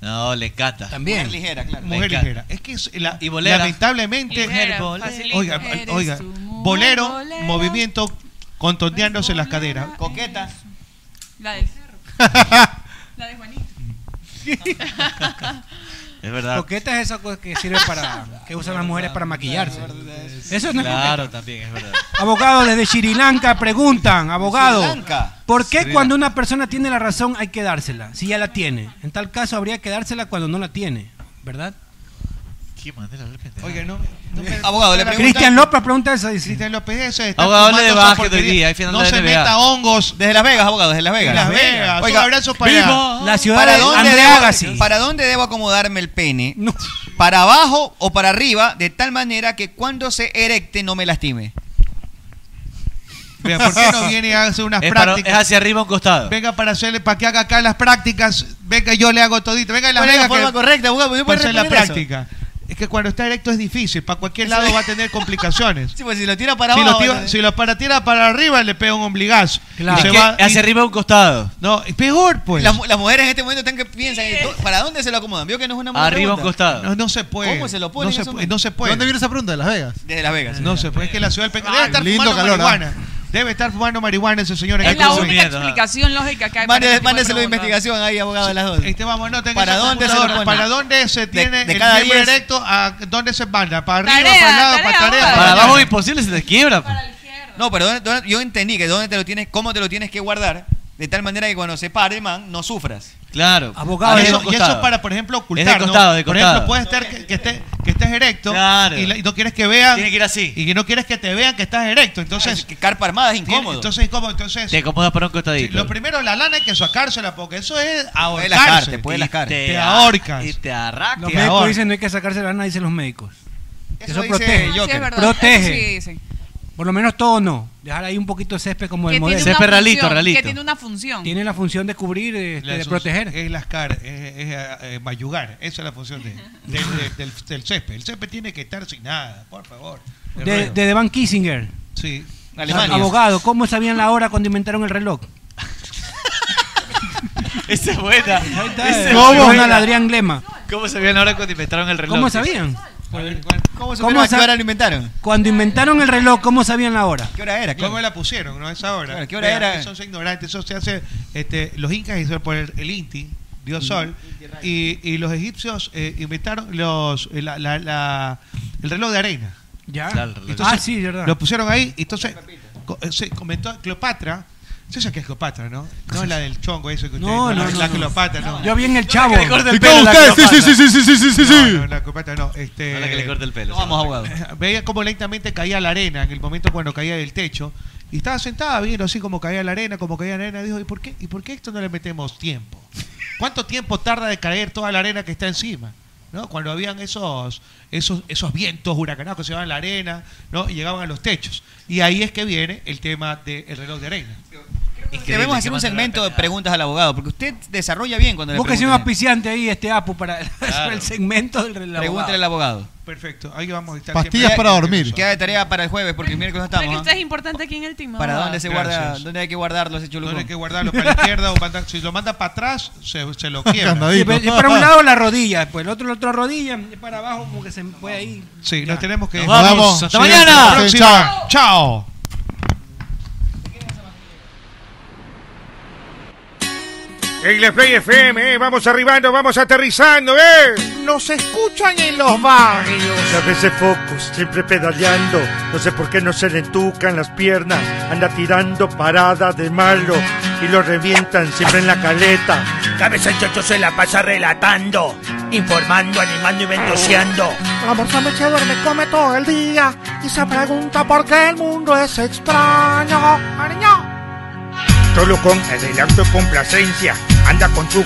No, le encanta.
También. Mujer
ligera, claro.
mujer
encanta.
ligera. Es que es la-
Y bolera.
lamentablemente,
Mujer bolera. Facilita.
oiga,
Eres
oiga,
tu
bolero, movimiento contorneándose las caderas.
Coqueta.
La del cerro. La de Juanito.
Es verdad.
Coqueta es esa cosa pues, que sirve para. que usan las mujeres para maquillarse. Eso no es
Claro, también es verdad.
Abogado, desde Sri Lanka preguntan, abogado,
Sri Lanka.
¿por qué
Sri
cuando una persona tiene la razón hay que dársela? Si ya la tiene. En tal caso habría que dársela cuando no la tiene, ¿verdad?
Qué manera de hablar, pendejo.
Oiga, no. no me-
Abogado,
no me-
Cristian López pregunta eso. Dice. Cristian
López, eso es.
Abogado, hable de
fumando esa
básquet hoy
porquería.
día, hay final
No
de
se
NBA.
meta hongos.
Desde Las Vegas, abogado, desde Las Vegas.
Las Vegas.
Oiga,
un abrazo para allá.
La ciudad
¿Para
de
dónde
Andrea
debo-
Agassi.
¿Para dónde debo acomodarme el pene? ¿Para abajo o para arriba? De tal manera que cuando se erecte no me lastime.
Vea, ¿Por qué no viene a hacer unas
Es, para-
prácticas?
es hacia arriba o un costado.
Venga para hacerle, para que haga acá las prácticas. Venga, yo le hago todito. Venga, Las
¿Cuál es la
Vegas.
forma
que-
correcta, abogado? ¿Me puede
para hacer la
responder eso?
práctica. Es que cuando está erecto es difícil. Para cualquier lado va a tener complicaciones.
Sí, pues si lo tira para
si
abajo.
lo tira, si lo para tira para arriba le pega un ombligazo.
Claro. Es que hacia arriba
un costado. No, es peor pues.
Las, mu- las mujeres en este momento están que piensan, ¿dó- ¿para dónde se lo acomodan? Vio que no es una mujer.
No, no se puede.
¿Cómo se lo ponen
No se,
eso,
puede,
man?
no se puede.
¿Dónde
viene esa pregunta? ¿De Las Vegas?
Desde Las Vegas.
No se puede. Es que la ciudad del Pequeño. Debe estar
Lindo
fumando
¿ah?
calor,
marihuana. Debe estar fumando marihuana ese señor. en
Es la
este
única
momento.
explicación lógica que hay. para
Mándese
este tipo de
mándeselo a
preguntas.
investigación ahí, abogado de las dos.
Este vamos, no tenga
¿Para
esa
dónde se lo
computadora.
ponen?
¿Para dónde se tiene
de
el
cada
miembro
diez.
erecto? ¿A dónde se manda? ¿Para arriba,
Tarea,
para el lado, para
tarea,
tarea?
abogado.
Para abajo es imposible, se te quiebra.
No, pero ¿dónde- dónde- yo entendí que dónde te lo tienes, cómo te lo tienes que guardar, de tal manera que cuando se pare, man, no sufras.
Claro. Ah,
Abogado, eso- y eso es para, por ejemplo, ocultar.
Es de costado,
¿no?
de
Por
costado.
ejemplo, puede estar que, que esté- que estés erecto
Claro.
y, la- y no quieres que vean.
Tiene que ir así.
Y que no quieres que te vean que estás erecto. Entonces.
que carpa armada es incómodo.
Entonces, incómodo. Entonces,
Te acomodas para un costadito.
lo primero, la lana hay que sacársela porque eso es ahorcarse.
lascar, te puede
Y
lascar.
Te,
Te a-
ahorcas.
y te arrastra.
Los
Te
médicos
ahorca.
dicen no hay que sacarse la lana, dicen los médicos. Eso,
dice
Ah,
protege.
Joker. Sí, es verdad.
protege.
Sí, dicen.
Por lo menos todo no. Dejar ahí un poquito de césped como
Que
el modelo.
tiene una función, Que tiene una función.
Tiene la función de cubrir, este,
La
de
sus-
proteger.
Es lascar, es, es, eh, eh, mayugar. Esa es la función de- del, del- del- del césped. El césped tiene que estar sin nada, por favor. Te
De,
ruego.
de Van Kissinger.
Sí. Alemania.
Abogado, ¿cómo sabían la hora cuando inventaron el reloj?
Esa es buena. Esa es
¿Cómo?
buena.
Una Adrián Glema.
¿Cómo sabían ahora cuando inventaron el reloj?
¿Cómo sabían?
¿Cómo
¿Cómo
supieron a qué
sab-
hora lo inventaron?
Cuando inventaron el reloj, ¿cómo sabían la hora?
¿Qué hora era? Claro.
¿Cómo la pusieron? ¿No? Esa hora.
Claro, ¿qué hora
Vean,
era?
Esos son ignorantes. Eso se hace. Este, los incas hicieron por el, el Inti,
Mm,
Dios Sol. Y, y los egipcios eh, inventaron los, eh, la- la- la- el reloj de arena.
Ya.
Claro, el reloj.
ah, sí, verdad.
Lo pusieron ahí. y Entonces, co- eh, se comentó Cleopatra. ¿Sí sabes que es Cleopatra, no? No es la del chongo, eso que ustedes.
No,
la-
no, no,
La
no.
Cleopatra, no.
Yo vi en el chavo.
¿Y cómo ustedes? Sí, sí, sí, sí, sí, sí, sí, sí, sí.
No, no, la Cleopatra no. Este,
No, la que le corta el pelo.
No, vamos, abogado.
Veía cómo lentamente caía la arena en el momento cuando caía del techo. Y estaba sentada viendo así como caía la arena, como caía la arena. Dijo, ¿y por qué, ¿y por qué esto no le metemos tiempo? ¿Cuánto tiempo tarda de caer toda la arena que está encima? ¿No? Cuando habían esos, esos, esos vientos huracanados que se llevaban la arena ¿no? y llegaban a los techos. Y ahí es que viene el tema del reloj de arena.
Debemos hacer un segmento de preguntas al abogado, porque usted desarrolla bien cuando le
Búsquese un
preguntan.
auspiciante ahí, este Apu, para el, para el segmento del reloj.
Pregúntele al abogado.
Perfecto, ahí vamos a estar
Pastillas
siempre-
para dormir.
Queda de tarea para el jueves, porque el miércoles no
Para que
estamos.
usted
¿ah?
es importante aquí en el team.
¿Para
abogado.
dónde se
Ah, Gracias.
guarda? ¿Dónde hay que guardarlo ese chulucón?
No hay que guardarlo para la izquierda o para- si lo manda para atrás, se, se lo quiebra.
Sí, pero- y para un lado la rodilla, después
pues,
el otro la otra rodilla, y para abajo como que se fue ahí.
Sí, nos tenemos que
Nos vamos.
Nos
Hasta mañana.
la próxima.
Chao.
Chao.
En la Play FM, eh, vamos arribando, vamos aterrizando, ¿eh? Nos escuchan en los barrios.
A veces focos, siempre pedaleando. No sé por qué no se le entucan las piernas. Anda tirando parada de malo y lo revientan siempre en la caleta.
Cabeza el chocho se la pasa relatando, informando, animando y ventoseando.
Almorzando se duerme, come todo el día y se pregunta por qué el mundo es extraño. Cariño.
Solo con adelanto y complacencia, anda con su